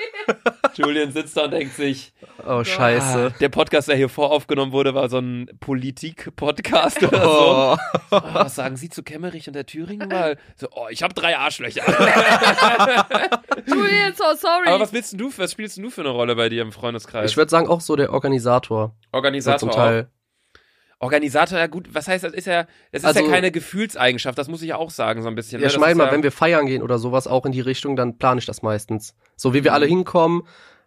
B: Julian sitzt da und denkt sich,
D: Oh, scheiße.
B: der Podcast, der hier voraufgenommen wurde, war so ein Politik-Podcast oder so.
D: Oh.
B: Oh, was sagen Sie zu Kemmerich und der Thüringen mal? So, oh, ich habe drei Arschlöcher.
A: Julian, so sorry.
B: Aber was willst denn du, was spielst
D: Oh,
B: denn du für eine Rolle bei dir im Freundeskreis?
D: Ich würde sagen, auch so der Organisator.
B: Organisator
D: So zum Teil.
B: Organisator, ja gut, was heißt das? Ist ja, das ist
D: Also-
B: ja keine Gefühlseigenschaft, das muss ich ja auch sagen, so ein bisschen.
D: Ja,
B: ne?
D: ich
B: Das
D: meine
B: ist
D: mal,
B: ja,
D: wenn wir feiern gehen oder sowas auch in die Richtung, dann plane ich das meistens. So wie wir alle
B: Mhm.
D: hinkommen,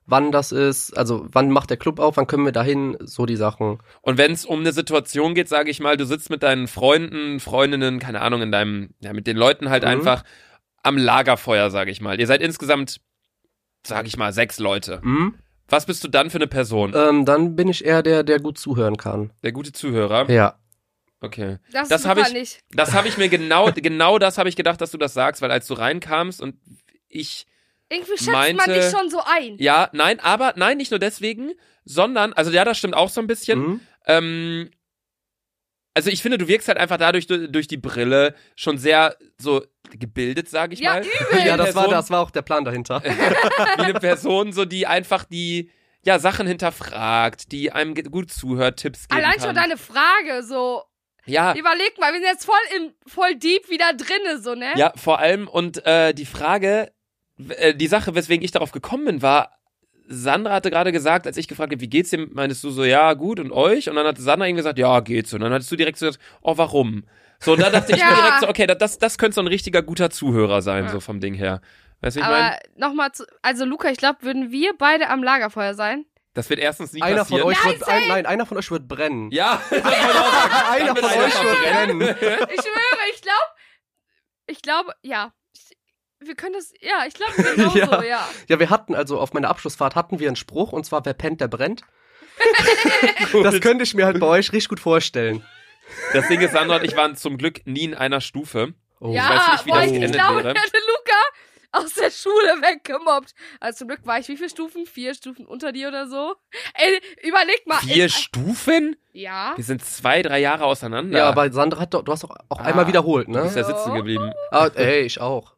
D: wann das ist, also wann macht der Club auf, wann können wir dahin, so die Sachen.
B: Und wenn es um eine Situation geht, sage ich mal, du sitzt mit deinen Freunden, Freundinnen, keine Ahnung, in deinem, ja, mit den Leuten halt
D: Mhm.
B: einfach am Lagerfeuer, sage ich mal. Ihr seid insgesamt, sage ich mal, sechs Leute.
D: Mhm.
B: Was bist du dann für eine Person?
D: Ähm, dann bin ich eher der, der gut zuhören kann.
B: Der gute Zuhörer.
D: Ja.
B: Okay.
A: Das,
B: Das
A: ist
B: hab
A: super
B: ich-
A: nicht.
B: Das habe ich mir genau, genau das habe ich gedacht, dass du das sagst, weil als du reinkamst und ich
A: Irgendwie schätzt man
B: meinte-
A: dich schon so ein.
B: Ja, nein, aber nein, nicht nur deswegen, sondern, also ja, das stimmt auch so ein bisschen.
D: Mhm.
B: Ähm, also ich finde, du wirkst halt einfach dadurch du- durch die Brille schon sehr so gebildet, sage ich
A: Ja,
B: mal.
A: übel.
D: Ja, das war,
B: Person-
D: das war auch der Plan dahinter.
B: Wie eine Person, so die einfach die ja Sachen hinterfragt, die einem ge- gut zuhört, Tipps gibt.
A: Allein
B: kann. Ah.
A: schon deine Frage, so.
B: Ja.
A: Überleg mal, wir sind jetzt voll im, voll deep wieder drinne, so, ne?
B: Ja, vor allem und äh, die Frage, w- äh, die Sache, weswegen ich darauf gekommen bin, war, Sandra hatte gerade gesagt, als ich gefragt habe, wie geht's dir, meinst du so, ja, gut und euch? Und dann hat Sandra eben gesagt, ja, geht's. Und dann hattest du direkt so gesagt, oh, warum? So, und da dachte ich
A: Ja.
B: mir direkt so, okay, da- das, das könnte so ein richtiger guter Zuhörer sein, so vom Ding her. Weißt du, wie ich
A: Aber
B: meine?
A: nochmal zu, also Luca, ich glaube, würden wir beide am Lagerfeuer sein?
B: Das wird erstens nie
D: Einer von
B: passieren.
D: euch wird, ein, nein, einer von euch wird brennen.
B: ja,
D: Einer von
B: wird einer
D: euch wird brennen.
A: Ich schwöre, ich glaube, ich glaube, ja. Ich, wir können das, ja, ich glaube genau
D: Ja.
A: so, ja.
D: Ja, wir hatten also auf meiner Abschlussfahrt hatten wir einen Spruch und zwar wer pennt, der brennt. das könnte ich mir halt bei euch richtig gut vorstellen.
B: das Ding ist, Sandra und ich waren zum Glück nie in einer Stufe.
D: Oh,
A: ja,
B: weiß nicht, wie
A: boah,
B: das
A: ich- ich
B: geendet
A: glaube,
B: wäre.
A: ich hätte Luca aus der Schule weggemobbt. Also zum Glück war ich wie viele Stufen? Vier Stufen unter dir oder so. Ey, überleg mal.
B: Vier
A: ich,
B: Stufen?
A: ja.
B: Wir sind zwei, drei Jahre auseinander.
D: Ja, aber Sandra hat doch, du hast doch auch
B: Ah.
D: einmal wiederholt,
B: Du bist
D: ne?
A: Oh.
B: ja sitzen geblieben.
D: Ah, ey, ich auch.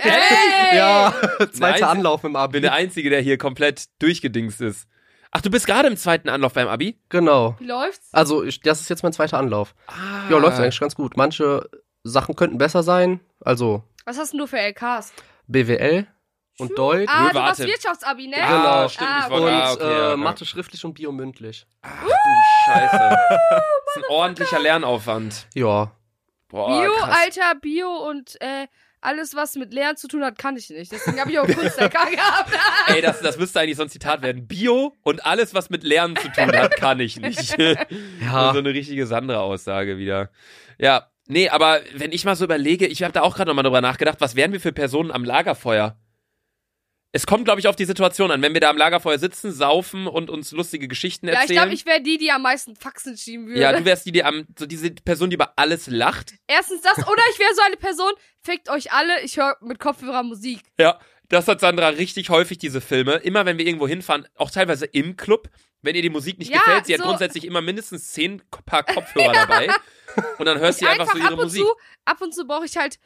A: Ey!
D: Ja, zweiter
B: Nein,
D: Anlauf im
B: Ich bin
D: Abi.
B: der Einzige, der hier komplett durchgedingst ist. Ach, du bist gerade im zweiten Anlauf beim Abi?
D: Genau.
A: Wie läuft's?
D: Also, ich, das ist jetzt mein zweiter Anlauf.
B: Ah.
D: Ja, läuft eigentlich ganz gut. Manche Sachen könnten besser sein. Also,
A: Was hast denn du für LKs?
D: BWL und Deutsch
A: Ah, du warst
B: warte.
A: Wirtschaftsabi, ne?
D: Ja.
B: Genau,
D: Genau.
B: stimmt.
A: Ah,
B: ich
D: und
B: wollte, ah, okay, ja,
D: äh,
B: ja.
D: Mathe schriftlich und Bio mündlich.
B: Ach du Scheiße. Das ist ein ordentlicher Lernaufwand.
D: Ja.
B: Boah,
A: Bio,
B: Oh, krass.
A: Alter, Bio und äh, alles, was mit Lernen zu tun hat, kann ich nicht. Deswegen habe ich auch Kunst LK gehabt.
B: Ey, das, das müsste eigentlich so ein Zitat werden. Bio und alles, was mit Lernen zu tun hat, kann ich nicht.
D: Ja.
B: So eine richtige Sandra-Aussage wieder. Ja, nee, aber wenn ich mal so überlege, ich habe da auch gerade nochmal drüber nachgedacht, was wären wir für Personen am Lagerfeuer? Es kommt, glaube ich, auf die Situation an, wenn wir da am Lagerfeuer sitzen, saufen und uns lustige Geschichten
A: Ja, ich
B: erzählen.
A: glaube, ich wäre die, die am meisten Faxen schieben würde.
B: ja, du wärst die, die am, so diese Person, die über alles lacht.
A: Erstens das, oder ich wäre so eine Person, fickt euch alle, ich höre mit Kopfhörer Musik.
B: Ja, das hat Sandra richtig häufig, diese Filme. Immer wenn wir irgendwo hinfahren, auch teilweise im Club, wenn ihr die Musik nicht
A: Ja,
B: gefällt, sie hat
A: so-
B: grundsätzlich immer mindestens zehn Ko- Paar Kopfhörer dabei. Und dann hörst du einfach, so
A: ab
B: ihre
A: und
B: Musik.
A: zu, ab und zu brauche ich halt,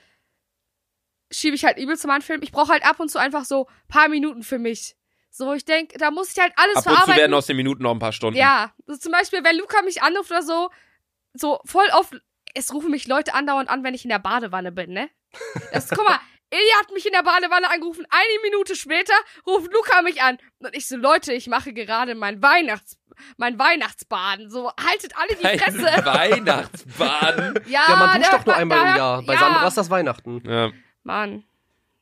A: schiebe ich halt übel zu meinem Film. Ich brauche halt ab und zu einfach so paar Minuten für mich. So, ich denke, da muss ich halt alles
B: Ab und zu
A: verarbeiten.
B: werden aus den Minuten noch ein paar Stunden.
A: Ja, so zum Beispiel, wenn Luca mich anruft oder so, so voll oft, es rufen mich Leute andauernd an, wenn ich in der Badewanne bin, ne? Das, guck mal, Ilja hat mich in der Badewanne angerufen, eine Minute später ruft Luca mich an. Und ich so, Leute, ich mache gerade mein Weihnachts... Mein Weihnachtsbaden, so haltet alle die
B: Ein
A: Fresse.
B: Weihnachtsbaden.
A: Ja,
D: Ja, man duscht
A: Ah, da-
D: doch nur
A: da-
D: einmal
A: da-
D: im Jahr. Bei
A: ja,
D: Sandra ist das Weihnachten.
B: Ja.
A: Mann.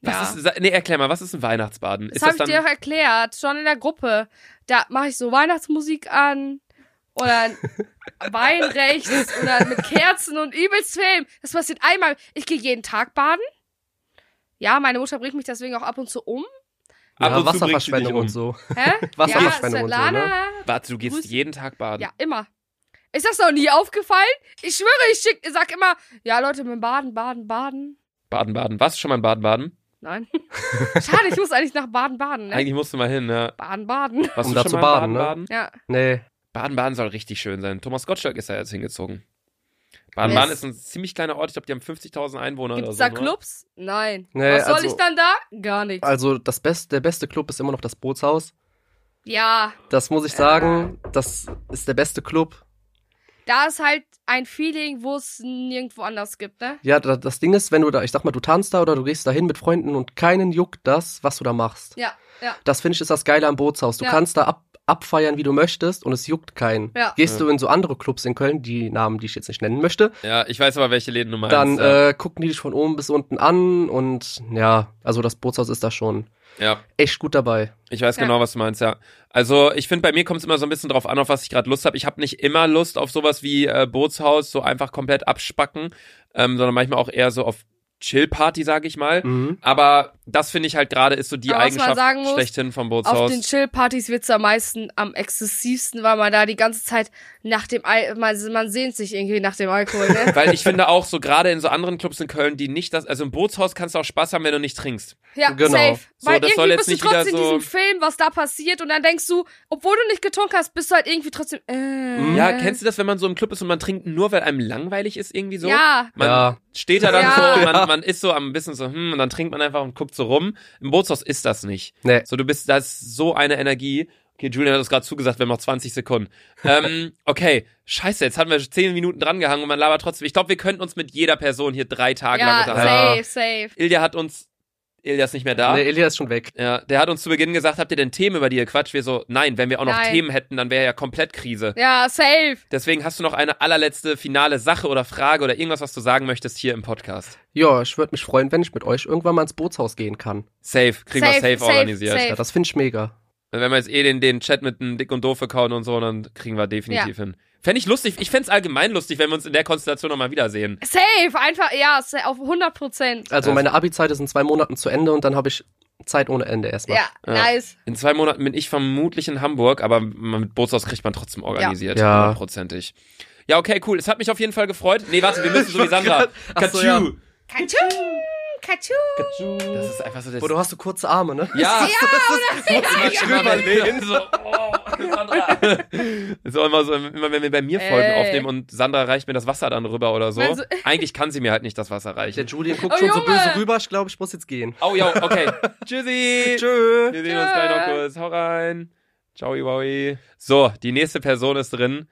B: Was
A: ja.
B: ist, sa- nee, erklär mal, was ist ein Weihnachtsbaden?
A: Das
B: ist
A: habe
B: das
A: ich
B: dann,
A: dir auch erklärt, schon in der Gruppe. Da mache ich so Weihnachtsmusik an oder Wein rechts oder mit Kerzen und übelst Film. Das passiert einmal. Ich gehe jeden Tag baden. Ja, meine Mutter bringt mich deswegen auch ab und zu um.
B: Ab
D: Ja,
B: und zu bringt sie dich
D: Wasserverschwendung
B: um.
D: und so.
A: Hä?
D: Wasserverschwendung und so,
A: ja,
D: ne?
A: Svetlana,
B: warte, du gehst
A: Grüß-
B: jeden Tag baden.
A: ja, immer. Ist das noch nie aufgefallen? Ich schwöre, ich schick, ich sag immer, ja Leute, mit dem Baden, Baden, Baden.
B: Baden, baden. Warst du schon mal in Baden, baden?
A: Nein. Schade, ich muss eigentlich nach Baden, Baden, ne?
B: Eigentlich musst du mal hin, ja.
A: Baden, Baden.
B: Warst du
D: Um da
B: schon
D: zu
B: mal in
D: baden, ne?
B: baden?
A: Ja.
D: Nee.
B: Baden-Baden soll richtig schön sein. Thomas Gottschalk ist da jetzt hingezogen. Baden-Baden ist ein ziemlich kleiner Ort. Ich glaube, die haben 50.000 Einwohner
A: Gibt's da
B: oder so. ne?
A: Clubs? Nein.
D: Nee,
A: Was soll
D: also-
A: ich dann da? Gar
B: Ah.
A: nichts.
D: Also das best, der beste Club ist immer noch das Bootshaus.
A: Ja,
D: Das muss ich
A: Äh.
D: sagen, das ist der beste Club.
A: da ist halt ein Feeling, wo es nirgendwo anders gibt, ne?
D: Ja, da- das Ding ist, wenn du da, ich sag mal, du tanzt da oder du gehst da hin mit Freunden und keinen juckt das, was du da machst.
A: Ja, ja.
D: Das finde ich ist das Geile am Bootshaus. Du
A: Ja.
D: kannst da ab, abfeiern, wie du möchtest und es juckt keinen.
A: Ja.
D: Gehst du in so andere Clubs in Köln, die Namen, die ich jetzt nicht nennen möchte,
B: Ja, ich weiß aber, welche Läden du meinst.
D: dann
B: ja.
D: äh, gucken die dich von oben bis unten an und ja, also das Bootshaus ist da schon
B: ja.
D: echt gut dabei.
B: Ich weiß
A: Ja.
B: genau, was du meinst, ja. Also ich finde, bei mir kommt es immer so ein bisschen drauf an, auf was ich gerade Lust habe. Ich habe nicht immer Lust auf sowas wie äh, Bootshaus, so einfach komplett abspacken, ähm, sondern manchmal auch eher so auf Chill-Party, sage ich mal.
D: Mhm.
B: Aber das finde ich halt gerade ist so die
A: Aber was man
B: Eigenschaft
A: sagen muss,
B: schlechthin vom
A: Auf den
B: Bootshaus.
A: Chill-Partys wird's am meisten, am exzessivsten, weil man da die ganze Zeit nach dem Al man, man sehnt sich irgendwie nach dem Alkohol, ne?
B: Weil ich finde auch so gerade in so anderen Clubs in Köln, die nicht das, also im Bootshaus kannst du auch Spaß haben, wenn du nicht trinkst.
A: Ja,
D: Genau.
A: safe.
B: So,
A: Weil
B: das
A: irgendwie
B: soll jetzt
A: bist du
B: nicht wieder
A: trotzdem in
B: so-
A: diesem Film, was da passiert, und dann denkst du, obwohl du nicht getrunken hast, bist du halt irgendwie trotzdem. Äh,
B: Hm. Ja, kennst du das, wenn man so im Club ist und man trinkt nur, weil einem langweilig ist irgendwie so?
A: Ja,
B: Man
D: Ja.
B: steht da dann
A: Ja.
B: so, man, man ist so am bisschen so, hm, und dann trinkt man einfach und guckt so rum. Im Bootshaus ist das nicht.
D: Nee.
B: So, du bist, das ist so eine Energie. Okay, Julian hat das gerade zugesagt, wir haben noch 20 Sekunden. Ähm, okay, scheiße, jetzt haben wir 10 Minuten drangehangen und man labert trotzdem. Ich glaube, wir könnten uns mit jeder Person hier drei Tage lang
A: ja,
B: unterhalten.
A: safe, safe.
B: Ilja hat uns, Ilja ist nicht mehr da.
D: Nee, Ilya ist schon weg.
B: Ja, der hat uns zu Beginn gesagt, habt ihr denn Themen, über die ihr quatscht? Wir so, nein, wenn wir auch noch
A: Nein.
B: Themen hätten, dann wäre ja komplett Krise.
A: Ja, safe.
B: Deswegen hast du noch eine allerletzte finale Sache oder Frage oder irgendwas, was du sagen möchtest hier im Podcast.
D: Ja, ich würde mich freuen, wenn ich mit euch irgendwann mal ins Bootshaus gehen kann.
B: Safe, kriegen wir
A: Safe,
B: safe,
A: safe,
B: organisiert.
A: safe.
D: Ja, das finde ich mega.
B: Und wenn wir jetzt eh den, den Chat mit einem Dick und Doof verkauen und so, dann kriegen wir definitiv hin. Fände ich lustig, ich fänd's allgemein lustig, wenn wir uns in der Konstellation nochmal wiedersehen.
A: Safe, einfach, ja, sa- auf 100 Prozent.
D: Also
B: Also-
D: meine Abi-Zeit ist in zwei Monaten zu Ende und dann habe ich Zeit ohne Ende erstmal.
A: Ja,
B: Ja.
A: nice.
B: In zwei Monaten bin ich vermutlich in Hamburg, aber mit Bootshaus kriegt man trotzdem organisiert.
D: Ja.
B: Hundertprozentig. Ja, okay, cool. Es hat mich auf jeden Fall gefreut. Nee, warte, wir müssen so wie Sandra.
D: Ach so, ja.
B: Kachu.
A: Kachu, Kachu.
B: Das ist einfach so das.
D: Boah, du hast so kurze Arme, ne?
B: ja,
A: Ja,
B: immer, wenn wir- so, oh, Sandra. so immer so, immer wenn wir bei mir Folgen
A: Ey.
B: aufnehmen und Sandra reicht mir das Wasser dann rüber oder so.
A: Also-
B: Eigentlich kann sie mir halt nicht das Wasser
D: Der
B: reichen.
D: Julian guckt
A: Oh,
D: schon so
A: Junge.
D: böse rüber. Ich glaube, ich muss jetzt gehen.
B: Oh ja, okay. Tschüssi.
D: Tschö.
B: Wir sehen uns gleich noch kurz. Hau rein. Ciao, wowie. So, die nächste Person ist drin.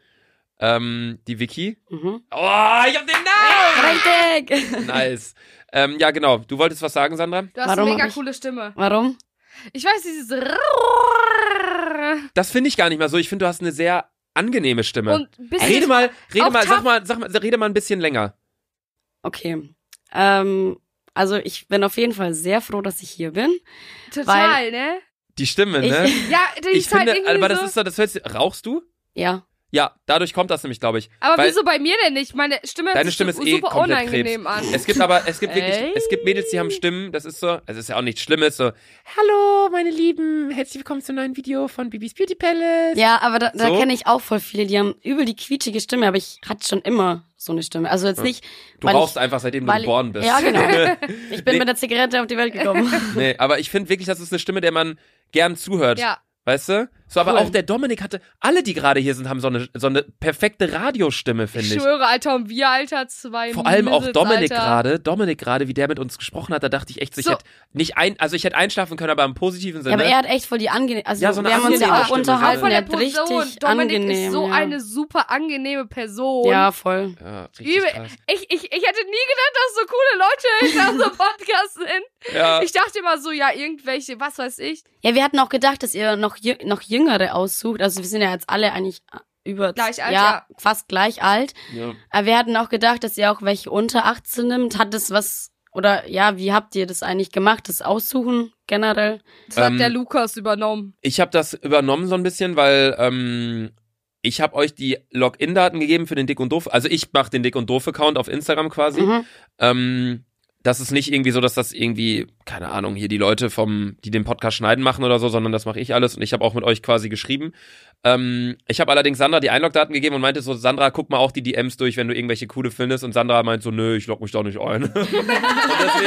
B: Ähm, die Vicky.
F: Mhm.
B: Oh, ich hab den Namen!
A: halt
F: Richtig!
B: Nice. Ähm, ja, genau. Du wolltest was sagen, Sandra?
A: Du hast
F: Warum
A: eine mega
F: hab ich-
A: coole Stimme.
F: Warum?
A: Ich weiß, dieses
B: Das finde ich gar nicht mal so. Ich finde, du hast eine sehr angenehme Stimme.
A: und ein bisschen
B: rede mal, rede
A: auf
B: mal,
A: Takt.
B: sag mal, sag mal, rede mal ein bisschen länger.
F: Okay. Ähm, also ich bin auf jeden Fall sehr froh, dass ich hier bin.
A: total, ne?
B: Die Stimme,
F: Ich-
B: ne?
A: Ja, die
B: Ich
A: ist halt
B: finde,
A: irgendwie
B: aber das
A: so.
B: ist so, das hört sich, rauchst du?
F: Ja.
B: Ja, dadurch kommt das nämlich, glaube ich.
A: aber
B: weil-
A: wieso bei mir denn nicht? Meine Stimme hört
B: Deine
A: sich
B: Stimme
A: so
B: ist eh
A: super
B: komplett
A: unangenehm an.
B: Es gibt aber, es gibt wirklich,
A: Ey.
B: es gibt Mädels, die haben Stimmen, das ist so, also es ist ja auch nichts Schlimmes, so, hallo, meine Lieben, herzlich willkommen zum neuen Video von Bibis Beauty Palace.
F: Ja, aber da, da
B: So?
F: kenne ich auch voll viele, die haben übel die quietschige Stimme, aber ich hatte schon immer so eine Stimme. Also jetzt nicht,
B: Du
F: weil
B: rauchst
F: ich,
B: einfach, seitdem du
F: weil-
B: geboren bist.
F: Ja, genau. Ich bin
B: Nee.
F: mit der Zigarette auf die Welt gekommen.
B: nee, aber ich finde wirklich, das ist eine Stimme, der man gern zuhört.
A: Ja,
B: Weißt du? So, aber
F: Cool.
B: auch der Dominik hatte, alle, die gerade hier sind, haben so eine, so eine perfekte Radiostimme,
A: ich
B: finde ich.
A: schwöre, Alter, und wir, Alter, zwei
B: Vor allem auch
A: Mädels,
B: Dominik
A: Alter.
B: gerade, Dominik gerade, wie der mit uns gesprochen hat, da dachte ich echt, so, ich
A: So.
B: hätte nicht ein, also ich hätte einschlafen können, aber im positiven
F: Ja,
B: Sinne.
F: aber er hat echt voll die angenehm. Also
B: Ne? Ja, so eine ne?
F: wir haben uns
B: angenehme
F: ja auch
B: Stimme,
A: Auch
F: unterhalten.
A: von der
F: Der hat
A: Person.
F: richtig
A: Dominik
F: angenehm.
A: ist so
F: ja.
A: eine super angenehme Person.
F: Ja, voll.
B: ja, richtig
A: Übel.
B: krass.
A: Ich, ich, ich hätte nie gedacht, dass so coole Leute hinter unserem Podcast sind.
B: Ja.
A: Ich dachte immer so, ja, irgendwelche, was weiß ich.
F: Ja, wir hatten auch gedacht, dass ihr noch, jü noch Jüngere aussucht. Also wir sind ja jetzt alle eigentlich äh, über
A: Gleich alt,
F: ja, fast gleich alt.
B: ja.
F: Aber wir hatten auch gedacht, dass ihr auch welche unter 18 nimmt. Hat das was oder ja, wie habt ihr das eigentlich gemacht? Das Aussuchen generell?
A: Das hat
B: Ähm,
A: der Lukas übernommen.
B: Ich habe das übernommen so ein bisschen, weil ähm, ich habe euch die Login-Daten gegeben für den Dick und Doof. Also ich mache den Dick und Doof-Account auf Instagram quasi.
F: Mhm.
B: Ähm, das ist nicht irgendwie so, dass das irgendwie, keine Ahnung, hier die Leute vom, die den Podcast schneiden machen oder so, sondern das mache ich alles und ich habe auch mit euch quasi geschrieben. Ähm, ich habe allerdings Sandra die Einlogdaten gegeben und meinte so, Sandra, guck mal auch die DMs durch, wenn du irgendwelche coole findest. Und Sandra meint so, nö, ich log mich doch nicht ein. und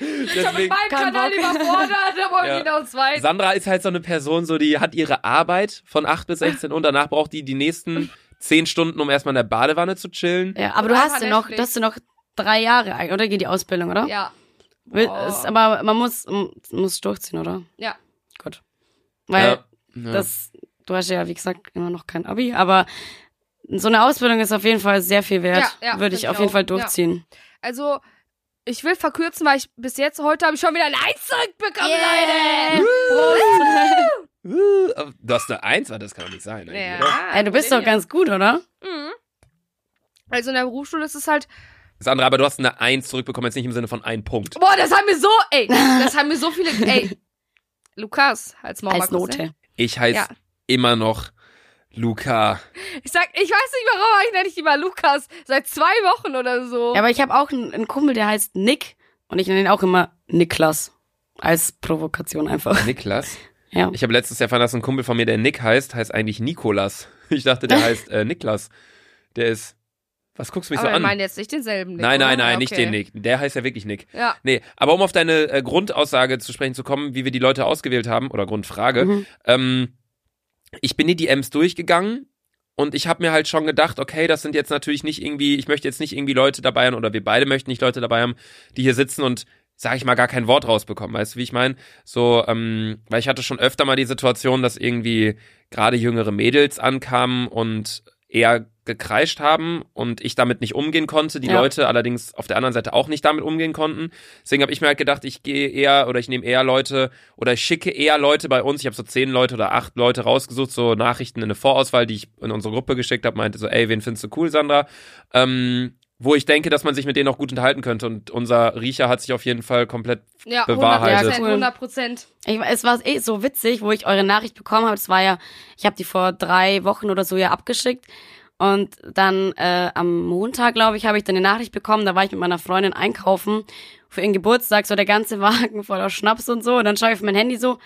B: deswegen,
A: Ich habe mit meinem
F: Kein
A: Kanal
F: Bock.
A: überfordert, aber
B: Ja.
A: ja. hinaus weiter.
B: Sandra ist halt so eine Person, so die hat ihre Arbeit von 8 bis 16 und danach braucht die die nächsten 10 Stunden, um erstmal in der Badewanne zu chillen.
F: Ja, aber du
A: Einfach
F: hast ja noch,
A: Netflix.
F: hast du noch drei Jahre eigentlich, oder geht die Ausbildung, oder?
A: Ja.
F: Will,
A: Boah.
F: ist, aber man muss m- muss durchziehen, oder?
A: Ja.
F: Gut. Weil
B: ja.
F: das du hast ja wie gesagt immer noch kein Abi, aber so eine Ausbildung ist auf jeden Fall sehr viel wert.
A: Ja, ja,
F: Würde ich
A: find
F: auf
A: ich
F: jeden
A: auch.
F: Fall
A: Ja.
F: durchziehen.
A: Also, ich will verkürzen, weil ich bis jetzt, heute habe ich schon wieder ein Eins zurückbekommen, Leute.
B: Uh, Du hast eine Eins, ah, das kann doch nicht sein. eigentlich, oder?
A: Ja,
F: Ey, Äh, du bist
A: den
F: doch ganz gut, oder?
A: hier. Mhm. Also in der Berufsschule ist es halt.
B: Sandra, aber du hast eine Eins zurückbekommen, jetzt nicht im Sinne von ein Punkt.
A: Boah, das haben wir so. Ey, das haben wir so viele. Ey, Lukas, als Mama.
F: Als Note.
B: Ich heiße
A: Ja.
B: immer noch Luca.
A: Ich sag, ich weiß nicht warum, aber ich nenne dich immer Lukas. Seit zwei Wochen oder so.
F: Ja, aber ich habe auch einen, einen Kumpel, der heißt Nick und ich nenne ihn auch immer Niklas. Als Provokation einfach.
B: Niklas.
F: Ja.
B: Ich habe letztes Jahr erfahren, dass ein Kumpel von mir, der Nick heißt, heißt eigentlich Nikolas. Ich dachte, der heißt äh, Niklas. Der ist. Was guckst du mich
A: aber
B: so
A: ich
B: an?
A: meine jetzt nicht denselben Nick.
B: nein, nein,
A: oder?
B: nein,
A: Okay.
B: nicht den Nick. Der heißt ja wirklich Nick.
A: Ja.
B: Nee, aber um auf deine äh, Grundaussage zu sprechen zu kommen, wie wir die Leute ausgewählt haben, oder Grundfrage,
F: Mhm.
B: ähm, ich bin hier die M's durchgegangen und ich habe mir halt schon gedacht, okay, das sind jetzt natürlich nicht irgendwie, ich möchte jetzt nicht irgendwie Leute dabei haben, oder wir beide möchten nicht Leute dabei haben, die hier sitzen und sag ich mal, gar kein Wort rausbekommen. Weißt du, wie ich meine? So, ähm, weil ich hatte schon öfter mal die Situation, dass irgendwie gerade jüngere Mädels ankamen und eher gekreischt haben und ich damit nicht umgehen konnte. Die
F: Ja.
B: Leute allerdings auf der anderen Seite auch nicht damit umgehen konnten. Deswegen habe ich mir halt gedacht, ich gehe eher oder ich nehme eher Leute oder ich schicke eher Leute bei uns. Ich habe so zehn Leute oder acht Leute rausgesucht, so Nachrichten in eine Vorauswahl, die ich in unsere Gruppe geschickt habe, meinte so, ey, wen findest du cool, Sandra? Ähm, wo ich denke, dass man sich mit denen auch gut unterhalten könnte. Und unser Riecher hat sich auf jeden Fall komplett
A: Ja,
B: Bewahrheitet.
A: 100%. 100 Prozent.
F: Ich, es war eh so witzig, wo ich eure Nachricht bekommen habe. Das war ja, ich habe die vor drei Wochen oder so ja abgeschickt. Und dann äh, am Montag, glaube ich, habe ich dann eine Nachricht bekommen. Da war ich mit meiner Freundin einkaufen für ihren Geburtstag, so der ganze Wagen voller Schnaps und so. Und dann schaue ich auf mein Handy so,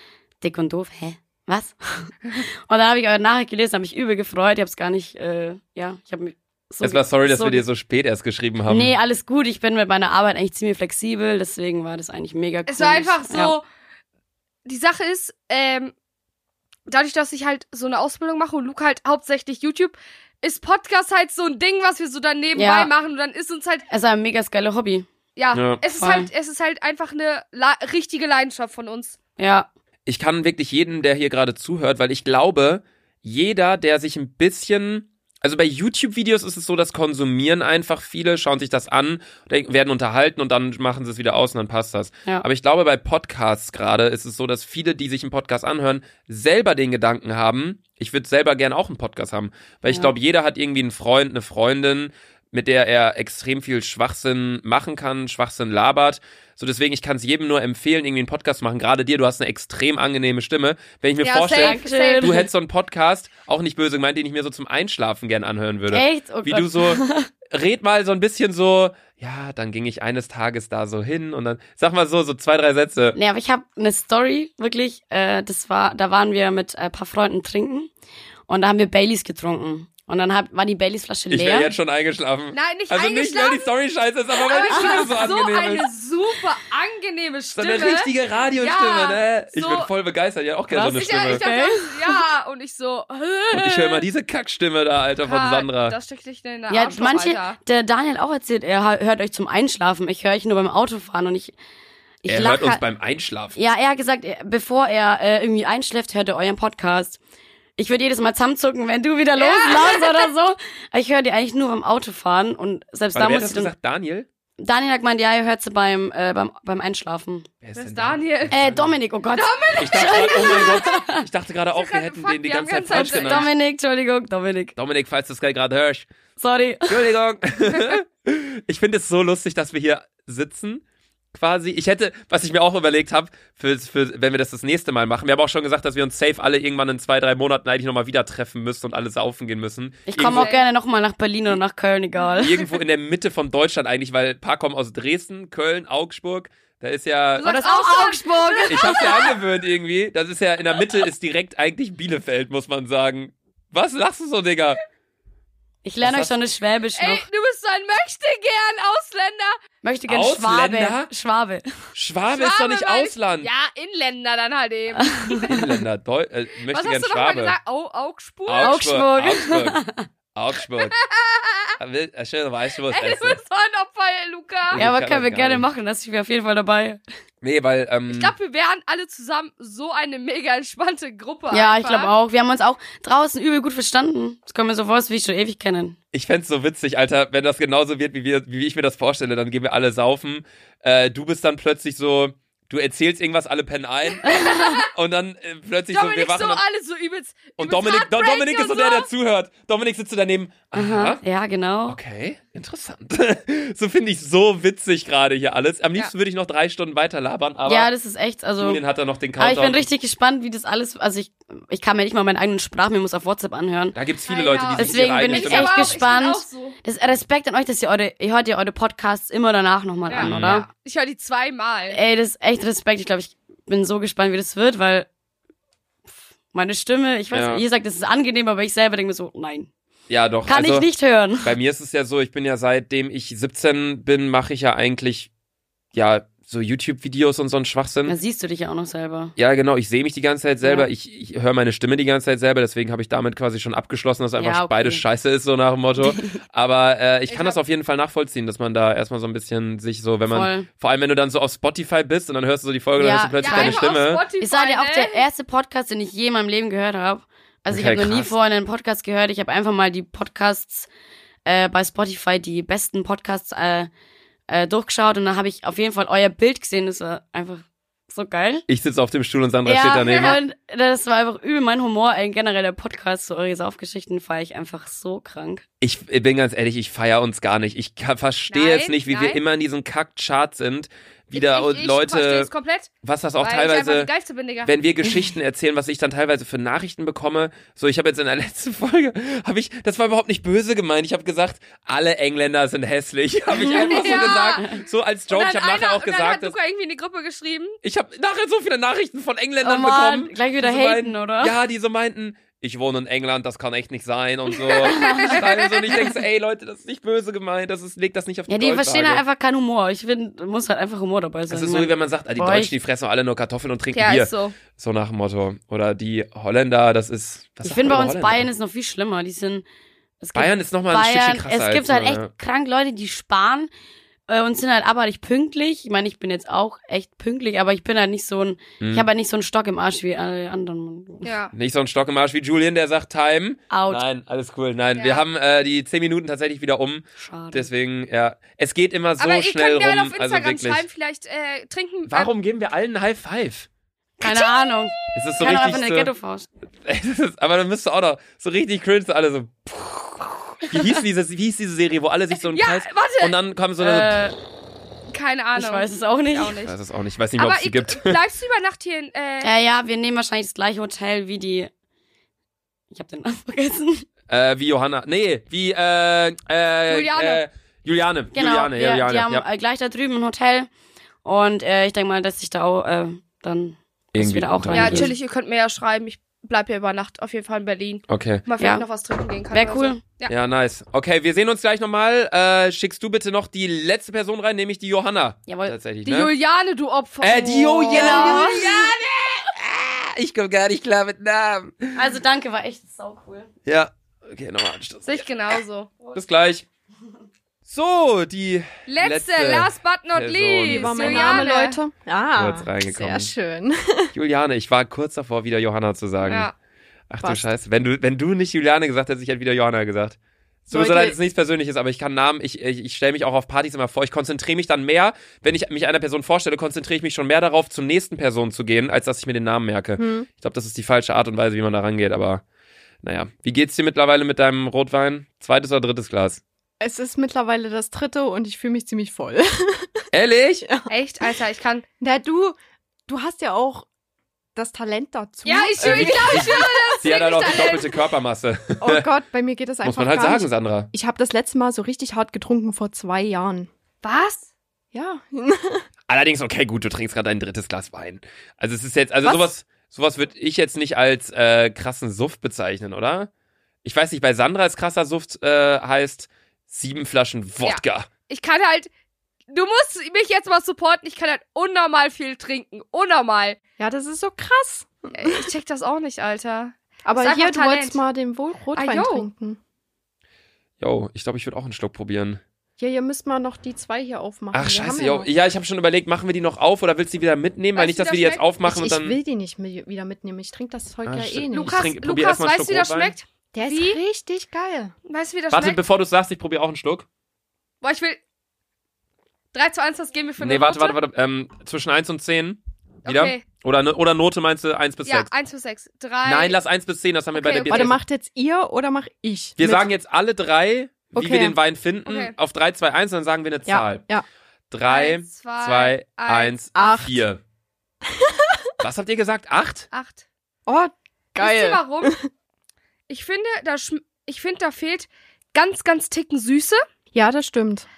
F: dick und doof, hä? Was? und dann habe ich eure Nachricht gelesen, habe mich übel gefreut. Ich habe es gar nicht, äh, ja, ich habe mich so.
B: Erstmal sorry, dass
F: so
B: wir dir so spät erst geschrieben haben.
F: Nee, alles gut. Ich bin mit meiner Arbeit eigentlich ziemlich flexibel, deswegen war das eigentlich mega cool.
A: Es war einfach so.
F: Ja.
A: Die Sache ist, ähm, dadurch, dass ich halt so eine Ausbildung mache und Luke halt hauptsächlich YouTube, ist Podcast halt so ein Ding, was wir so daneben
F: Ja.
A: bei machen. Und dann ist uns halt,
F: Es war ein mega geile Hobby.
A: ja,
B: Ja.
A: es ist
F: Voll.
A: halt, es ist halt einfach eine La richtige Leidenschaft von uns.
F: Ja.
B: Ich kann wirklich jeden, der hier gerade zuhört, weil ich glaube, jeder, der sich ein bisschen. Also bei YouTube-Videos ist es so, das konsumieren einfach viele, schauen sich das an, denken- werden unterhalten und dann machen sie es wieder aus und dann passt das.
F: Ja.
B: Aber ich glaube, bei Podcasts gerade ist es so, dass viele, die sich einen Podcast anhören, selber den Gedanken haben, ich würde selber gern auch einen Podcast haben. Weil ich
F: Ja.
B: glaube, jeder hat irgendwie einen Freund, eine Freundin, mit der er extrem viel Schwachsinn machen kann, Schwachsinn labert. So deswegen, ich kann es jedem nur empfehlen, irgendwie einen Podcast zu machen. Gerade dir, du hast eine extrem angenehme Stimme. Wenn ich mir
A: ja,
B: vorstelle,
A: safe, safe.
B: du hättest so einen Podcast, auch nicht böse gemeint, den ich mir so zum Einschlafen gern anhören würde.
F: Echt? Oh
B: Wie
F: Gott.
B: du so, red mal so ein bisschen so, ja, dann ging ich eines Tages da so hin und dann, sag mal so, so zwei, drei Sätze.
F: Nee, aber ich habe eine Story, wirklich. Äh, das war, da waren wir mit äh, ein paar Freunden trinken und da haben wir Baileys getrunken. Und dann hab, war die Baileys-Flasche
B: Ich wäre
F: leer.
B: jetzt schon eingeschlafen.
A: Nein, nicht
B: also nicht, weil
A: eingeschlafen.
B: die Story scheiße ist, aber weil
A: aber
B: die
A: ich
B: Stimme so
A: so
B: angenehm ist.
A: eine super angenehme
B: So
A: Stimme.
B: eine richtige Radiostimme,
A: Ja,
B: ne? Ich
A: so-
B: bin voll begeistert, ja auch gerne so eine
A: ich,
B: Stimme.
A: ich dachte, auch, ja, und ich so.
B: und ich höre mal diese Kackstimme da, Alter, von Sandra.
A: Das steckt dich in der
F: Ja,
A: Arschloch,
F: manche,
A: Alter.
F: der Daniel auch erzählt, er ha- hört euch zum Einschlafen. Ich höre euch nur beim Autofahren und ich, ich
B: er
F: lach
B: hört uns
F: halt-
B: beim Einschlafen.
F: Ja, er hat gesagt, er- bevor er äh, irgendwie einschläft, hört er euren Podcast. Ich würde jedes Mal zusammenzucken, wenn du wieder losläufst oder so. Aber Ich höre die eigentlich nur beim Autofahren und
B: Warte,
F: selbst da
B: wer hat
F: muss
B: das
F: ich dann,
B: gesagt? Daniel?
F: Daniel hat gemeint, ja, er hört sie beim, äh, beim, beim Einschlafen.
B: Wer
A: Das ist
B: da?
A: Daniel.
F: Äh, Dominik, oh Gott.
B: Ich dachte gerade, oh mein Gott, ich dachte gerade auch, wir
A: gerade
B: hätten
A: gefragt,
B: den die
A: wir haben
B: ganze Zeit
A: ganz
B: falsch
A: falsch-
B: genannt.
F: Dominik, Entschuldigung, Dominik.
B: Dominik, falls du es gerade hörst.
F: Sorry.
B: Entschuldigung. ich finde es so lustig, dass wir hier sitzen. Quasi, ich hätte, was ich mir auch überlegt habe, für, für, wenn wir das das nächste Mal machen, wir haben auch schon gesagt, dass wir uns safe alle irgendwann in zwei, drei Monaten eigentlich nochmal wieder treffen müssen und alle saufen gehen müssen.
F: Ich komme auch gerne nochmal nach Berlin oder nach Köln, egal.
B: Irgendwo in der Mitte von Deutschland eigentlich, weil ein paar kommen aus Dresden, Köln, Augsburg. Da ist ja,
A: sagst
F: Das ist auch Augsburg.
B: ich hab's ja angewöhnt irgendwie. Das ist ja, in der Mitte ist direkt eigentlich Bielefeld, muss man sagen. Was lachst du so, Digga?
F: Ich lerne
B: Was
F: euch schon eine Schwäbisch
A: Ey,
F: noch.
A: du bist so ein Möchtegern Ausländer.
F: Möchte gerne
B: Ausländer?
F: Schwabe. Schwabe.
B: Schwabe, Ah, ist doch
A: Schwabe,
B: nicht
A: weil-
B: Ausland.
A: Ja, Inländer dann halt eben.
B: Inländer, Deu äh,
A: Was
B: möchte
A: hast
B: gern
A: du nochmal
B: Schwabe.
A: gesagt? Au, Augsburg?
B: Augsburg.
F: Augsburg.
B: Augsburg. Augsburg. Ah, will- ah, Schön, weißt du, wo es
A: Ey, du
B: essen.
A: bist so ein Opfer, ey, Luca.
B: Ja.
F: Ja, aber
B: kann
F: können wir
B: das gar
F: gerne
B: nicht.
F: machen. Da sind wir auf jeden Fall dabei.
B: Nee, weil, ähm,
A: Ich glaube, wir wären alle zusammen so eine mega entspannte Gruppe.
F: Ja, ich
A: einfach.
F: glaube auch. Wir haben uns auch draußen übel gut verstanden. Das kommt mir so vor, als wie ich schon ewig kennen.
B: ich fänd's so witzig, Alter, wenn das genauso wird, wie, wir, wie ich mir das vorstelle, dann gehen wir alle saufen. Äh, du bist dann plötzlich so, Du erzählst irgendwas, alle pennen ein. und dann äh, plötzlich so, wir
A: Dominik so,
B: wachen dann-
A: alles so übelst.
B: Und
A: übelst
B: Dominik, Do
A: heartbreaking
B: Dominik ist so
A: und
B: der, der zuhört. Dominik sitzt so daneben. Aha.
F: Aha. Ja, genau.
B: Okay, interessant. so finde ich so witzig gerade hier alles. Am liebsten würde ich noch drei Stunden weiter labern, aber
F: ja, das ist echt, also.
B: Julian hat da noch den
F: Aber
B: Countdown.
F: ich bin richtig gespannt, wie das alles. Also ich, ich kann mir nicht mal meinen eigenen Sprachmemos auf WhatsApp anhören.
B: Da gibt es viele
A: Ah,
B: Leute,
A: ja.
B: die sich
F: Deswegen
B: ihre eigene
F: bin ich
A: Ich,
B: Stimme
A: aber
F: echt
A: auch,
F: gespannt.
A: Ich, bin auch so.
F: Das Respekt an euch, dass ihr eure, ihr hört ja eure Podcasts immer danach nochmal
A: Ja.
F: an,
B: Mhm.
F: oder?
A: ich höre die zweimal.
F: Ey, das ist echt Respekt. Ich glaube, ich bin so gespannt, wie das wird, weil pff, meine Stimme, ich weiß,
B: Ja.
F: ihr sagt, das ist angenehm, aber ich selber denke mir so, nein,
B: Ja, doch.
F: kann
B: also,
F: ich nicht hören.
B: Bei mir ist es ja so, ich bin ja seitdem ich 17 bin, mache ich ja eigentlich ja so YouTube-Videos und so einen Schwachsinn.
F: Da siehst du dich ja auch noch selber.
B: ja, genau, ich sehe mich die ganze Zeit selber,
F: Ja.
B: ich, ich höre meine Stimme die ganze Zeit selber, deswegen habe ich damit quasi schon abgeschlossen, dass einfach
F: Ja, okay.
B: beides scheiße ist, so nach dem Motto. Aber äh, ich
A: Ich
B: kann das
A: hab-
B: auf jeden Fall nachvollziehen, dass man da erstmal so ein bisschen sich so, wenn man,
F: Voll.
B: vor allem wenn du dann so auf Spotify bist und dann hörst du so die Folge, dann
F: Ja,
B: hörst du plötzlich
A: einmal
B: deine Stimme.
A: auf Spotify,
F: Es war ja auch
A: ne?
F: der erste Podcast, den ich je in meinem Leben gehört habe. Also
B: Okay,
F: ich habe noch nie
B: krass.
F: vorher einen Podcast gehört. Ich habe einfach mal die Podcasts äh, bei Spotify, die besten Podcasts äh, äh, durchgeschaut und dann habe ich auf jeden Fall euer Bild gesehen. Das war einfach so geil.
B: Ich sitze auf dem Stuhl und Sandra steht daneben.
F: und das war einfach übel mein Humor. Ein genereller Podcast zu eure Saufgeschichten feiere ich einfach so krank.
B: Ich bin ganz ehrlich, ich feier uns gar nicht. Ich ka- verstehe jetzt
A: Nein,
B: nicht, wie wir
A: nein.
B: immer in diesen Kack-Chart sind. Wieder
A: ich, ich,
B: und
A: ich verstehe
B: Leute,
A: es komplett,
B: was das auch
A: weil ich einfach
B: teilweise,
A: die Geilste bin, Digga.
B: wenn wir Geschichten erzählen, was ich dann teilweise für Nachrichten bekomme. So, ich habe jetzt in der letzten Folge, habe ich, das war überhaupt nicht böse gemeint. Ich habe gesagt, alle Engländer sind hässlich. Habe ich einfach so
A: Ja.
B: gesagt, so als Joke.
A: Und
B: Ich
A: dann
B: habe nachher
A: einer- und
B: auch
A: dann hat
B: gesagt, dass,
A: Luca irgendwie in die Gruppe geschrieben.
B: ich habe nachher so viele Nachrichten von Engländern
F: Oh Mann,
B: bekommen.
F: gleich wieder
B: die so
F: haten,
B: meinten,
F: oder?
B: Ja, die so meinten, ich wohne in England, das kann echt nicht sein und so. Schreiben so und ich denke so, ey Leute, das ist nicht böse gemeint, das ist, legt das nicht auf die
F: Ja, die
B: Goldwaage.
F: verstehen halt einfach keinen Humor. Ich finde, muss halt einfach Humor dabei sein.
B: Das also ist so, wie wenn man sagt, ah, die
F: Boah,
B: Deutschen,
F: ich-
B: die fressen alle nur Kartoffeln und trinken
A: Ja,
B: Bier.
A: ist so.
B: So nach dem Motto. Oder die Holländer, das ist. Was
F: ich
B: sagt
F: finde
B: man über
F: bei uns
B: Holländer?
F: Bayern ist noch viel schlimmer. Die sind es gibt-
B: Bayern ist nochmal ein
F: Bayern,
B: Stückchen krasser.
F: es
B: als
F: gibt halt
B: nur, ne?
F: echt
B: ja.
F: krank Leute, die sparen äh, und sind halt abartig pünktlich. Ich meine, ich bin jetzt auch echt pünktlich, aber ich bin halt nicht so ein,
B: Hm.
F: ich habe halt nicht so einen Stock im Arsch wie alle anderen.
A: Ja.
B: Nicht so ein Stock im Arsch wie Julian, der sagt Time.
F: Out.
B: Nein, alles cool. Nein,
A: Ja.
B: wir haben äh, die 10 Minuten tatsächlich wieder um.
F: Schade.
B: Deswegen, ja. Es geht immer so
A: Aber ihr
B: schnell
A: könnt mir halt
B: rum.
A: auf Instagram
B: also wirklich.
A: schreiben, vielleicht äh,
F: ähm,
A: trinken.
B: Warum geben wir allen ein High Five?
F: Keine Ahnung.
B: Es ist so
F: So Kann auch einfach eine
B: richtig. So,
F: Ghetto-Faust.
B: es ist, aber dann müsst ihr auch noch so richtig cringe, so alle so. Wie hieß, diese, wie hieß diese Serie, wo alle sich so im
A: Ja,
B: Kreis.
A: warte.
B: Und dann kam so eine.
F: Äh,
A: Keine Ahnung.
F: ich weiß es auch nicht.
A: Ich auch nicht.
B: Also, Ich weiß es auch nicht. Ich weiß nicht mehr, ob
A: Aber
B: es die
A: ich,
B: gibt.
A: bleibst du über Nacht hier in. Äh,
F: Äh, ja, wir nehmen wahrscheinlich das gleiche Hotel wie die. Ich habe den Namen vergessen.
B: Äh, wie Johanna. Nee, wie äh, äh,
A: Juliane.
B: Äh, Juliane.
F: Genau.
B: Juliane,
F: wir,
B: ja, Juliane.
F: die haben
B: ja.
F: äh, gleich da drüben ein Hotel. Und äh, ich denke mal, dass ich da auch äh, dann
B: Irgendwie
F: wieder auch
B: unter-
A: ja,
F: reingehen.
B: Danke.
A: natürlich, ihr könnt mir ja schreiben. Ich bleib hier über Nacht, auf jeden Fall in Berlin.
B: Okay.
A: Mal vielleicht
F: Ja.
A: noch was trinken gehen kann.
F: Wäre
A: oder
F: cool.
B: Ne?
A: So. Ja.
B: Ja, nice. Okay, wir sehen uns gleich nochmal. Äh, schickst du bitte noch die letzte Person rein, nämlich die Johanna.
F: Jawohl.
B: Tatsächlich,
A: Die
B: ne?
A: Juliane, du Opfer.
B: Äh, die Juliane.
A: Genau.
B: Ich komme gar nicht klar mit Namen.
F: Also danke, war echt sau cool.
B: Ja. Okay, nochmal Anstoß.
A: Sehe ich genauso.
B: Bis gleich. So, die.
A: Letzte,
B: Letzte
A: last but not
B: Person.
A: least.
G: Wie war mein
A: Juliane.
G: Name, Leute? Ah,
B: Kurz reingekommen.
G: sehr schön.
B: Juliane, ich war kurz davor, wieder Johanna zu sagen.
A: Ja.
B: Ach du
G: Passt.
B: Scheiße. Wenn du, wenn du nicht Juliane gesagt hättest, ich hätte wieder Johanna gesagt. Es Tut mir so
G: Leute.
B: leid, es ist nichts Persönliches, aber ich kann Namen, ich, ich, ich stelle mich auch auf Partys immer vor. Ich konzentriere mich dann mehr, wenn ich mich einer Person vorstelle, konzentriere ich mich schon mehr darauf, zur nächsten Person zu gehen, als dass ich mir den Namen merke.
G: Hm.
B: Ich glaube, das ist die falsche Art und Weise, wie man da rangeht, aber naja. Wie geht's dir mittlerweile mit deinem Rotwein? Zweites oder drittes Glas?
G: Es ist mittlerweile das dritte und ich fühle mich ziemlich voll.
B: Ehrlich?
A: Echt, Alter, ich kann.
G: Na du, du hast ja auch das Talent dazu.
A: Ja, ich
B: Äh,
A: schwöre, ich
G: Irgendwie-
A: glaube, ich schwöre.
B: Sie hat halt auch die
A: Talent.
B: doppelte Körpermasse.
G: Oh Gott, bei mir geht das einfach
B: Muss man halt
G: gar
B: sagen,
G: nicht.
B: Sandra.
G: Ich habe das letzte Mal so richtig hart getrunken vor zwei Jahren.
A: Was?
G: Ja.
B: Allerdings, okay, gut, du trinkst gerade dein drittes Glas Wein. Also es ist jetzt, also
G: Was?
B: sowas, sowas würde ich jetzt nicht als äh, krassen Suft bezeichnen, oder? Ich weiß nicht, bei Sandra ist krasser Suft äh, heißt sieben Flaschen Wodka.
A: Ich kann halt. Du musst mich jetzt mal supporten. Ich kann halt unnormal viel trinken. Unnormal.
G: Ja, das ist so krass.
A: Ey, Ich check das auch nicht, Alter.
G: Aber
A: Ist einfach
G: hier, du
A: Talent.
G: wolltest mal den Wohl- Rotwein
A: Ah, jo.
G: trinken.
B: Jo, ich glaube, ich würde auch einen Schluck probieren.
G: Ja, hier müssen wir noch die zwei hier aufmachen.
B: Ach,
G: Oh, Wir
B: scheiße,
G: haben ja
B: jo.
G: noch-
B: Ja, ich habe schon überlegt, machen wir die noch auf oder willst du die wieder mitnehmen? Weil
A: Weißt
B: nicht,
A: du,
B: dass
A: wie
B: wir die
A: das
B: jetzt aufmachen
G: ich,
B: und
G: ich
B: dann.
G: will die nicht mi- wieder mitnehmen. Ich trinke das Zeug
B: Ah,
G: ja eh
B: stimmt.
G: nicht.
A: Lukas,
B: trink- probier
A: Lukas
B: erst mal einen
A: weißt du, wie
B: Schluck
A: das
B: Rotwein.
A: schmeckt?
G: Der ist
A: Wie?
G: richtig geil.
A: Weißt du, wie das
B: Warte,
A: schmeckt?
B: bevor du sagst, ich probiere auch einen Schluck.
A: Boah, ich will. 3 zu 1, was geben wir für eine
B: Nee, warte,
A: Note?
B: warte, warte. Ähm, zwischen 1 und 10. Wieder?
A: Okay.
B: Oder, ne- oder Note meinst du 1 bis
A: Ja,
B: 6?
A: 1 bis 6. 3.
B: Nein, lass 1 bis 10, das haben wir bei
A: Okay,
B: der
A: okay.
G: Warte,
B: BTS.
G: macht jetzt ihr oder mach ich?
B: Wir
G: Mit-
B: sagen jetzt alle drei, wie
G: Okay.
B: wir den Wein finden,
A: Okay.
B: auf 3, 2, 1 und dann sagen wir eine
G: ja,
B: Zahl.
G: ja.
B: 3,
A: Eins, zwei,
B: 2,
A: eins,
B: 1,
G: acht.
B: 4. Was habt ihr gesagt? 8?
A: 8.
G: Oh,
A: Wisst ihr
G: geil.
A: warum? Ich finde, da, schm- ich finde, da fehlt ganz, ganz ticken Süße,
G: Ja, das stimmt.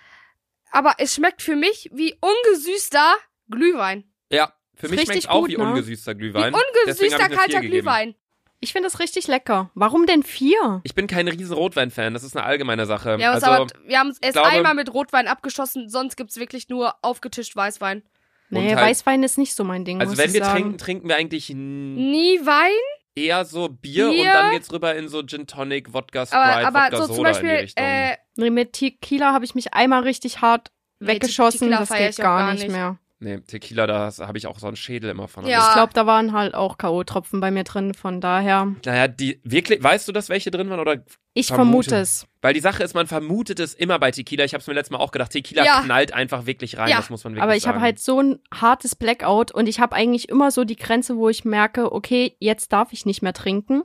A: aber es schmeckt für mich wie ungesüßter Glühwein.
B: Ja, für mich
G: richtig
B: schmeckt auch
G: gut,
B: wie
G: ne?
B: ungesüßter Glühwein.
A: Wie
B: Deswegen
A: ungesüßter
B: hab ich eine vier
A: kalter
B: gegeben.
A: Glühwein.
G: Ich finde das richtig lecker. Warum denn vier?
B: Ich bin kein riesen Rotwein-Fan, das ist eine allgemeine Sache.
A: Ja, was
B: also,
A: aber wir haben es erst
B: glaube-
A: einmal mit Rotwein abgeschossen, sonst gibt's wirklich nur aufgetischt Weißwein.
G: Nee,
B: halt-
G: Weißwein ist nicht so mein Ding.
B: also
G: muss
B: wenn
G: ich
B: wir
G: sagen.
B: trinken, trinken wir eigentlich n-
A: Nie Wein,
B: eher so Bier, und
A: Bier?
B: dann geht's rüber in so Gin Tonic, Wodka Sprite,
A: aber, aber
B: Wodka
A: so zum
B: Soda in die
A: Beispiel,
B: Richtung.
A: äh,
G: Nee, mit Tequila habe ich mich einmal richtig hart
A: Nee,
G: weggeschossen.
A: Tequila
G: das
A: feier
G: geht
A: ich auch
G: gar,
A: gar
G: nicht
A: nicht.
G: mehr.
B: nee, Tequila, da habe ich auch so einen Schädel immer von.
A: Ja.
G: Ich glaube, da waren halt auch K.O.-Tropfen bei mir drin. Von daher.
B: Naja, die wirklich, weißt du das, welche drin waren oder
G: Ich
B: Vermute.
G: vermute es.
B: Weil die Sache ist, man vermutet es immer bei Tequila. Ich habe es mir letztes Mal auch gedacht. Tequila
A: Ja.
B: knallt einfach wirklich rein.
A: Ja.
B: Das muss man wirklich
G: Aber ich
B: sagen.
G: habe halt so ein hartes Blackout und ich habe eigentlich immer so die Grenze, wo ich merke, okay, jetzt darf ich nicht mehr trinken.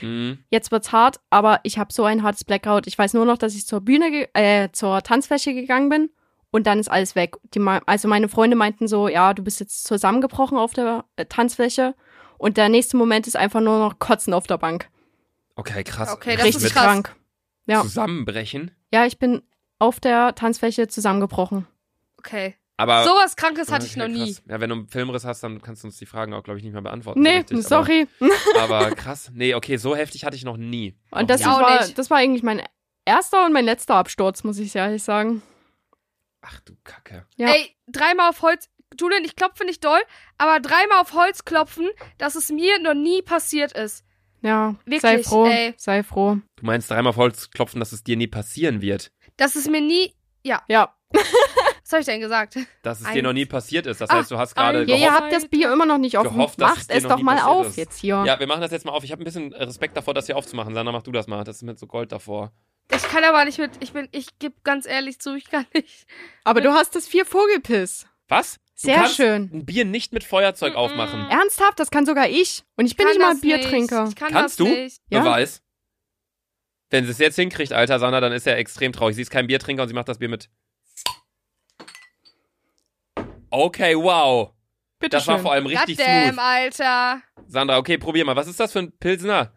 B: Mhm.
G: Jetzt wird's hart, aber ich habe so ein hartes Blackout. Ich weiß nur noch, dass ich zur Bühne, ge- äh, zur Tanzfläche gegangen bin und dann ist alles weg. Die, mei- also meine Freunde meinten so, ja, du bist jetzt zusammengebrochen auf der äh, Tanzfläche und der nächste Moment ist einfach nur noch Kotzen auf der Bank.
B: Okay, krass.
A: Okay, das
B: Richtig
G: Richtig
A: ist krass.
G: krank. ja.
B: Zusammenbrechen.
G: Ja, ich bin auf der Tanzfläche zusammengebrochen.
A: okay.
B: Aber
A: Sowas Krankes hatte ich noch
B: Ah. Okay,
A: nie.
B: krass. Ja, wenn du einen Filmriss hast, dann kannst du uns die Fragen auch, glaube ich, nicht mehr beantworten. so
G: Nee,
B: richtig.
G: sorry.
B: Aber, aber krass. Nee, okay, so heftig hatte ich noch nie.
G: Und das,
A: Ich auch
G: war,
A: nicht.
G: das war eigentlich mein erster und mein letzter Absturz, muss ich ehrlich sagen.
B: Ach du Kacke.
G: Ja.
A: Ey, dreimal auf Holz. Julian, ich klopfe nicht doll, aber dreimal auf Holz klopfen, dass es mir noch nie passiert ist.
G: Ja, sei
A: Wirklich,
G: froh,
A: ey.
G: sei froh.
B: Du meinst dreimal auf Holz klopfen, dass es dir nie passieren wird.
A: Dass es mir nie.
G: Ja,
A: Was habe ich denn gesagt?
B: Dass es dir
A: Eins. noch
B: noch nie passiert ist. Das
A: Ah,
B: heißt, du hast gerade
A: ein-
G: ja ihr
B: gehofft.
G: habt das Bier immer noch nicht offen.
B: Gehofft, dass es
G: Macht
B: dir
G: es
B: noch
G: doch
B: nie
G: mal
B: passiert
G: auf
B: ist.
G: jetzt hier.
B: Ja, wir machen das jetzt mal auf. Ich habe ein bisschen Respekt davor, das hier aufzumachen. Sandra, mach du das mal. Das ist mit so Gold davor.
A: Ich kann aber nicht mit. Ich bin. Ich gebe ganz ehrlich zu, ich kann nicht.
G: Aber du hast das vier Vogelpiss.
B: Was? Du
G: Sehr
B: kannst
G: schön.
B: Ein Bier nicht mit Feuerzeug aufmachen.
G: Ernsthaft, das kann sogar ich. Und ich bin
A: kann
G: nicht mal
A: das
G: Biertrinker.
A: Ich kann
B: Kannst
A: das
B: du?
A: nicht.
G: Ja.
B: Beweis. Wenn sie es jetzt hinkriegt, alter Sander, dann ist er extrem traurig. Sie ist kein Biertrinker und sie macht das Bier mit. Okay, wow.
G: Bitte
B: Das war
G: schön.
B: vor allem richtig
A: Goddamn,
B: smooth.
A: Alter.
B: Sandra, okay, probier mal. Was ist das für ein Pilsner?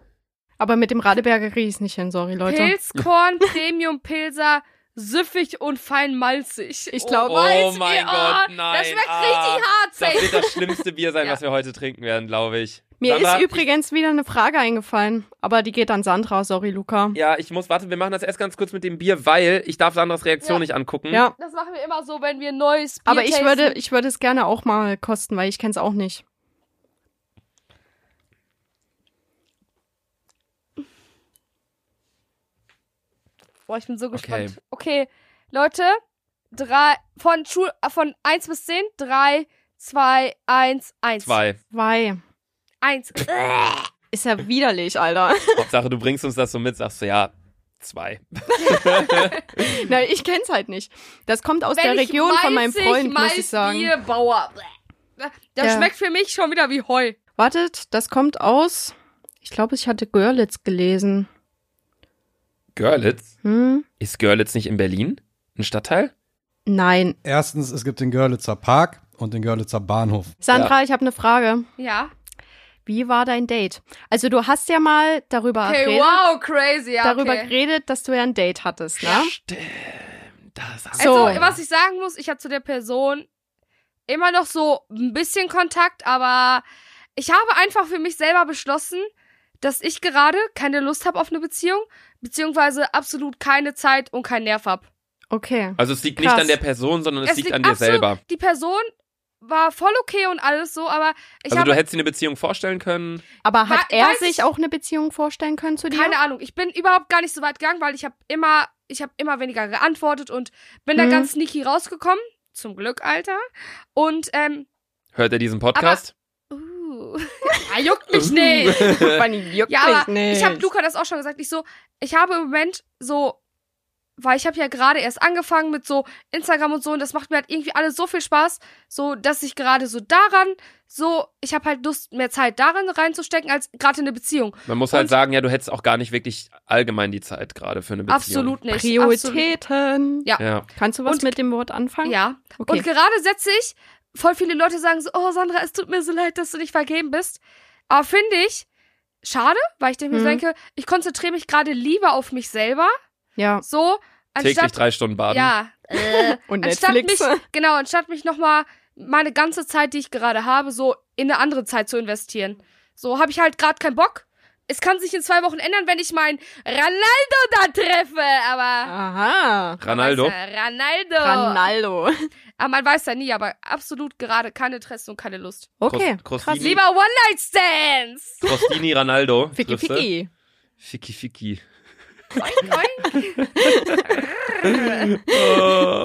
G: Aber mit dem Radeberger krieg ich's nicht hin, sorry, Leute.
A: Pilzkorn, Premium Pilser, süffig und fein malzig.
G: Ich glaub-
A: oh, weiß
B: mein
A: ihr,
B: Gott,
A: oh,
B: nein.
A: Das schmeckt
B: Ah,
A: richtig hart,
B: Das
A: safe.
B: wird das schlimmste Bier sein,
A: Ja.
B: was wir heute trinken werden, glaube ich.
G: Mir
B: Sandra,
G: ist übrigens wieder eine Frage eingefallen, aber die geht an Sandra, sorry, Luca.
B: Ja, ich muss, warte, wir machen das erst ganz kurz mit dem Bier, weil ich darf Sandras Reaktion
A: Ja.
B: nicht angucken.
G: ja.
A: Das machen wir immer so, wenn wir ein neues Bier
G: Aber ich
A: tasten.
G: würde, ich würde es gerne auch mal kosten, weil ich kenne es auch nicht.
A: Boah, ich bin so
B: Okay.
A: gespannt. Okay, Leute, drei, von, Schul, äh, von 1 bis 10, 3, 2, 1, 1.
B: Zwei.
G: Weil
A: 1.
G: ist ja widerlich, Alter.
B: Hauptsache, du bringst uns das so mit, sagst du, ja, zwei.
G: Nein, ich kenn's halt nicht. Das kommt aus der Region von meinem Freund, muss ich sagen.
A: Bauer. Das
G: Ja.
A: schmeckt für mich schon wieder wie Heu.
G: Wartet, das kommt aus. Ich glaube, ich hatte Görlitz gelesen.
B: Görlitz?
G: Hm?
B: Ist Görlitz nicht in Berlin? Ein Stadtteil?
G: Nein.
C: Erstens, es gibt den Görlitzer Park und den Görlitzer Bahnhof.
G: Sandra, ich habe eine Frage.
A: Ja.
G: Wie war dein Date? Also, du hast ja mal darüber,
A: Okay,
G: geredet,
A: wow, crazy. Ja,
G: darüber
A: okay.
G: geredet, dass du ja ein Date hattest, ne?
B: Das
A: Also,
G: So.
A: was ich sagen muss, ich habe zu der Person immer noch so ein bisschen Kontakt, aber ich habe einfach für mich selber beschlossen, dass ich gerade keine Lust habe auf eine Beziehung, beziehungsweise absolut keine Zeit und keinen Nerv habe.
G: Okay.
B: also es liegt nicht
G: Krass.
B: an der Person, sondern es,
A: Es
B: liegt,
A: liegt
B: an dir
A: absolut-
B: selber.
A: Die Person war voll okay und alles so, aber ich
B: Also
A: habe
B: du hättest dir eine Beziehung vorstellen können.
G: Aber hat
A: We-
G: er
A: weiß ich-
G: sich auch eine Beziehung vorstellen können zu dir?
A: keine Ahnung. Ich bin überhaupt gar nicht so weit gegangen, weil ich habe immer, ich habe immer weniger geantwortet und bin da
G: Mhm.
A: ganz sneaky rausgekommen. Zum Glück, Alter. Und ähm,
B: Hört er diesen Podcast?
A: uh, ja, juckt mich nicht.
G: Man juckt
A: Ja, aber
G: mich nicht.
A: ich habe Luca das auch schon gesagt. Ich so, ich habe im Moment so weil ich habe ja gerade erst angefangen mit so Instagram und so und das macht mir halt irgendwie alles so viel Spaß, so dass ich gerade so daran so ich habe halt Lust mehr Zeit darin reinzustecken als gerade in eine Beziehung.
B: Man muss halt
A: Und-
B: sagen, ja, du hättest auch gar nicht wirklich allgemein die Zeit gerade für eine Beziehung.
A: Absolut nicht.
G: Prioritäten.
A: Ja.
B: Ja.
G: Kannst du was
A: Und-
G: mit dem Wort anfangen?
A: Absolut. Ja.
G: Okay.
A: Und gerade setze ich, voll viele Leute sagen so, oh Sandra, es tut mir so leid, dass du nicht vergeben bist. Aber finde ich schade, weil ich denke, mir so
G: Mhm.
A: denke, ich konzentriere mich gerade lieber auf mich selber,
G: ja.
A: so
B: Täglich
A: anstatt
B: drei Stunden baden.
A: ja, äh,
G: Und
A: anstatt
G: Netflix.
A: mich genau, anstatt mich noch mal meine ganze Zeit, die ich gerade habe, so in eine andere Zeit zu investieren. So habe ich halt gerade keinen Bock. Es kann sich in zwei Wochen ändern, wenn ich meinen Ronaldo da treffe, aber
G: Aha.
B: Ah. Ronaldo.
A: Weißt du, Ronaldo.
G: Ronaldo.
A: Aber man weiß ja nie, aber absolut gerade kein Interesse und keine Lust.
G: Okay.
B: Cross-
G: krass.
B: Crossini,
A: Lieber One-Night-Stands!
B: Crostini Ronaldo.
G: Ficky,
B: triffst du?
G: ficky.
B: Ficky, ficky.
A: Oink, oink.
B: Oh.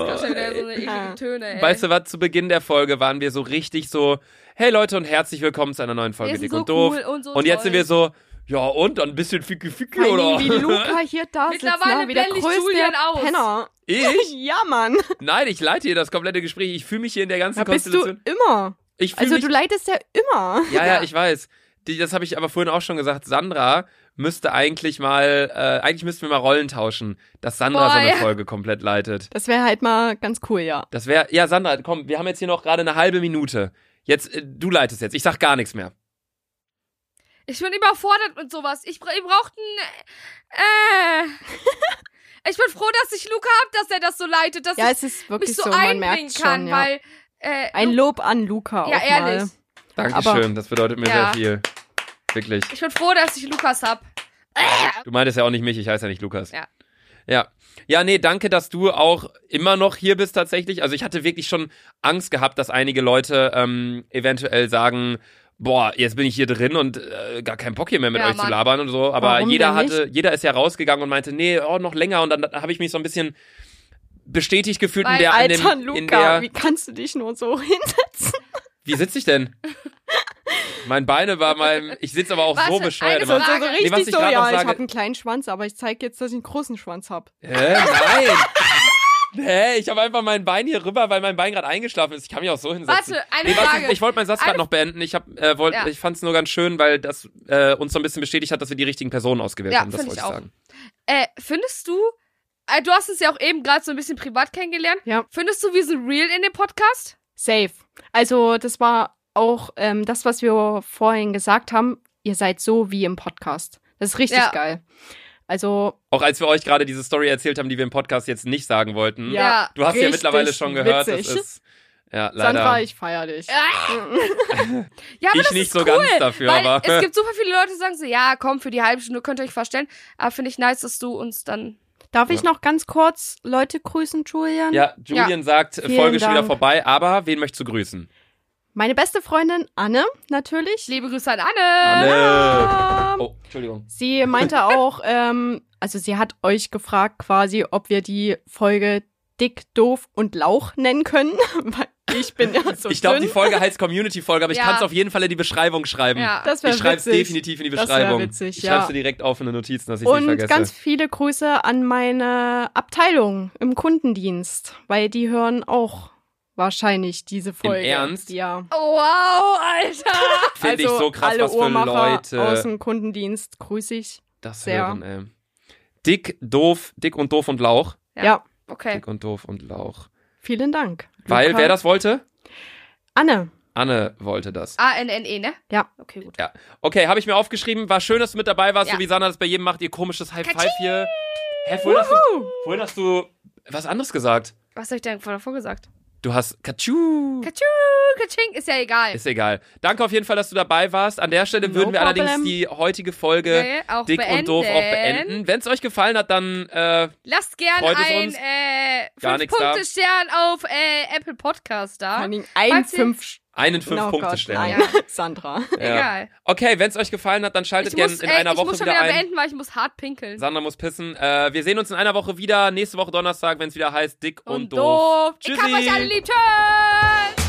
A: Das ist schon wieder so eine eklige Töne, ey.
B: Weißt du was, zu Beginn der Folge waren wir so richtig so, hey Leute und herzlich willkommen zu einer neuen Folge
A: Wir sind
B: Dick
A: so
B: und Doof.
A: cool und so
B: und jetzt sind
A: toll.
B: wir so, ja und, ein bisschen Ficky Ficky
G: Vor allen
B: oder?
G: Dingen, wie Luca hier da sitzt,
A: Mittlerweile
G: na, wie der
A: blende ich
G: größte
A: Julian aus.
G: Penner.
B: Ich?
G: Ja, Mann.
B: Nein, ich leite hier das komplette Gespräch. Ich fühle mich hier in der ganzen
G: Da bist du
B: Konstellation.
G: immer.
B: ich fühle
G: Also
B: mich,
G: du leitest ja immer.
B: ja, ja, ich weiß. Die, das habe ich aber vorhin auch schon gesagt. Sandra müsste eigentlich mal, äh, eigentlich müssten wir mal Rollen tauschen, dass Sandra
A: Boah,
B: so eine
A: ja.
B: Folge komplett leitet.
G: Das wäre halt mal ganz cool, ja.
B: Das wäre, ja, Sandra, komm, wir haben jetzt hier noch gerade eine halbe Minute. Jetzt, äh, du leitest jetzt. Ich sag gar nichts mehr.
A: Ich bin überfordert mit sowas. Ich, bra- ich brauchte ein. Äh. ich bin froh, dass ich Luca hab, dass er das so leitet, dass
G: Ja,
A: ich
G: es ist wirklich
A: mich so,
G: so, man
A: einbringen
G: merkt
A: kann,
G: schon, ja.
A: weil. Äh,
G: Ein
A: Lu-
G: Lob an Luca
A: Ja,
G: auch
A: ehrlich.
G: mal.
B: Dankeschön, das bedeutet mir
A: Ja.
B: sehr viel. Wirklich.
A: ich bin froh, dass ich Lukas hab.
B: Du meintest ja auch nicht mich, ich heiße ja nicht Lukas.
A: Ja.
B: Ja. Ja, nee, danke, dass du auch immer noch hier bist tatsächlich. Also ich hatte wirklich schon Angst gehabt, dass einige Leute ähm, eventuell sagen, boah, jetzt bin ich hier drin und äh, gar keinen Bock hier mehr mit
A: Ja,
B: euch zu
A: Mann.
B: labern und so. Aber
G: Warum
B: jeder
G: denn nicht?
B: hatte, jeder ist ja rausgegangen und meinte, nee, oh, noch länger. Und dann habe ich mich so ein bisschen bestätigt gefühlt in
A: Weil-
B: der,
G: Alter,
B: in dem, in
G: Luca,
B: der,
G: wie kannst du dich nur so hinsetzen?
B: wie sitze ich denn? mein Beine war mein, ich sitze aber auch
A: Was
B: so
A: für
B: bescheuert.
A: eine
B: immer.
A: Frage.
G: so richtig
B: was ich
G: so,
B: grad noch
G: ja, ich
B: sage-
G: habe einen kleinen Schwanz, aber ich zeige jetzt, dass ich einen großen Schwanz habe.
B: Hä? Nein! Hä? Ich habe einfach mein Bein hier rüber, weil mein Bein gerade eingeschlafen ist. Ich kann mich auch so hinsetzen.
A: Warte, eine
B: warte,
A: Frage.
B: ich wollte meinen Satz gerade
A: Eine-
B: noch beenden. Ich, hab, äh, wollt,
A: Ja.
B: ich fand es nur ganz schön, weil das äh, uns so ein bisschen bestätigt hat, dass wir die richtigen Personen ausgewählt
A: Ja,
B: haben. Das
A: find
B: wollte ich
A: ich auch.
B: sagen.
A: Äh, findest du. Äh, du hast uns ja auch eben gerade so ein bisschen privat kennengelernt.
G: Ja.
A: Findest du, wir sind real in dem Podcast?
G: Safe. Also, das war auch ähm, das, was wir vorhin gesagt haben. Ihr seid so wie im Podcast. Das ist richtig
A: Ja.
G: geil. Also,
B: Auch als wir euch gerade diese Story erzählt haben, die wir im Podcast jetzt nicht sagen wollten.
G: Ja.
B: Du hast ja
G: Richtig
B: mittlerweile schon gehört, das
G: witzig.
B: ist. Ja, leider.
G: Sandra, ich feier dich.
A: Ja, aber
B: Ich
A: das
B: nicht
A: ist
B: so
A: cool,
B: ganz dafür,
A: weil
B: aber-
A: es gibt super viele Leute, die sagen so, ja, komm, für die halbe Stunde könnt ihr euch verstellen. Aber finde ich nice, dass du uns dann...
G: Darf ich noch ganz kurz Leute grüßen, Julian?
B: ja, Julian sagt, äh,
G: Vielen
B: Folge ist schon wieder
G: Dank.
B: vorbei, aber wen möchtest du grüßen?
G: Meine beste Freundin Anne, natürlich.
A: Liebe Grüße an Anne!
G: Ah.
B: Anne.
G: Ähm,
B: Oh, Entschuldigung.
G: Sie meinte auch, ähm, also sie hat euch gefragt quasi, ob wir die Folge dick, doof und Lauch nennen können. Weil ich bin ja so
B: ich glaube, die
G: dünn.
B: Folge heißt Community-Folge, aber ich
A: Ja.
B: kann es auf jeden Fall in die Beschreibung schreiben.
A: Ja.
G: das wäre
B: ich schreibe es
G: witzig.
B: definitiv in die
G: Das wär
B: Beschreibung.
G: witzig,
B: ich
G: ja.
B: schreibe es direkt auf in den Notizen, dass ich es nicht
G: Und
B: vergesse.
G: ganz viele Grüße an meine Abteilung im Kundendienst, weil die hören auch wahrscheinlich diese Folge.
B: Ernst?
G: Ja.
A: Wow, Alter!
B: Finde ich
G: also
B: so krass,
G: alle
B: was für
G: Uhrmacher aus
B: Leute
G: dem Kundendienst grüße ich.
B: das
G: sehr.
B: hören, ey. Dick, doof, dick und doof und Lauch.
A: Ja.
G: Ja,
A: Okay.
B: Dick und doof und Lauch.
G: vielen Dank.
B: Weil,
G: Luca.
B: wer das wollte?
G: Anne.
B: Anne wollte das.
A: A-N-N-E, ne?
G: Ja.
A: Okay, gut.
B: Okay, habe ich mir aufgeschrieben. War schön, dass du mit dabei warst,
A: Ja.
B: so wie Sana das bei jedem macht, ihr komisches High Five
A: Katsching!
B: hier. Hä, vorhin hast, du, vorhin hast du was anderes gesagt.
A: Was habe ich denn davor gesagt?
B: Du hast Katschu.
A: Katschu, katsching, ist ja egal.
B: Ist egal. Danke auf jeden Fall, dass du dabei warst. An der Stelle
G: No
B: würden wir
G: problem.
B: allerdings die heutige Folge
A: Nee, auch
B: dick
A: beenden.
B: und doof auch beenden. Wenn es euch gefallen hat, dann äh,
A: Lasst gern
B: Freut es
A: ein
B: uns.
A: äh,
B: Gar nix da.
A: 5-Punkte-Stern auf äh, Apple Podcast da.
G: Vor allen Dingen ein
A: Falls ihr-
G: fünf
B: einen fünf
G: Oh
B: Punkte
G: Gott,
B: stellen.
G: nein. Sandra.
B: Ja.
A: Egal.
B: Okay, wenn es euch gefallen hat, dann schaltet
A: Ich
B: gerne
A: muss,
B: in
A: ey,
B: einer
A: ich
B: Woche
A: muss
B: wieder,
A: schon wieder
B: ein.
A: beenden, weil ich muss hart pinkeln.
B: Sandra muss pissen. Äh, wir sehen uns in einer Woche wieder. Nächste Woche Donnerstag, wenn es wieder heißt dick und,
A: und doof. Ich
B: Tschüssi.
A: hab euch alle lieb. Tschüss.